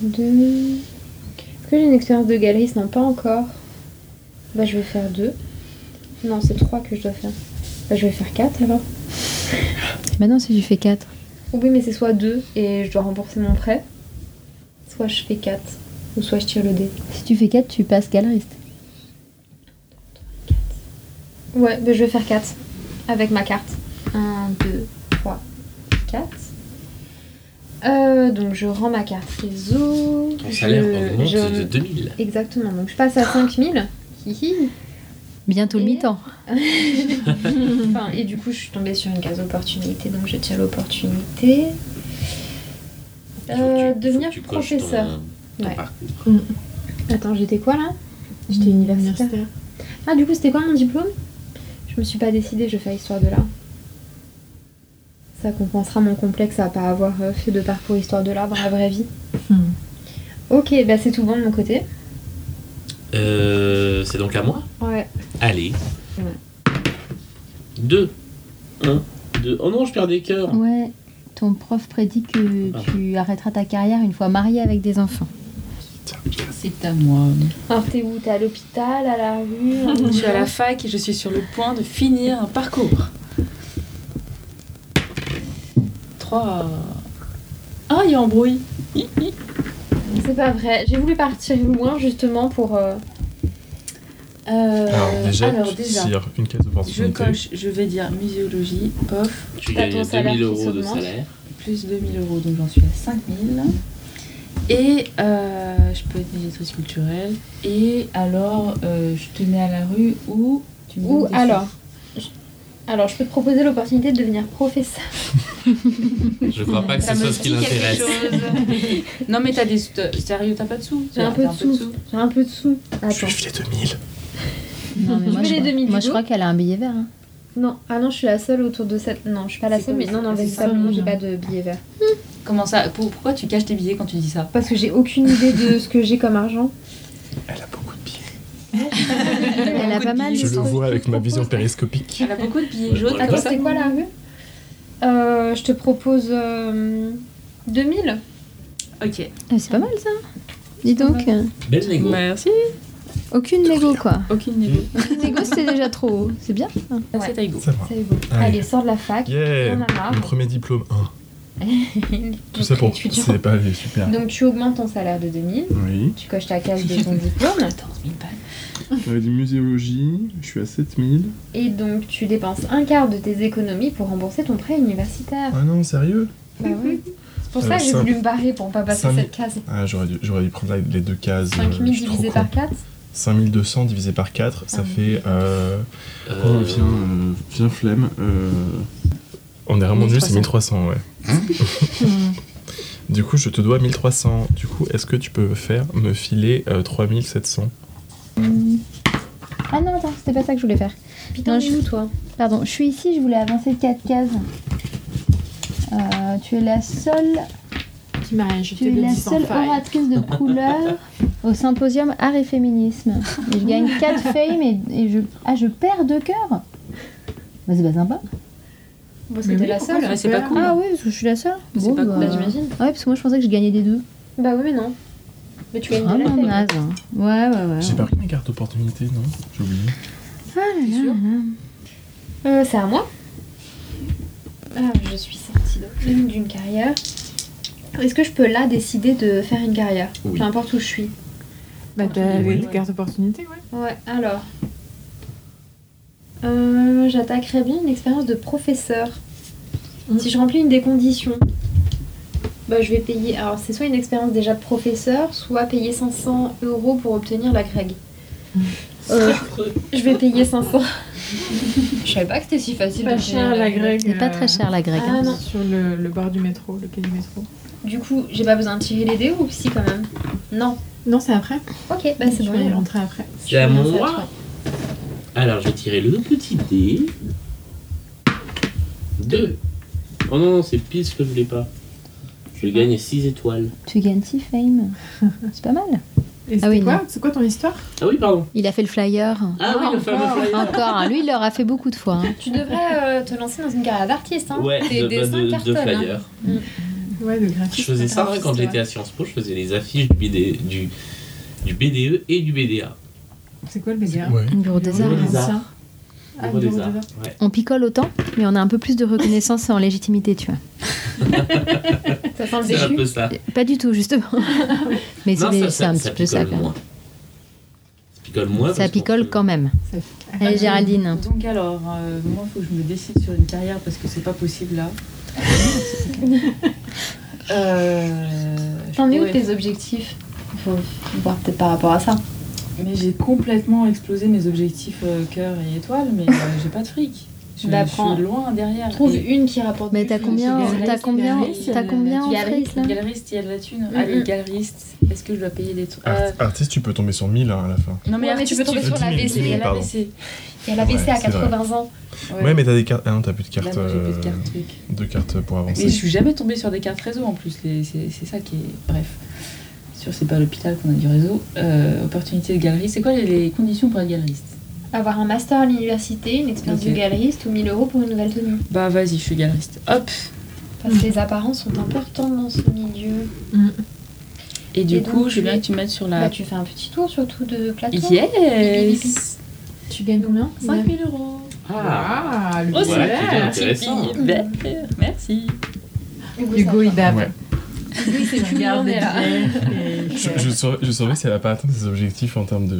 F: Deux. Est-ce que j'ai une expérience de galeriste Non, pas encore. Bah, je vais faire deux. Non, c'est trois que je dois faire. Bah, je vais faire quatre alors.
C: Maintenant, si tu fais 4.
F: Oui, mais c'est soit deux et je dois rembourser mon prêt, soit je fais quatre, ou soit je tire le dé.
C: Si tu fais 4, tu passes galeriste.
F: Ouais, ben je vais faire 4 avec ma carte. 1, 2, 3, 4. Euh, donc je rends ma carte réseau.
I: Ton
F: Je-
I: salaire augmente
F: je- Euh,
I: de 2000.
F: Exactement, donc je passe à 5000. Hihi.
C: Bientôt le
F: Et-
C: mi-temps.
F: Enfin, et du coup, je suis tombée sur une case opportunité, donc je tire l'opportunité.
I: Il faut que
F: Euh,
I: tu-
F: devenir
I: faut que tu coches ton- euh,
F: professeur.
I: ton
F: Ouais.
I: parcours.
F: Attends, j'étais quoi là J'étais universitaire. Ah, du coup, c'était quoi mon diplôme Je me suis pas décidée, je fais histoire de l'art. Ça compensera mon complexe à pas avoir euh, fait de parcours histoire de l'art dans la vraie vie.
E: Hmm.
F: Ok, bah c'est tout bon de mon côté.
I: Euh, c'est donc à moi
F: Ouais.
I: Allez.
F: Ouais.
I: 2, 1, 2. Oh non, je perds des cœurs.
C: Ouais, ton prof prédit que
I: Ah.
C: tu arrêteras ta carrière une fois mariée avec des enfants.
B: C'est à moi.
F: Alors t'es où T'es à l'hôpital, à la rue hein
B: Je suis à la fac et je suis sur le point de finir un parcours. 3. Ah, il y a embrouille. Hi, hi.
F: C'est pas vrai. J'ai voulu partir loin justement pour. euh,
B: Euh,
D: Alors déjà,
B: alors,
D: tu
B: déjà,
D: tires une case
B: je
D: d'opportunité.
B: coche, je vais dire muséologie, pof,
I: Tu
F: T'as
I: gagnes
F: ton salaire
I: 2000
F: qui
I: euros de
F: s'augmente.
I: salaire.
B: plus 2000 euros, donc j'en suis à 5000. Et euh, je peux être médiatrice culturelle.
N: Et alors, euh, je te mets à la rue ou tu me
F: Ou
N: donnes des
F: alors Alors je peux te proposer l'opportunité de devenir professeur.
I: Je crois pas que
B: Ça
I: c'est
B: me
I: ça ce qui
B: dit
I: l'intéresse.
B: quelque chose. non, mais t'as des. t'as- Sérieux, t'as pas de sous
F: J'ai un peu de
B: T'as
F: sous. J'ai un peu de sous.
D: Je
F: Attends.
D: lui ai filé 2000.
C: Non, mais
F: Je
C: moi,
F: mets
C: je,
F: les
C: crois-
F: 2000
C: moi, je
F: boulots.
C: crois qu'elle a un billet vert. hein.
F: Non, ah non, je suis la seule autour de cette. Non, je suis pas la
N: C'est
F: seule,
N: comme
F: mais
N: ça,
F: non, non,
N: c'est
F: vas-y,
N: ça,
F: pas
N: non,
F: j'ai
N: non.
F: pas de billet vert.
B: Comment ça pour- Pourquoi tu caches tes billets quand tu dis ça
F: Parce que j'ai aucune idée de ce que j'ai comme argent.
D: Elle a beaucoup de pieds.
C: Elle a pas mal
D: Je
C: de
D: le
C: sous.
D: vois avec ma vision périscopique.
B: Elle a beaucoup de billets jaunes.
I: Ouais,
F: Attends,
B: comme ça.
F: c'est quoi la rue euh, Je te propose euh, 2000.
B: Ok.
C: Ah, C'est pas mal ça. Dis donc, euh,
I: Belle négo.
B: Merci.
C: aucune négo quoi.
B: Aucune idée.
C: Aucune négo c'était déjà trop haut. C'est bien.
B: Là, C'est Taïgo.
D: Ça va.
F: Ça y est bon.
D: Allez.
F: Allez, sors de la fac.
D: Ah Yeah
F: On en a
B: Ah.
F: marre.
D: Mon premier diplôme 1. Tout
F: Tout
D: ça pour... C'est pas les super.
F: Donc tu augmentes ton salaire de 2000,
O: Oui.
F: tu coches ta case de ton diplôme,
B: 14 000 balles.
O: J'avais du muséologie, je suis à 7000.
F: et donc tu dépenses un quart de tes économies pour rembourser ton prêt universitaire.
D: Ah non, sérieux
F: Bah ouais. C'est pour
D: Euh,
F: ça que j'ai
D: cinq-
F: voulu me barrer pour pas passer
D: cinq mille-
F: cette case.
D: Ah, j'aurais dû, j'aurais dû prendre la- les deux cases. euh,
F: 5000
D: je suis trop
F: divisé
D: con.
F: par 4,
D: 5200 divisé par 4, ça
F: Ah.
D: fait... euh,
I: Euh,
O: euh, viens flemme. euh,
D: On est vraiment nul, c'est
B: 1300.
D: 1300, ouais. Du coup, je te dois 1300. Du coup, est-ce que tu peux me faire me filer euh, 3700
C: Hmm. Ah non, attends, c'était pas ça que je voulais faire.
F: Putain,
C: Non,
F: mais
C: je-
F: où toi
C: Pardon, je suis ici, je voulais avancer de 4 cases. Euh, tu es la seule,
E: Qui m'a
C: tu
E: ajouté
C: es
E: le
C: la
E: 10 sans
C: seule
E: faille.
C: oratrice de couleur au symposium art et féminisme. Et je gagne 4 fame et, et je ah je perds 2 cœurs. Bah, c'est pas sympa.
F: Parce que
E: Mais
F: t'es
E: oui,
F: la
E: pourquoi
F: seule.
E: ça
B: mais c'est pas
E: fait-
B: cool.
C: Ah oui, parce que je suis la seule.
B: C'est pas cool,
C: bah,
F: Bah j'imagine.
C: Ah ouais, parce que moi je pensais que je gagnais des deux.
F: Bah oui, mais non. Mais tu gagnes de la
C: Vraiment
F: fame.
C: naze. hein. Ouais, ouais,
O: Ah.
C: ouais.
D: J'ai pas pris mes cartes d'opportunité, non J'ai oublié.
F: Euh, c'est à moi. Ah, je suis sortie de- d'une carrière. Est-ce que je peux là décider de faire une carrière
I: Oui.
F: Peu importe où je suis.
E: Bah, t'as
I: Oui.
E: les cartes d'opportunité, ouais.
F: Ouais, alors. Euh, J'attaquerais bien une expérience de professeur.
E: Mhm.
F: Si je remplis une des conditions, bah, je vais payer. Alors, c'est soit une expérience déjà de professeur, soit payer 500 euros pour obtenir la E Greg. Euh, je vais payer 500. je savais pas que c'était si facile.
E: Pas
F: d'obtenir
E: cher, la
F: Greg.
I: euh,
E: grecque. euh,
C: C'est pas très cher la grecque.
F: Ah,
C: hein.
F: non.
E: Sur le, le bord du métro, le quai du métro.
F: Du coup, j'ai pas besoin de tirer les dés ou si quand même Non.
E: Non, c'est après.
F: Ok, bah c'est
E: Je
F: bon.
E: vais
F: alors.
E: rentrer après.
I: C'est à moi. Alors, je vais tirer le petit dé. Deux. Oh non, non, c'est pile ce que je voulais pas. Je gagne 6 étoiles.
J: Tu gagnes six fame. C'est pas mal.
E: Et c'est
J: oui,
E: quoi
J: non.
E: C'est quoi ton histoire
I: Ah oui, pardon.
J: Il a fait le flyer.
I: Ah oui, le fameux flyer.
J: Encore, hein. lui, il leur a fait beaucoup de fois. hein.
F: Tu devrais euh, te lancer dans une carrière d'artiste. Hein.
I: Ouais,
F: Tes
I: de, bah,
F: dessins
I: de- de
F: cartonnent, hein.
I: flyer.
E: Ouais, le graphisme.
I: Je faisais ça
E: Ah,
I: moi, quand
E: c'est
I: j'étais à Sciences Po, je faisais les affiches du, BD, du, du BDE et du BDA.
E: vrai. C'est quoi le BDA
D: Ouais.
J: Bureau des arts.
I: Bureau des arts.
E: ancien.
I: Le
E: Ah,
I: Bureau
E: Bureau des arts.
I: Ouais.
J: On picole autant, mais on a un peu plus de reconnaissance en légitimité, tu vois.
F: Ça sent le
I: C'est un
F: déchu.
I: peu ça.
J: Pas du tout, justement. mais
I: Non,
J: c'est
I: ça,
J: c'est un petit peu ça.
I: picole
J: quand
I: moins. Ça picole
J: même.
I: moins.
J: Ça picole quand même.
E: Ah,
J: Allez, Géraldine.
B: Donc alors, euh, moi, il faut que je me décide sur une carrière parce que c'est pas possible là. Euh, je
F: T'en es où
B: pourrais-
F: tes objectifs Faut voir peut-être par rapport à ça.
B: Mais j'ai complètement explosé mes objectifs euh, cœur et étoile, mais euh, j'ai pas de fric. Je,
F: Bah,
B: je
F: prends-
B: suis loin derrière.
F: Trouve
B: Et-
F: une qui
C: Ah,
F: rapporte.
J: Mais
F: du
J: t'as
F: flux.
J: combien
B: galeriste,
J: T'as combien
B: galeriste,
J: T'as
B: euh,
J: combien en
F: galeriste,
J: fric, là
B: Galeriste, il y a de la thune.
F: Mm,
B: Allez,
F: mm.
B: galeriste, est-ce que je dois payer des trucs Euh,
D: Art- Artiste, tu peux tomber sur 1000 hein, à la fin.
B: Non, mais,
F: Ouais, mais tu peux tomber sur la
D: Dix mille,
F: BC.
D: dix
F: Elle
D: mille.
F: a-
D: pardon.
B: c'est.
F: Elle a baissé
D: Ouais,
F: à
D: c'est vrai.
F: 80 ans.
D: Ouais, mais t'as des cartes. Ah non, t'as plus de cartes.
B: Là, moi, j'ai plus de
D: euh,
B: cartes trucs.
D: de cartes pour
B: Mais je
D: avancer.
B: suis jamais tombée sur des cartes réseau en plus, les- c'est c'est ça qui est. Bref. Sûr, c'est pas à l'hôpital qu'on a du réseau. Euh, opportunité de galerie, c'est quoi les, les conditions pour être galeriste
F: Avoir un master à l'université, une expérience
B: Ok.
F: de galeriste ou 1000 euros pour une nouvelle tenue.
B: Bah vas-y, je suis galeriste. Hop
F: Parce
D: Hmm.
F: que les apparences sont importantes dans ce milieu.
B: Et du
F: Et donc,
B: coup, je
F: tu
B: viens
F: es-
B: que tu me mettes sur
F: Bah,
B: la.
F: tu fais un petit tour surtout de plateau.
B: yes
E: Tu gagnes combien
B: 5000 euros
I: Ah,
E: Ah, le
B: Oh, c'est
I: voilà,
E: salaire.
I: c'est intéressant.
B: Super. Merci
E: Hugo, il dab.
D: Ouais.
F: Oui, c'est tout le monde est là.
B: Ah,
D: Je, je, saurais, je saurais si elle a pas atteint ses objectifs en termes de,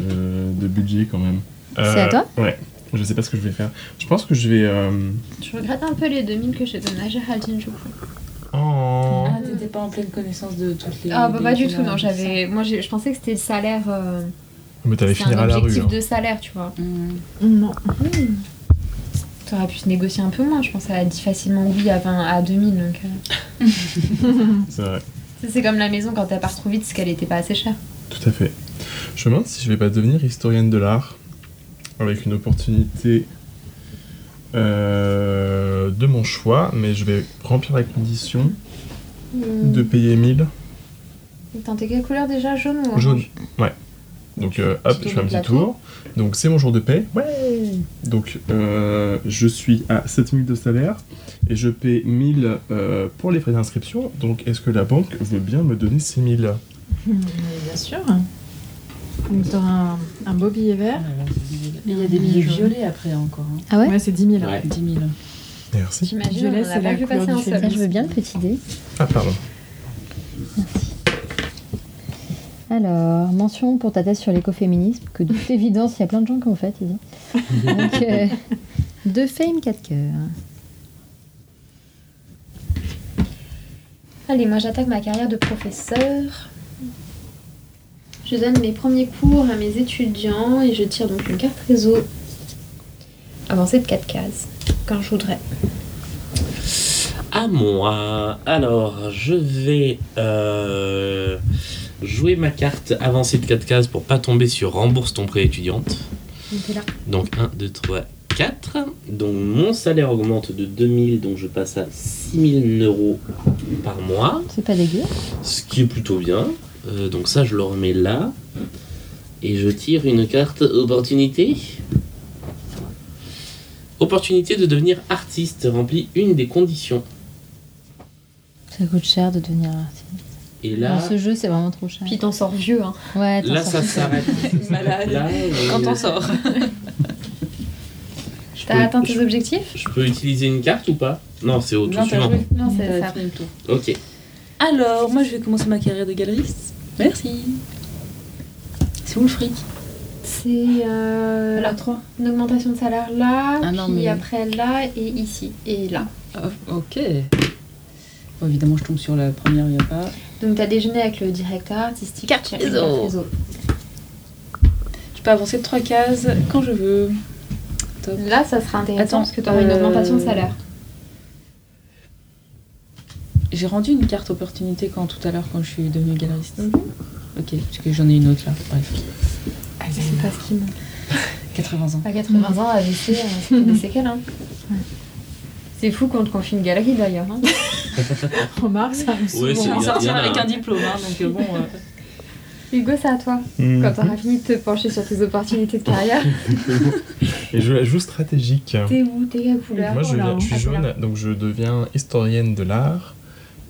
D: de budget quand même. Euh,
J: C'est à toi
D: Ouais. Je sais pas ce que je vais faire. Je pense que je vais. euh,
F: Je regrette un peu les 2000 que j'ai donné à Géraldine, du coup.
D: en-
B: Ah, t'étais pas en pleine connaissance de toutes les.
F: Ah, bah
B: des-
F: pas du
B: des-
F: tout, non. J'avais. Moi, j'ai- je pensais que c'était le salaire. euh,
D: Mais t'allais
F: C'est
D: finir
F: un
D: à la rue.
F: objectif
D: hein.
F: de salaire, tu vois.
B: Hmm.
E: Non.
F: T'aurais pu se négocier un peu moins, je pense. Elle a dit facilement oui à 20, à 2000. Donc, euh,
D: hein. C'est vrai.
F: ça, c'est comme la maison quand elle part trop vite, c'est qu'elle était pas assez chère.
D: Tout à fait. Je me demande si je vais pas devenir historienne de l'art avec une opportunité euh, de mon choix, mais je vais remplir la condition
F: Mm.
D: de payer 1000
F: Attends, Hmm. t'es quelle couleur déjà Jaune ou orange
D: jaune. Ouais. Donc euh, hop,
F: Petit
D: je
F: tour
D: fais un
F: du
D: petit
F: plateau.
D: tour. Donc c'est mon jour de paie. Ouais. Donc euh, je suis à 7000 de salaire et je paie 1000 euh, pour les frais d'inscription. Donc est-ce que la banque veut bien me donner 6000
E: Hum, mais Bien sûr. Donc, t'auras un, un beau billet
B: Ah,
E: vert.
B: là, c'est des billets. Mais il y a des billets violets après encore. hein.
J: Ah ouais
E: Ouais, c'est 10 000.
I: Ouais.
B: 10 000.
D: Merci.
F: J'imagine,
E: Violet,
F: on
E: c'est
F: n'a
E: la
F: pas vu
E: couleur
F: passer un
E: du
F: seul.
E: féminin.
J: Ça, je veux bien le petit dé.
D: Ah pardon.
J: Alors, mention pour ta thèse sur l'écoféminisme, que de toute évidence, il y a plein de gens qui ont fait ici. Donc, euh, deux fame, quatre cœurs.
F: Allez, moi j'attaque ma carrière de professeur. Je donne mes premiers cours à mes étudiants et je tire donc une carte réseau avancée de 4 cases, quand je voudrais.
I: À moi. Alors, je vais euh, jouer ma carte avancée de 4 cases pour pas tomber sur rembourse ton prêt étudiante.
F: Donc là,
I: Donc 1, 2, 3, 4. Donc mon salaire augmente de 2000, donc je passe à 6000 euros par mois,
J: C'est pas dégueu.
I: ce qui est plutôt bien. Euh, donc ça, je le remets là. Et je tire une carte opportunité. Opportunité de devenir artiste remplit une des conditions.
J: Ça coûte cher de devenir artiste.
I: Et là,
J: Dans ce jeu, c'est vraiment trop cher.
F: puis t'en sors vieux, hein.
J: Ouais, t'en
I: là
J: sors
I: ça
J: plus.
I: s'arrête.
B: Malade.
I: Là,
F: Quand
I: euh,
F: t'en sors.
I: je
F: T'as
D: Euh,
I: peux-
F: atteint tes
I: je-
F: objectifs
I: Je peux utiliser une carte ou pas Non, c'est au tour
B: Non, t'as
I: suivant.
B: joué.
F: Non, c'est
B: T'as
F: ça.
B: fini le tour.
I: Ok.
B: Alors, moi je vais commencer ma carrière de galeriste. Merci. C'est où le fric
F: C'est euh,
B: Alors 3.
F: une augmentation de salaire là,
B: Ah non,
F: puis
B: mais-
F: après là et ici et là.
B: Ah, ok. Bon, évidemment, je tombe sur la première, il n'y a pas.
F: Donc t'as déjeuné avec le directeur artistique.
B: Carte
F: tu as une
B: réseau.
F: carte réseau.
B: Je peux avancer de 3 cases quand je veux.
F: Là, ça sera intéressant
B: Attends,
F: parce que t'auras une augmentation de
B: euh,
F: salaire.
B: J'ai rendu une carte opportunité quand tout à l'heure quand je suis devenue galeriste. Ok, parce que j'en ai une autre là. Bref.
F: Ah, C'est pas ce qui manque.
B: 80 ans.
F: À 80 ans, AVC, euh, c'est des séquelles. Hein. C'est fou quand on te confie une galerie d'ailleurs. hein.
E: Remarque, ça arrive
I: Ouais,
E: souvent.
I: c'est-
B: On
I: il y en
B: sortir
I: a
B: avec
I: un.
B: un diplôme, hein, donc euh, bon. euh,
F: Hugo, c'est à toi.
D: Mm-hmm.
F: Quand t'auras fini de te pencher sur tes opportunités de carrière,
D: Et je joue la joue stratégique.
F: t'es où T'es quelle couleur
D: Moi, je,
F: Voilà.
D: je suis
F: Ah,
D: jaune,
F: voilà.
D: donc je deviens historienne de l'art.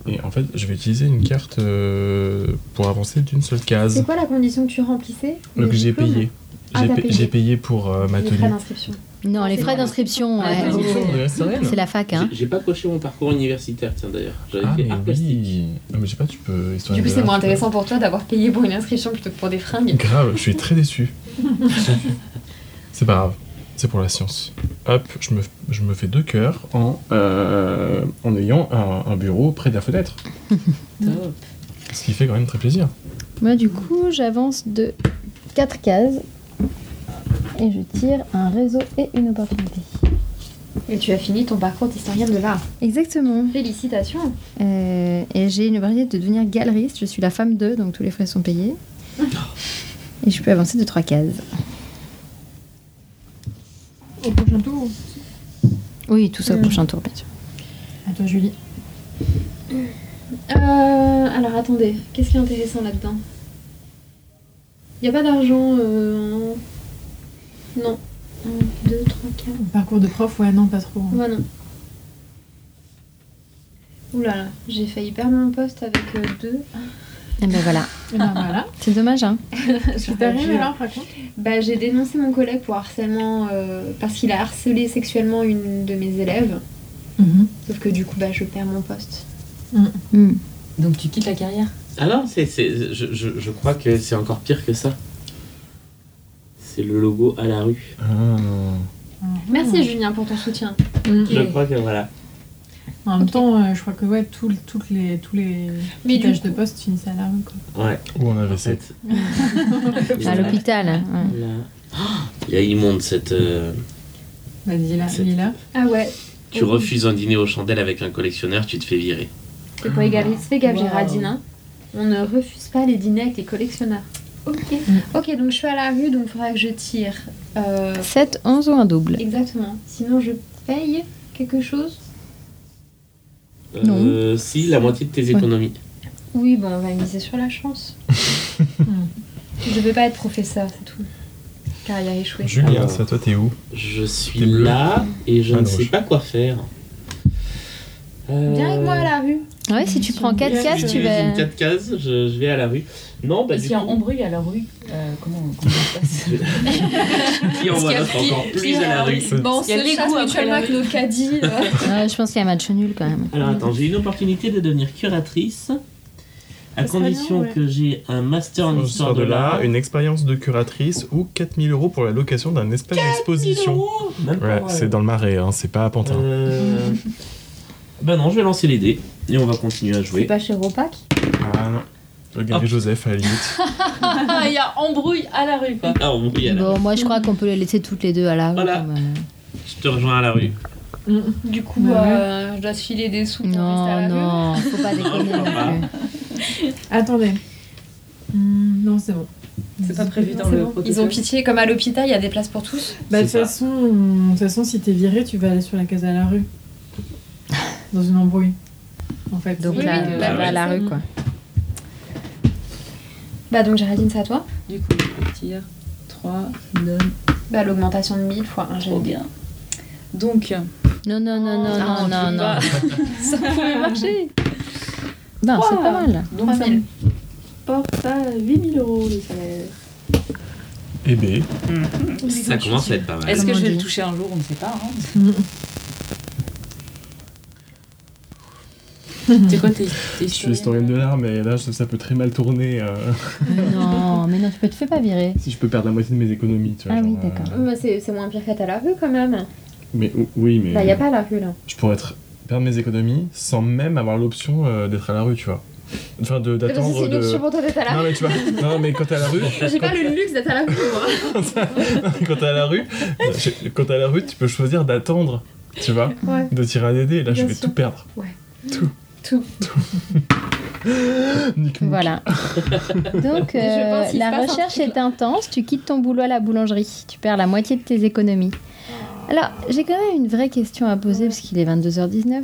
D: Et en fait, je vais utiliser une carte euh, pour avancer d'une seule
F: C'est
D: case.
F: quoi la condition que tu remplissais
D: Donc
F: Le
D: j'ai
F: diplôme
D: payé.
F: Ah,
D: J'ai
F: t'as
D: pa-
F: payé.
D: j'ai payé pour euh, ma
F: Les frais
D: tenue.
F: d'inscription.
C: Non, les frais d'inscription,
F: Ah,
C: ouais.
F: oui.
D: De historienne
C: c'est la fac, hein.
I: J'ai- J'ai pas coché mon parcours universitaire, tiens d'ailleurs. J'avais
D: Ah,
I: fait
D: mais
I: art plastique.
D: oui. Ah, mais je sais pas, tu peux.
F: Du
D: historienne
F: coup,
D: de
F: c'est
D: l'art,
F: moins
D: tu peux-
F: intéressant pour toi d'avoir payé pour une inscription plutôt que pour des fringues.
D: Grave, je suis très déçu. c'est pas grave, c'est pour la science. Hop, je me, je me fais deux cœurs en, euh, en ayant un, un bureau près de la fenêtre.
B: top.
D: Ce qui fait quand même très plaisir.
J: Moi, du coup, j'avance de 4 cases et je tire un réseau et une opportunité.
F: Et tu as fini ton parcours d'historienne de l'art.
J: Exactement.
F: Félicitations
J: Euh, et j'ai une opportunité de devenir galeriste. Je suis la femme d'eux, donc tous les frais sont payés. Et je peux avancer de 3 cases.
E: Au prochain tour.
J: Oui, tout ça au prochain tour, bien sûr.
E: À toi, Julie.
F: Euh, alors attendez, qu'est-ce qui est intéressant là-dedans Il a pas d'argent euh, en- Non. 1, 2, 3, 4.
E: Le Parcours de prof, ouais, non, pas trop.
F: Ouais, non. Ouh là là, j'ai failli perdre mon poste avec euh, deux.
J: Et ben voilà.
E: Et ben voilà.
J: C'est dommage, hein.
E: Tu t'arrives alors, raconte.
F: Bah, j'ai dénoncé mon collègue pour harcèlement euh, parce qu'il a harcelé sexuellement une de mes élèves. Sauf que du coup, bah, je perds mon poste.
J: Hmm.
B: Donc tu quittes la carrière
I: Ah non, c'est, c'est- je, je- je crois que c'est encore pire que ça. C'est le logo à la rue.
D: Ah.
F: Merci Julien pour ton soutien.
E: Mhm.
I: Je crois que voilà.
E: En même temps, euh, je crois que ouais, tout, toutes les, tous les
F: Mais du
E: tâches
F: coup-
E: de poste finissent à la rue. Quoi.
I: Ouais.
D: Ou en
I: en
F: Ah,
D: AVC.
I: fait.
J: À l'hôpital. hein. Ouais.
I: Là. Ah, Il est immonde cette. euh,
E: Vas-y, là,
I: C'est-
E: Mila.
F: Ah ouais,
I: tu refuses un dîner aux chandelles avec un collectionneur, tu te fais virer.
F: c'est pour égaliser, fais gaffe
B: Wow.
F: Géraldine. hein. On ne refuse pas les dîners avec les collectionneurs. Ok. Ok, donc je suis à la rue, donc il faudra que je tire. Euh,
J: 7, 11 ou un double
F: exactement. Sinon, je paye quelque chose.
I: Euh, si, la moitié de tes économies.
F: Oui, bon, on va miser sur la chance. je veux pas être professeur, c'est tout. Carrière échouée.
D: Julien,
I: Ah.
D: c'est à toi, t'es où
I: Je suis
D: T'es bleu.
I: là et je
D: Ah
I: ne
D: non,
I: sais
D: je-
I: pas quoi faire. Euh,
F: Viens avec moi à la rue.
J: Ouais, si tu prends 4
I: j'ai-
J: cases, tu
I: j'ai
J: vas.
I: Euh, une quatre cases, je, je vais à la rue. Non, bah
B: Parce
I: du
B: qu'il y a un
I: coup,
B: embrouille à la rue. Euh, comment, comment ça se passe
I: qui envoie
B: Parce
I: l'autre
B: qu'il y a pire-
I: encore plus
B: pire
I: à la rue.
F: Bon,
B: Il y a les coups après la rue.
F: nos caddies. euh.
J: Ouais, Ah, je pense qu'il y a match nul quand même.
I: Alors attends, j'ai une opportunité de devenir curatrice à
E: Ça serait
I: condition
E: bien, ouais.
I: que j'ai un master en histoire de l'art.
D: une expérience de curatrice ou 4000 euros pour la location d'un espace d'exposition.
I: Même pas
D: Ouais,
I: mal.
D: c'est dans le marais, hein, c'est pas à Pantin.
I: Euh, Bah non, je vais lancer les dés et on va continuer à
F: C'est
I: jouer.
F: pas chez Ropac
D: Ah non. Le gars
I: Hop.
D: Joseph, à la limite.
B: Ah, il y a embrouille à la rue, quoi.
I: Ah, on brille à la
C: Bon, moi je crois qu'on peut les laisser toutes les deux à la rue.
I: Voilà.
C: quand même.
J: euh.
I: rue. Je te rejoins à la rue.
F: Du coup,
E: Bah
F: euh, je dois se filer des sous pour rester à
C: Non,
F: la rue.
C: non, faut pas
I: Non,
C: déconner
I: je
C: non
I: crois pas.
C: plus.
E: Attendez. Hmm, non, c'est bon.
B: C'est pas prévu dans
F: C'est
B: le
F: bon.
B: protocole.
F: Ils ont pitié, comme à l'hôpital, il y a des places pour tous.
E: Bah, de toute
I: C'est ça.
E: façon, on- de toute façon, si t'es viré, tu vas aller sur la case à la rue. Dans une embrouille. En fait.
C: Donc
F: Oui,
C: là, euh,
F: oui,
C: là,
I: bah,
C: à la
F: oui.
C: rue quoi.
F: Bah donc Géraldine, c'est à toi.
B: Du coup, je tire 3, 9,
F: Bah l'augmentation de 1000 fois 1
B: trop bien. Donc,
C: Non, non, non, non,
F: Ah,
C: non, non, non.
F: Ça pouvait marcher.
C: Non, c'est
B: Wow.
C: pas mal.
B: donc ça
F: 3000.
B: me porte à 8000 euros le salaire.
D: Eh ben,
I: Ça commence à être pas mal.
B: Est-ce que je vais
E: Comment
B: le
E: dire
B: toucher un jour On ne sait pas. Hein. C'est quoi tes, tes
D: je suis historienne de l'art, mais là, ça, ça peut très mal tourner euh,
C: Non, mais non, tu peux te fais pas virer.
D: si je peux perdre la moitié de mes économies. Tu vois,
C: Ah oui,
D: genre, euh,
C: d'accord.
F: Mais c'est c'est moins pire qu'être à la rue quand même.
D: Mais ou- oui, mais
F: Bah y a pas la rue là.
D: je pourrais être- perdre mes économies sans même avoir l'option euh, d'être à la rue, tu vois. Enfin, de-
F: Parce que
D: d'attendre
F: c'est une
D: de...
F: option pour toi d'être à la
D: Non
F: rue.
D: mais tu vois, non mais quand t'es à la rue,
F: J'ai pas le luxe d'être à la rue moi.
D: quand t'es à la rue, euh, je- quand t'es à la rue, tu peux choisir d'attendre, tu vois,
F: Ouais.
D: de tirer un dé, et là je
F: Bien
D: vais
F: sûr.
D: tout perdre.
C: Tout.
J: Voilà. Donc, euh,
C: Je pense qu'il se
J: la
C: passe un
J: recherche est intense. Tu quittes ton boulot à la boulangerie. Tu perds la moitié de tes économies. Alors, j'ai quand même une vraie question à poser parce qu'il est 22h19.
E: Mm.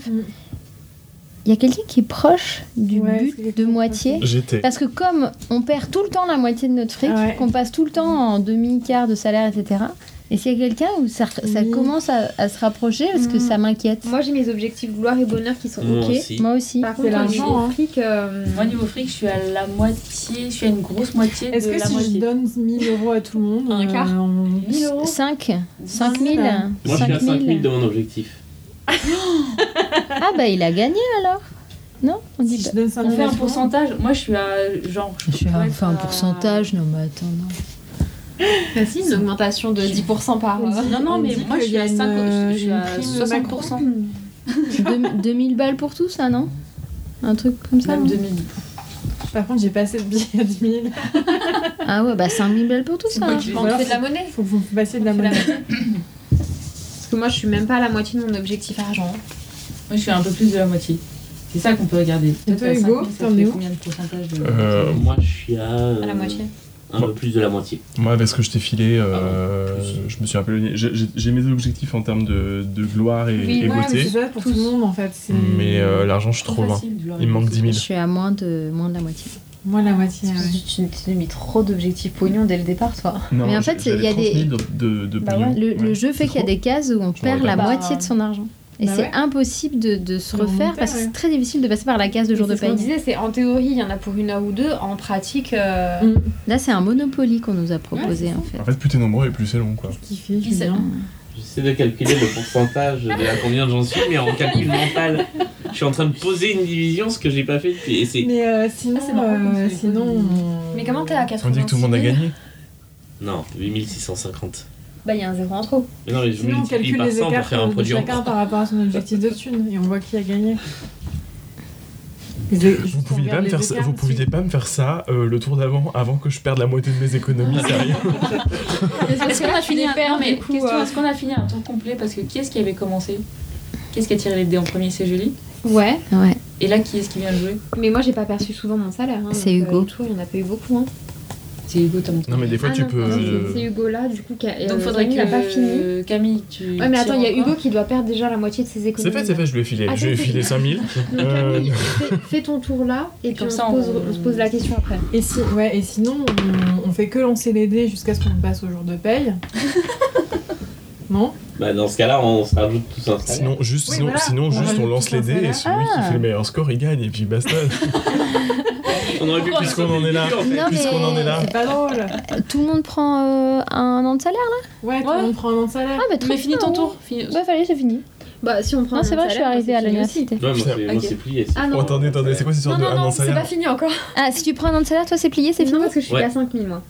J: Il y a quelqu'un qui est proche du
E: Ouais, c'est
J: but de
E: exactement
J: moitié
P: J'étais.
J: parce que comme on perd tout le temps la moitié de notre fric,
E: Ouais.
J: qu'on passe tout le temps en demi-quart de salaire, etc. Et s'il y a quelqu'un où ça, ça
E: Oui.
J: commence à, à se rapprocher, parce que
E: Mm.
J: ça m'inquiète.
F: Moi j'ai mes objectifs gloire et bonheur qui sont
I: Moi
F: ok.
I: aussi.
J: Moi aussi.
F: Par
E: C'est
F: contre, au niveau
E: l'argent, hein.
F: fric, euh,
B: Moi, niveau fric, je suis à la moitié, je suis à une grosse moitié de
E: Est-ce que
B: la
E: si je
B: moitié.
E: donne 1000 euros à tout le monde,
B: Un
E: euh,
B: quart
E: on-
B: 1000 euros
J: 5 5 000
E: Moi,
I: Moi, je suis à
J: 5 000.
I: 5000 de mon objectif.
J: Ah bah il a gagné alors Non On
E: Si
J: dit
E: je
J: pas.
E: donne
B: On
E: 5000
B: fait un
E: euros,
B: pourcentage. Moi, je suis à genre.
J: Je suis
B: dois
J: à
B: être
J: faire un
D: bah,
B: à-
J: pourcentage, non mais attends, non.
F: facile, une augmentation de 10% par. euh,
B: Non, non,
E: On
B: mais
E: dit
B: moi,
E: qu'il
B: je suis
E: y a
B: à
E: une,
B: 5 je suis
E: euh,
B: à
E: une prime
B: 60%.
J: Deux- 2000 balles pour tout ça, non Un truc comme ça
B: Même
J: non
B: 2000.
E: Par contre, j'ai pas assez de billets à 10 000.
J: Ah ouais, bah 5000 balles pour tout ça. hein.
F: Je
E: Ou
F: pense
E: alors,
F: que c'est de la monnaie.
E: Faut que vous me passiez de la
F: C'est la
E: monnaie.
F: monnaie. Parce que moi je suis même pas à la moitié de mon objectif argent. hein.
B: Moi, je suis à un peu plus de la moitié. C'est ça qu'on peut regarder.
E: Et toi, Hugo,
B: 5000, ça
E: t'en
B: fait
E: es où
B: combien de pourcentage de...
D: Euh,
I: Moi, je suis à. euh,
F: À la moitié.
I: Un peu plus de la moitié.
D: Moi, avec ce que je t'ai filé, euh,
I: Ah bon.
D: je me suis un peu éloigné. J'ai- j'ai- J'ai mes objectifs en termes de, de gloire et,
F: Oui,
D: et
E: Ouais, mais
D: beauté,
E: c'est ça pour tout le monde en fait. c'est-
D: mais euh, l'argent, je suis
B: Trop
D: trop loin.
B: facile de leur
D: Il me manque 10 000.
J: Je suis à moins de, moins de la moitié.
E: Moi, la moitié. ouais.
F: Tu t'es mis trop d'objectifs pognon dès le départ, toi.
D: Non,
J: Mais en
D: j'ai-
J: fait, il
D: j'avais
J: y a des-
D: 30 000 de, de, de
F: Bah
D: pognon.
J: Le, le
D: Ouais.
J: jeu fait
D: C'est
J: qu'il y a
D: trop.
J: des cases où on
D: Je
J: perd
D: m'en
J: la
D: rappelle.
J: moitié
E: Bah,
J: de son argent. Et
E: bah
J: c'est
E: ouais.
J: impossible de, de se
E: De
J: refaire
E: remonter,
J: parce que
E: ouais.
J: c'est très difficile de passer par la case de jour de
F: C'est ce qu'on
J: paye.
F: disait, c'est en théorie, il y en a pour une heure ou deux, en pratique. euh,
E: Mm.
J: Là, c'est un Monopoly qu'on nous a proposé
E: Ouais, c'est
J: en fait.
D: En fait, plus t'es nombreux et plus c'est long, quoi.
E: Qui fait
B: Qui c'est
E: Julien
I: J'essaie de calculer le pourcentage de à combien j'en suis, mais en calcul mental. Je suis en train de poser une division, ce que j'ai pas fait depuis. Et c'est.
E: Mais euh, sinon,
F: Ah, c'est marrant comme
E: euh,
F: c'est
E: sinon. on-
F: Mais comment t'es à 80
D: On dit que tout le monde a gagné.
I: Non, 8650.
F: Bah, il y a un zéro en trop.
I: Mais non, mais je
E: Sinon, on
I: multiplie
E: calcule
I: par
E: les
I: 100 pour
E: écarts
I: faire un
E: de
I: produit en
E: chacun par rapport à son objectif de thune et on voit qui a gagné. Les é-
D: Vous
E: juste, on
D: pouviez pas
E: regarde
D: me
E: les
D: faire ça,
E: écarts
D: vous pouviez
E: dessus.
D: pas me faire ça euh, le tour d'avant, avant que je perde la moitié de mes économies, sérieux.
C: Ah,
B: Est-ce qu'on a
C: hein.
B: fini
F: les
B: un
F: perds,
B: non, mais
F: du coup,
B: question,
F: euh.
B: est-ce qu'on a fini un tour complet Parce que qui est-ce qui avait commencé Qui est-ce qui a tiré les dés en premier C'est Julie.
F: Ouais,
J: Ouais.
B: Et là, qui est-ce qui vient de jouer
F: mais moi j'ai pas perçu souvent mon salaire. hein,
J: C'est
F: donc, euh,
J: Hugo.
F: du tout, Il y en a pas eu beaucoup. hein.
B: C'est Hugo, t'as mon
D: Non, mais des fois,
F: Ah
D: tu
F: non,
D: peux.
F: pardon,
D: euh,
F: c'est- C'est Hugo là, du coup, qui a.
B: Donc,
F: euh,
B: faudrait
F: Camille
B: que
F: a pas fini.
B: Camille, tu.
F: Ouais, mais attends, il y a
B: tires encore.
F: Hugo qui doit perdre déjà la moitié de ses économies.
D: C'est fait, c'est fait, je lui ai filé.
F: Attends,
D: je lui ai
F: c'est-
D: filé 5000.
F: Donc,
D: Euh,
F: Camille, fais, fais ton tour là, et puis
B: Comme
F: on,
B: ça,
F: se pose,
B: on-
F: on se pose la question après.
E: Et, si, ouais, et sinon, on, on fait que lancer les dés jusqu'à ce qu'on passe au jour de paye. non
I: Bah, dans ce cas-là, on se rajoute tous un salaire.
D: Sinon, juste,
E: Oui,
D: sinon,
E: voilà.
D: sinon,
E: On
D: juste, on
E: rajoute
D: lance
E: tout
D: les
E: un
D: dés et
E: salaire.
D: celui qui
J: Ah.
D: fait le meilleur score, il gagne, et puis basta.
I: on aurait pu
B: Pourquoi
I: plus
D: Puisqu'on en est là.
J: Non,
D: Puisqu'on en est là.
E: C'est pas drôle
J: Tout le monde prend euh, un an de salaire
E: Ouais, tout
B: Ouais.
E: le monde prend un an de salaire.
J: Ah, mais trop
B: Mais finis
J: bien,
B: ton
J: ouais.
B: tour. Finis-
J: Ouais, fallait, c'est fini.
F: Bah, si on prend
J: Non,
F: un
J: c'est vrai, je suis
F: salaire,
J: arrivée à
F: c'est fini
J: l'université.
I: Non, mais
D: Putain.
I: c'est- moi,
B: Ok.
I: c'est plié. c'est-
F: Ah non.
D: Oh, attendez, attendez, c'est quoi cette
F: Non,
D: histoire de
F: non,
D: un an
F: non,
D: de
F: c'est pas
D: salaire
F: fini encore.
J: Ah, si tu prends un an de salaire, toi, c'est plié, c'est
F: Non,
J: fini.
F: parce que je suis
I: Ouais.
F: à 5000 moi.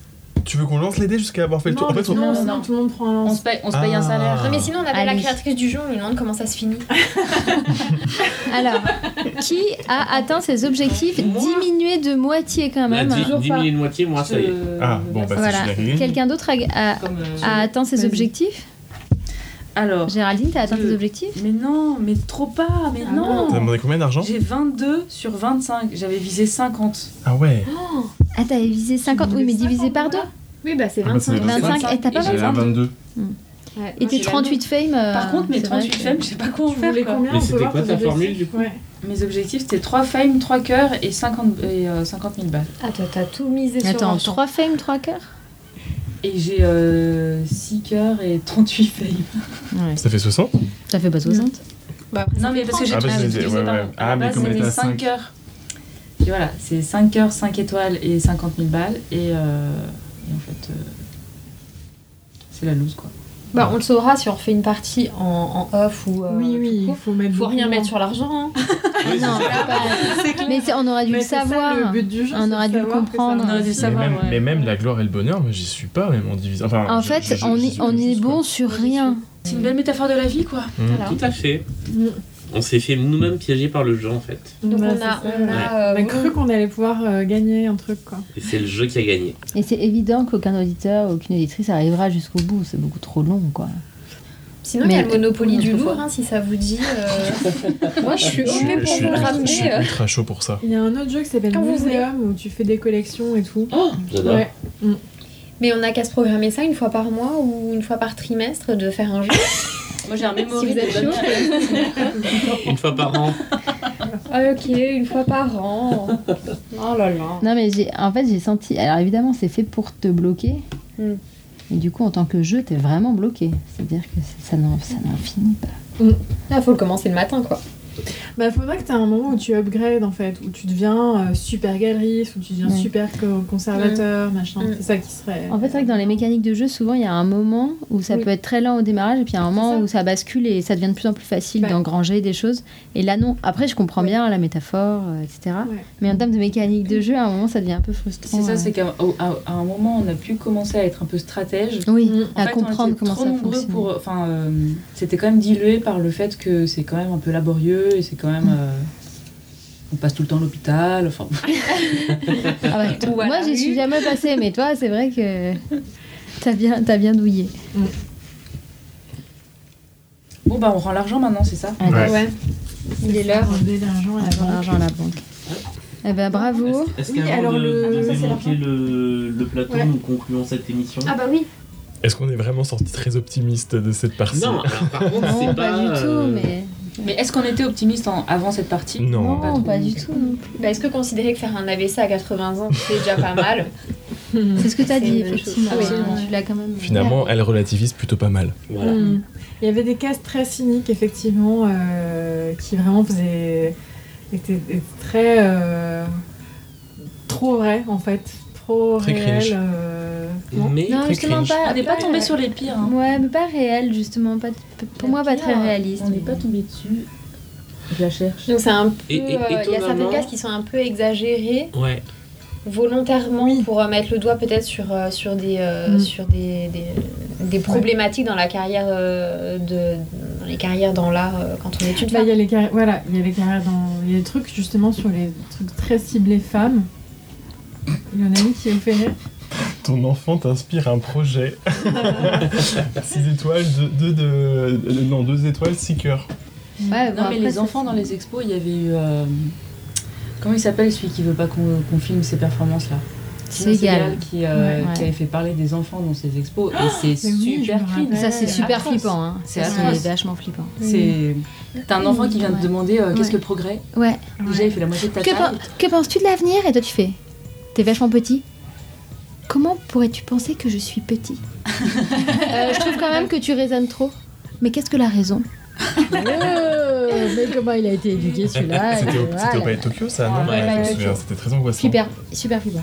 D: Tu veux qu'on lance les dés jusqu'à avoir fait le tour En
E: mais
D: fait, on-
E: sinon,
B: Non,
E: sinon,
B: non.
E: tout le monde prend un an.
B: On se paye, on se paye un
D: Ah.
B: salaire.
F: Non, mais sinon, on appelle la
J: Allez.
F: créatrice du jeu, on lui demande comment ça se finit.
J: Alors, qui a atteint ses objectifs
I: Moi.
J: diminués de moitié
E: Ah,
J: quand
I: Là,
J: même hein.
I: dix- diminuer de moitié, moi, ça y est.
B: Euh,
D: Ah, bon, bah, c'est
J: Voilà.
D: celui-là qui gagne.
J: Quelqu'un d'autre a, a-
B: comme, euh,
J: a atteint ses
B: Vas-y.
J: objectifs
B: Alors.
J: Géraldine, t'as atteint
B: Deux.
J: tes objectifs
B: Mais non, mais trop pas, mais
E: Ah
B: non.
D: T'as demandé combien d'argent
B: J'ai 22 sur 25. J'avais visé 50.
D: Ah ouais
J: Ah, t'avais visé 50, oui, mais divisé par deux.
F: Oui, bah c'est
D: Ah, bah, c'est
F: 25.
J: 25, et t'as pas
B: J'ai
J: mal.
B: la 22.
F: Ouais,
J: Et
F: moi,
J: tes
F: j'ai la
J: 38 fame. euh,
B: Par contre, mes
J: c'est vrai
B: 38
J: que-
B: femmes, je sais pas quoi en
E: Vous
B: faire.
E: voulez
B: quoi.
E: combien
I: Mais
E: on peut
I: c'était
E: voir
I: quoi
E: tes
I: ta
E: objectifs.
I: formule, du
E: Ouais.
B: Mes objectifs, c'était 3 fame, 3 cœurs et 50, et, euh, 50 000 balles.
F: Ah, toi, t'as tout misé sur
J: Attends,
F: l'argent.
J: 3 fame, 3 cœurs
B: Et j'ai 6 cœurs et 38 fame.
J: Ouais.
D: Ça fait 60
J: Ça fait pas 60.
B: Non, mais parce que j'ai
D: Ah, bah,
B: j'ai
D: c'est-
B: divisé
D: ouais,
B: par
D: ouais.
B: deux.
D: Ah,
B: À la
D: mais
B: base,
D: comme elle
B: c'était
D: était à
B: 5
D: cinq.
B: cœurs. Puis voilà, c'est 5 cœurs, 5 étoiles et 50 000 balles. Et, euh, et en fait, euh, c'est la loose quoi.
F: Bah, on le saura si on refait une partie en, en off ou. euh,
E: Oui, oui,
F: tout
E: il
F: court.
E: faut mettre.
F: Faut
E: beaucoup
F: rien
E: moins.
F: mettre sur l'argent. hein.
I: Oui,
J: Non,
I: c'est ça.
J: c'est pas- Mais c'est- on aurait dû
E: Mais
J: le
E: c'est ça,
J: savoir.
E: le but du jeu,
J: On
E: c'est de
J: aurait dû le
E: savoir que ça
J: comprendre.
E: marche.
B: On aurait dû le
D: mais,
B: savoir.
D: même,
B: ouais.
D: mais même la gloire et le bonheur, moi j'y suis pas, même en divise. Enfin,
J: En
D: je-
J: fait,
D: je- je-
J: on
D: j'y
J: est,
D: suis
J: on
D: plus,
J: est
D: quoi.
J: bon sur rien.
B: C'est une belle métaphore de la vie quoi.
D: Mm.
F: Voilà.
I: Tout à fait.
E: Mm.
I: On s'est fait nous-mêmes piéger par le jeu, en fait.
F: Donc,
E: Voilà,
F: on a.
E: c'est ça.
F: on a,
E: On
F: euh,
E: a cru qu'on allait pouvoir euh, gagner un truc, quoi.
I: Et c'est le jeu qui a gagné.
J: Et c'est évident qu'aucun auditeur, aucune auditrice arrivera jusqu'au bout. C'est beaucoup trop long, quoi.
F: Sinon, il y a le Monopoly du Louvre, hein, si ça vous dit. euh, Moi, je suis
D: Je suis-
F: OK
D: je
F: pour
D: suis
F: vous le
D: ultra- je suis
F: ramener. euh.
D: ultra chaud pour ça.
E: Il y a un autre jeu qui s'appelle
F: Quand vous
E: Museum où tu fais des collections et tout.
A: J'adore.
E: Ouais.
F: Mais on n'a qu'à se programmer ça une fois par mois ou une fois par trimestre de faire un jeu.
B: Moi j'ai un
F: Si
B: memory
F: vous
B: de
F: êtes chaud.
B: bonne mère.
A: Une fois par an.
F: Ah, ok, une fois par an. Oh là là.
J: Non, mais j'ai, en fait, j'ai senti. Alors, évidemment, c'est fait pour te bloquer.
F: Mm.
J: Et du coup, en tant que jeu, t'es vraiment bloqué. C'est-à-dire que c'est- ça n'en, ça n'en finit pas.
F: Là, faut le commencer le matin, quoi.
E: Bah, faudrait que tu aies un moment où tu upgrades en fait, où tu deviens euh, super galeriste, où tu deviens
J: Ouais.
E: super co- conservateur, machin.
F: Mm.
E: C'est ça qui serait.
J: En fait, c'est vrai que dans les mécaniques de jeu, souvent, il y a un moment où ça
E: Oui.
J: peut être très lent au démarrage, et puis il y a un
E: ça.
J: moment où ça bascule et ça devient de plus en plus facile
E: Ouais.
J: d'engranger des choses. Et là, non. Après, je comprends bien la métaphore, euh, etc.
E: Ouais.
J: Mais en termes de mécanique de jeu, à un moment, Mm. ça devient un peu frustrant.
B: C'est ça,
J: euh.
B: c'est qu'à au- à- à un moment on a pu commencer à être un peu stratège.
J: Oui,
E: Mm.
B: En
J: à
B: fait, on
J: comprendre
B: était
J: comment
B: trop
J: ça
B: nombreux
J: fonctionne.
B: pour- Enfin, euh, c'était quand même dilué par le fait que c'est quand même un peu laborieux et c'est quand même. euh, on passe tout le temps à l'hôpital. Enfin,
J: Ah ouais.
F: Ou à
J: Moi,
F: la
J: j'y suis
F: rue.
J: jamais passée, mais toi, c'est vrai que t'as bien, t'as bien douillé.
B: bon, bah on rend l'argent maintenant, c'est ça
D: Ouais.
F: Il est l'heure.
E: Demander de l'argent à
F: Ah,
E: la banque.
J: l'argent à la banque. Ah, Eh ben, bravo.
I: Est-ce
E: Oui,
I: qu'avant
E: alors
I: de,
E: le-
I: de
E: ça, c'est la
I: démanteler le, le plateau,
E: Ouais.
I: nous concluons cette émission
F: Ah bah oui.
D: Est-ce qu'on est vraiment sorti très optimiste de cette partie
A: Non, alors par
I: Ah,
A: contre,
J: Non,
A: c'est pas.
J: pas, du
A: euh,
J: tout, mais.
B: Mais est-ce qu'on était optimiste en- avant cette partie
D: Non.
J: Non,
B: pas trop.
J: pas du tout. non.
F: Bah, est-ce que considérer que faire un AVC à 80 ans, c'est déjà pas mal
E: Mm.
J: C'est ce que t'as
F: C'est
J: dit,
F: une bonne chose.
J: effectivement.
F: Ah oui,
J: hein.
F: oui.
J: Tu l'as quand même.
D: Finalement, elle relativise plutôt pas mal.
A: Voilà.
E: Mm. Il y avait des cases très cyniques, effectivement, euh, qui vraiment faisaient. étaient, étaient très. euh, trop vraies, en fait. Trop
D: Très cringe.
E: réelles. euh,
I: Mm.
E: non.
A: Mais
J: Non,
D: Très
J: justement
D: cringe. Ah,
J: pas.
B: On n'est pas
J: pas-
B: tombé sur les pires. hein.
J: Ouais, mais pas réel, justement. Pas, pour moi, pas très
B: Pire,
J: réaliste.
B: On n'est pas tombé dessus. Je la cherche.
F: Donc c'est un peu...
A: Et- et-
F: euh, Il y a certaines
A: étonnamment-
F: cases qui sont un peu exagérées
A: Ouais.
F: volontairement pour euh, mettre le doigt peut-être sur, euh, sur, des, euh,
E: Mm.
F: sur des, des, des problématiques dans la carrière euh, de dans les carrières dans l'art euh, quand on étudie
E: Bah, il y a les carri- voilà, il y a les carrières dans il y a des trucs justement sur les trucs très ciblés femmes. Il y en a une qui vous fait rire.
D: Ton enfant t'inspire un projet. 6 étoiles, 2 deux, de- euh, non, deux étoiles, 6 cœurs.
J: Ouais, bon,
B: Non, mais
J: après,
B: les
J: ça,
B: enfants
J: c'est-
B: dans les expos, il y avait eu. euh, Comment il s'appelle celui qui veut pas qu'on qu'on filme ses performances là Simon
J: Segal.
B: Segal, qui, euh,
J: Ouais. Ah,
B: qui avait fait parler des enfants dans ses expos et c'est
E: mais oui, je
B: super
E: me
B: clean.
E: rappelle.
J: Ça, c'est
E: Ouais,
J: super
B: atroce.
J: flippant. Hein.
B: C'est
J: Ça,
B: atroce.
J: vachement flippant.
B: C'est t'as un enfant qui vient
J: Ouais.
B: te demander euh, qu'est-ce
J: Ouais.
B: que le progrès
J: Ouais.
B: Déjà il fait la moitié de ta
J: Que,
B: taille.
J: pen- que penses-tu de l'avenir Et toi, tu fais. T'es vachement petit. Comment pourrais-tu penser que je suis petit Euh, Je trouve quand même que tu raisonnes trop. Mais qu'est-ce que la raison
Q: Oh, mais comment il a été éduqué celui-là
D: C'était au, c'était au Palais de Tokyo, ça, non
A: Ouais,
D: Je me
A: ouais,
D: souviens, C'était très angoissant.
J: Super, super flippant.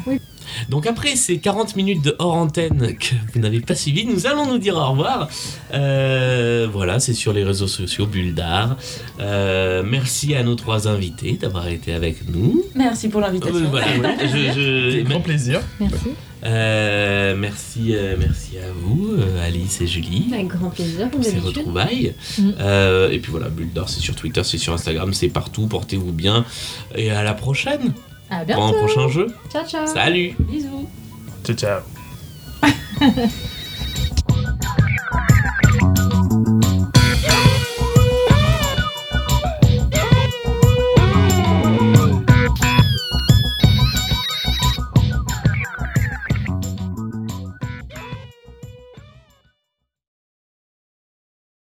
A: Donc après ces 40 minutes de hors antenne que vous n'avez pas suivies, nous allons nous dire au revoir. Euh, voilà, c'est sur les réseaux sociaux Bulle d'Art. Euh, merci à nos trois invités d'avoir été avec nous.
B: Merci pour l'invitation.
A: Euh, voilà, ouais, je- je-
D: C'était un grand plaisir.
J: Merci.
A: Euh, merci, euh, merci à vous, euh, Alice et Julie.
F: avec grand plaisir comme
A: pour ces
F: d'habitude
A: retrouvailles.
E: Mhm.
A: Euh, et puis voilà, Bulle d'Or, c'est sur Twitter, c'est sur Instagram, c'est partout. Portez-vous bien. Et à la prochaine
E: Ah bien.
A: pour un prochain jeu.
F: ciao ciao
A: Salut
B: Bisous.
D: Ciao, ciao.